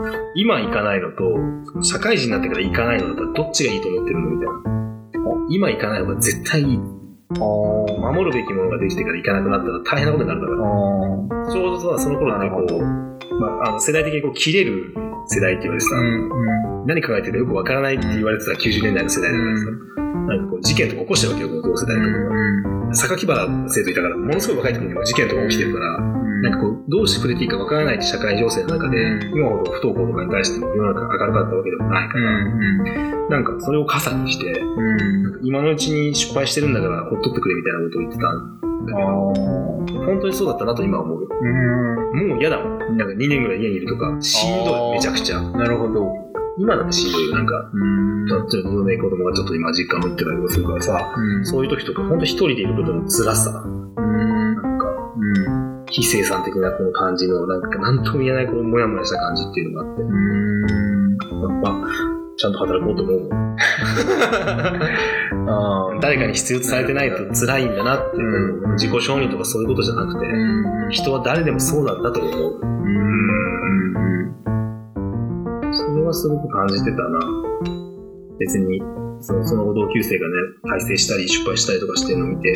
Speaker 1: その今行かないのと、その社会人になってから行かないのだったらどっちがいいと思ってるのみたいな。今行かない方が絶対いい。守るべきものができてから行かなくなったら大変なことになるから。ちょうどさ、その頃ってこう、まあ、あの世代的にこう切れる世代って言われてさ、何考えてるかよくわからないって言われてた90年代の世代だからさ、なんかこう事件とか起こしてるわけよ、この同世代とかが。榊原生徒いたから、ものすごい若い時にも事件とか起きてるから、なんかこう、どうしてくれていいかわからない社会情勢の中で、
Speaker 2: うん
Speaker 1: 今ほど不登校とかに対しても世の中明るかったわけでもないから、なんかそれを傘にして、なんか今のうちに失敗してるんだからほっとってくれみたいなことを言ってたんだけど、本当にそうだったなと今は思うよ。もう嫌だもん。なんか2年ぐらい家にいるとか、しん
Speaker 2: あ
Speaker 1: ど
Speaker 2: ー
Speaker 1: い、めちゃくちゃ。今だってしんどいよ。なんか、例えば嫁子供がちょっと今実家に行ってたりとかするからさ、そういう時とか本当一人でいることの辛さ、なんか、非生産的なこの感じの、なんか、なんとも言えないこのモヤモヤした感じっていうのがあって、やっぱ、ちゃんと働こうと思うもん。誰かに必要とされてないと辛いんだなって、
Speaker 2: うん
Speaker 1: 自己承認とかそういうことじゃなくて、人は誰でもそうなんだと思う。それはすごく感じてたな。別に、そのその後同級生がね、大成したり失敗したりとかしてるのを見て、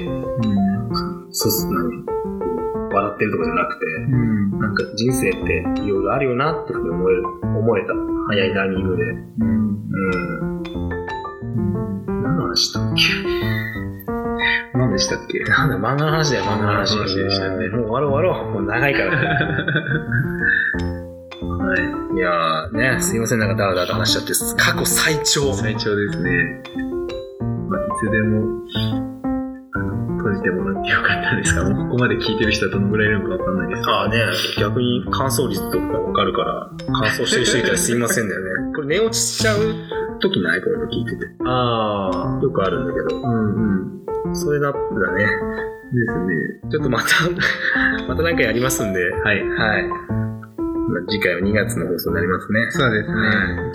Speaker 1: そうす、何笑ってるとかじゃなくて、なんか人生っていろいろあるよなってふうに思える、思えた。早いタイミングで。うん。何の話したっけ
Speaker 2: 何でしたっけ
Speaker 1: なんだ、漫画の話だよ、漫画の話。
Speaker 2: 漫画の話でしたね
Speaker 1: もう終わろう終わろう。もう長いから。はい。いやーね、すいません、なんかダラダラと話しちゃって、過去最長。
Speaker 2: 最長ですね。まあ、いつでも、あの、閉じてもらってよかったですが、もうここまで聞いてる人はどのぐらいいるのかわかんないですけど。
Speaker 1: ああね、逆に乾燥率とかわかるから、乾燥してる人いたらすいませんだよね。これ寝落ちしちゃう時ないこれ聞いてて。
Speaker 2: あ
Speaker 1: よくあるんだけ
Speaker 2: あ、うんうん。で
Speaker 1: ど、それだったらね。
Speaker 2: す
Speaker 1: ちょっとまた、 また何かやりますんで、
Speaker 2: ね。はい。
Speaker 1: はい。まあ、次回は2月の放送になりますね。
Speaker 2: そうですね。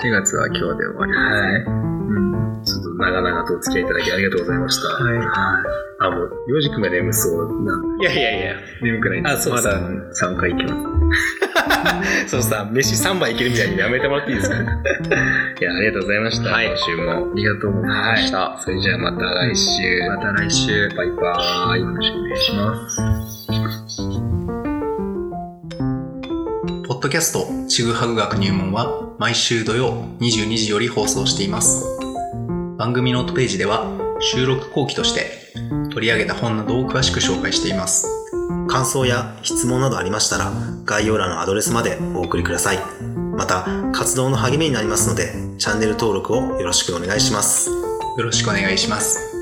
Speaker 2: 4月は今日で終わりですね。
Speaker 1: はい。
Speaker 2: うん。
Speaker 1: ちょっと長々とお付き合いいただきありがとうございました。
Speaker 6: い
Speaker 1: あ、もう、洋次君が眠そうな。
Speaker 7: いやいやいや。
Speaker 6: 眠くないんで
Speaker 1: あそうそう
Speaker 6: まだ3回行きます。
Speaker 1: そうさ、飯3杯いけるみたいにやめてもらっていい ですかいや、ありがとうございました。
Speaker 7: はい
Speaker 1: 今週も。
Speaker 7: ありがとうございました。
Speaker 1: それじゃあまた来週。
Speaker 7: また来週。
Speaker 1: バイバーイ。よろしくお願いします。
Speaker 2: ポッドキャストちぐはぐ学入門は毎週土曜22時より放送しています。番組ノートページでは収録後期として取り上げた本などを詳しく紹介しています。
Speaker 8: 感想や質問などありましたら概要欄のアドレスまでお送りくださいまた活動の励みになりますのでチャンネル登録をよろしくお願いします
Speaker 2: よろしくお願いします。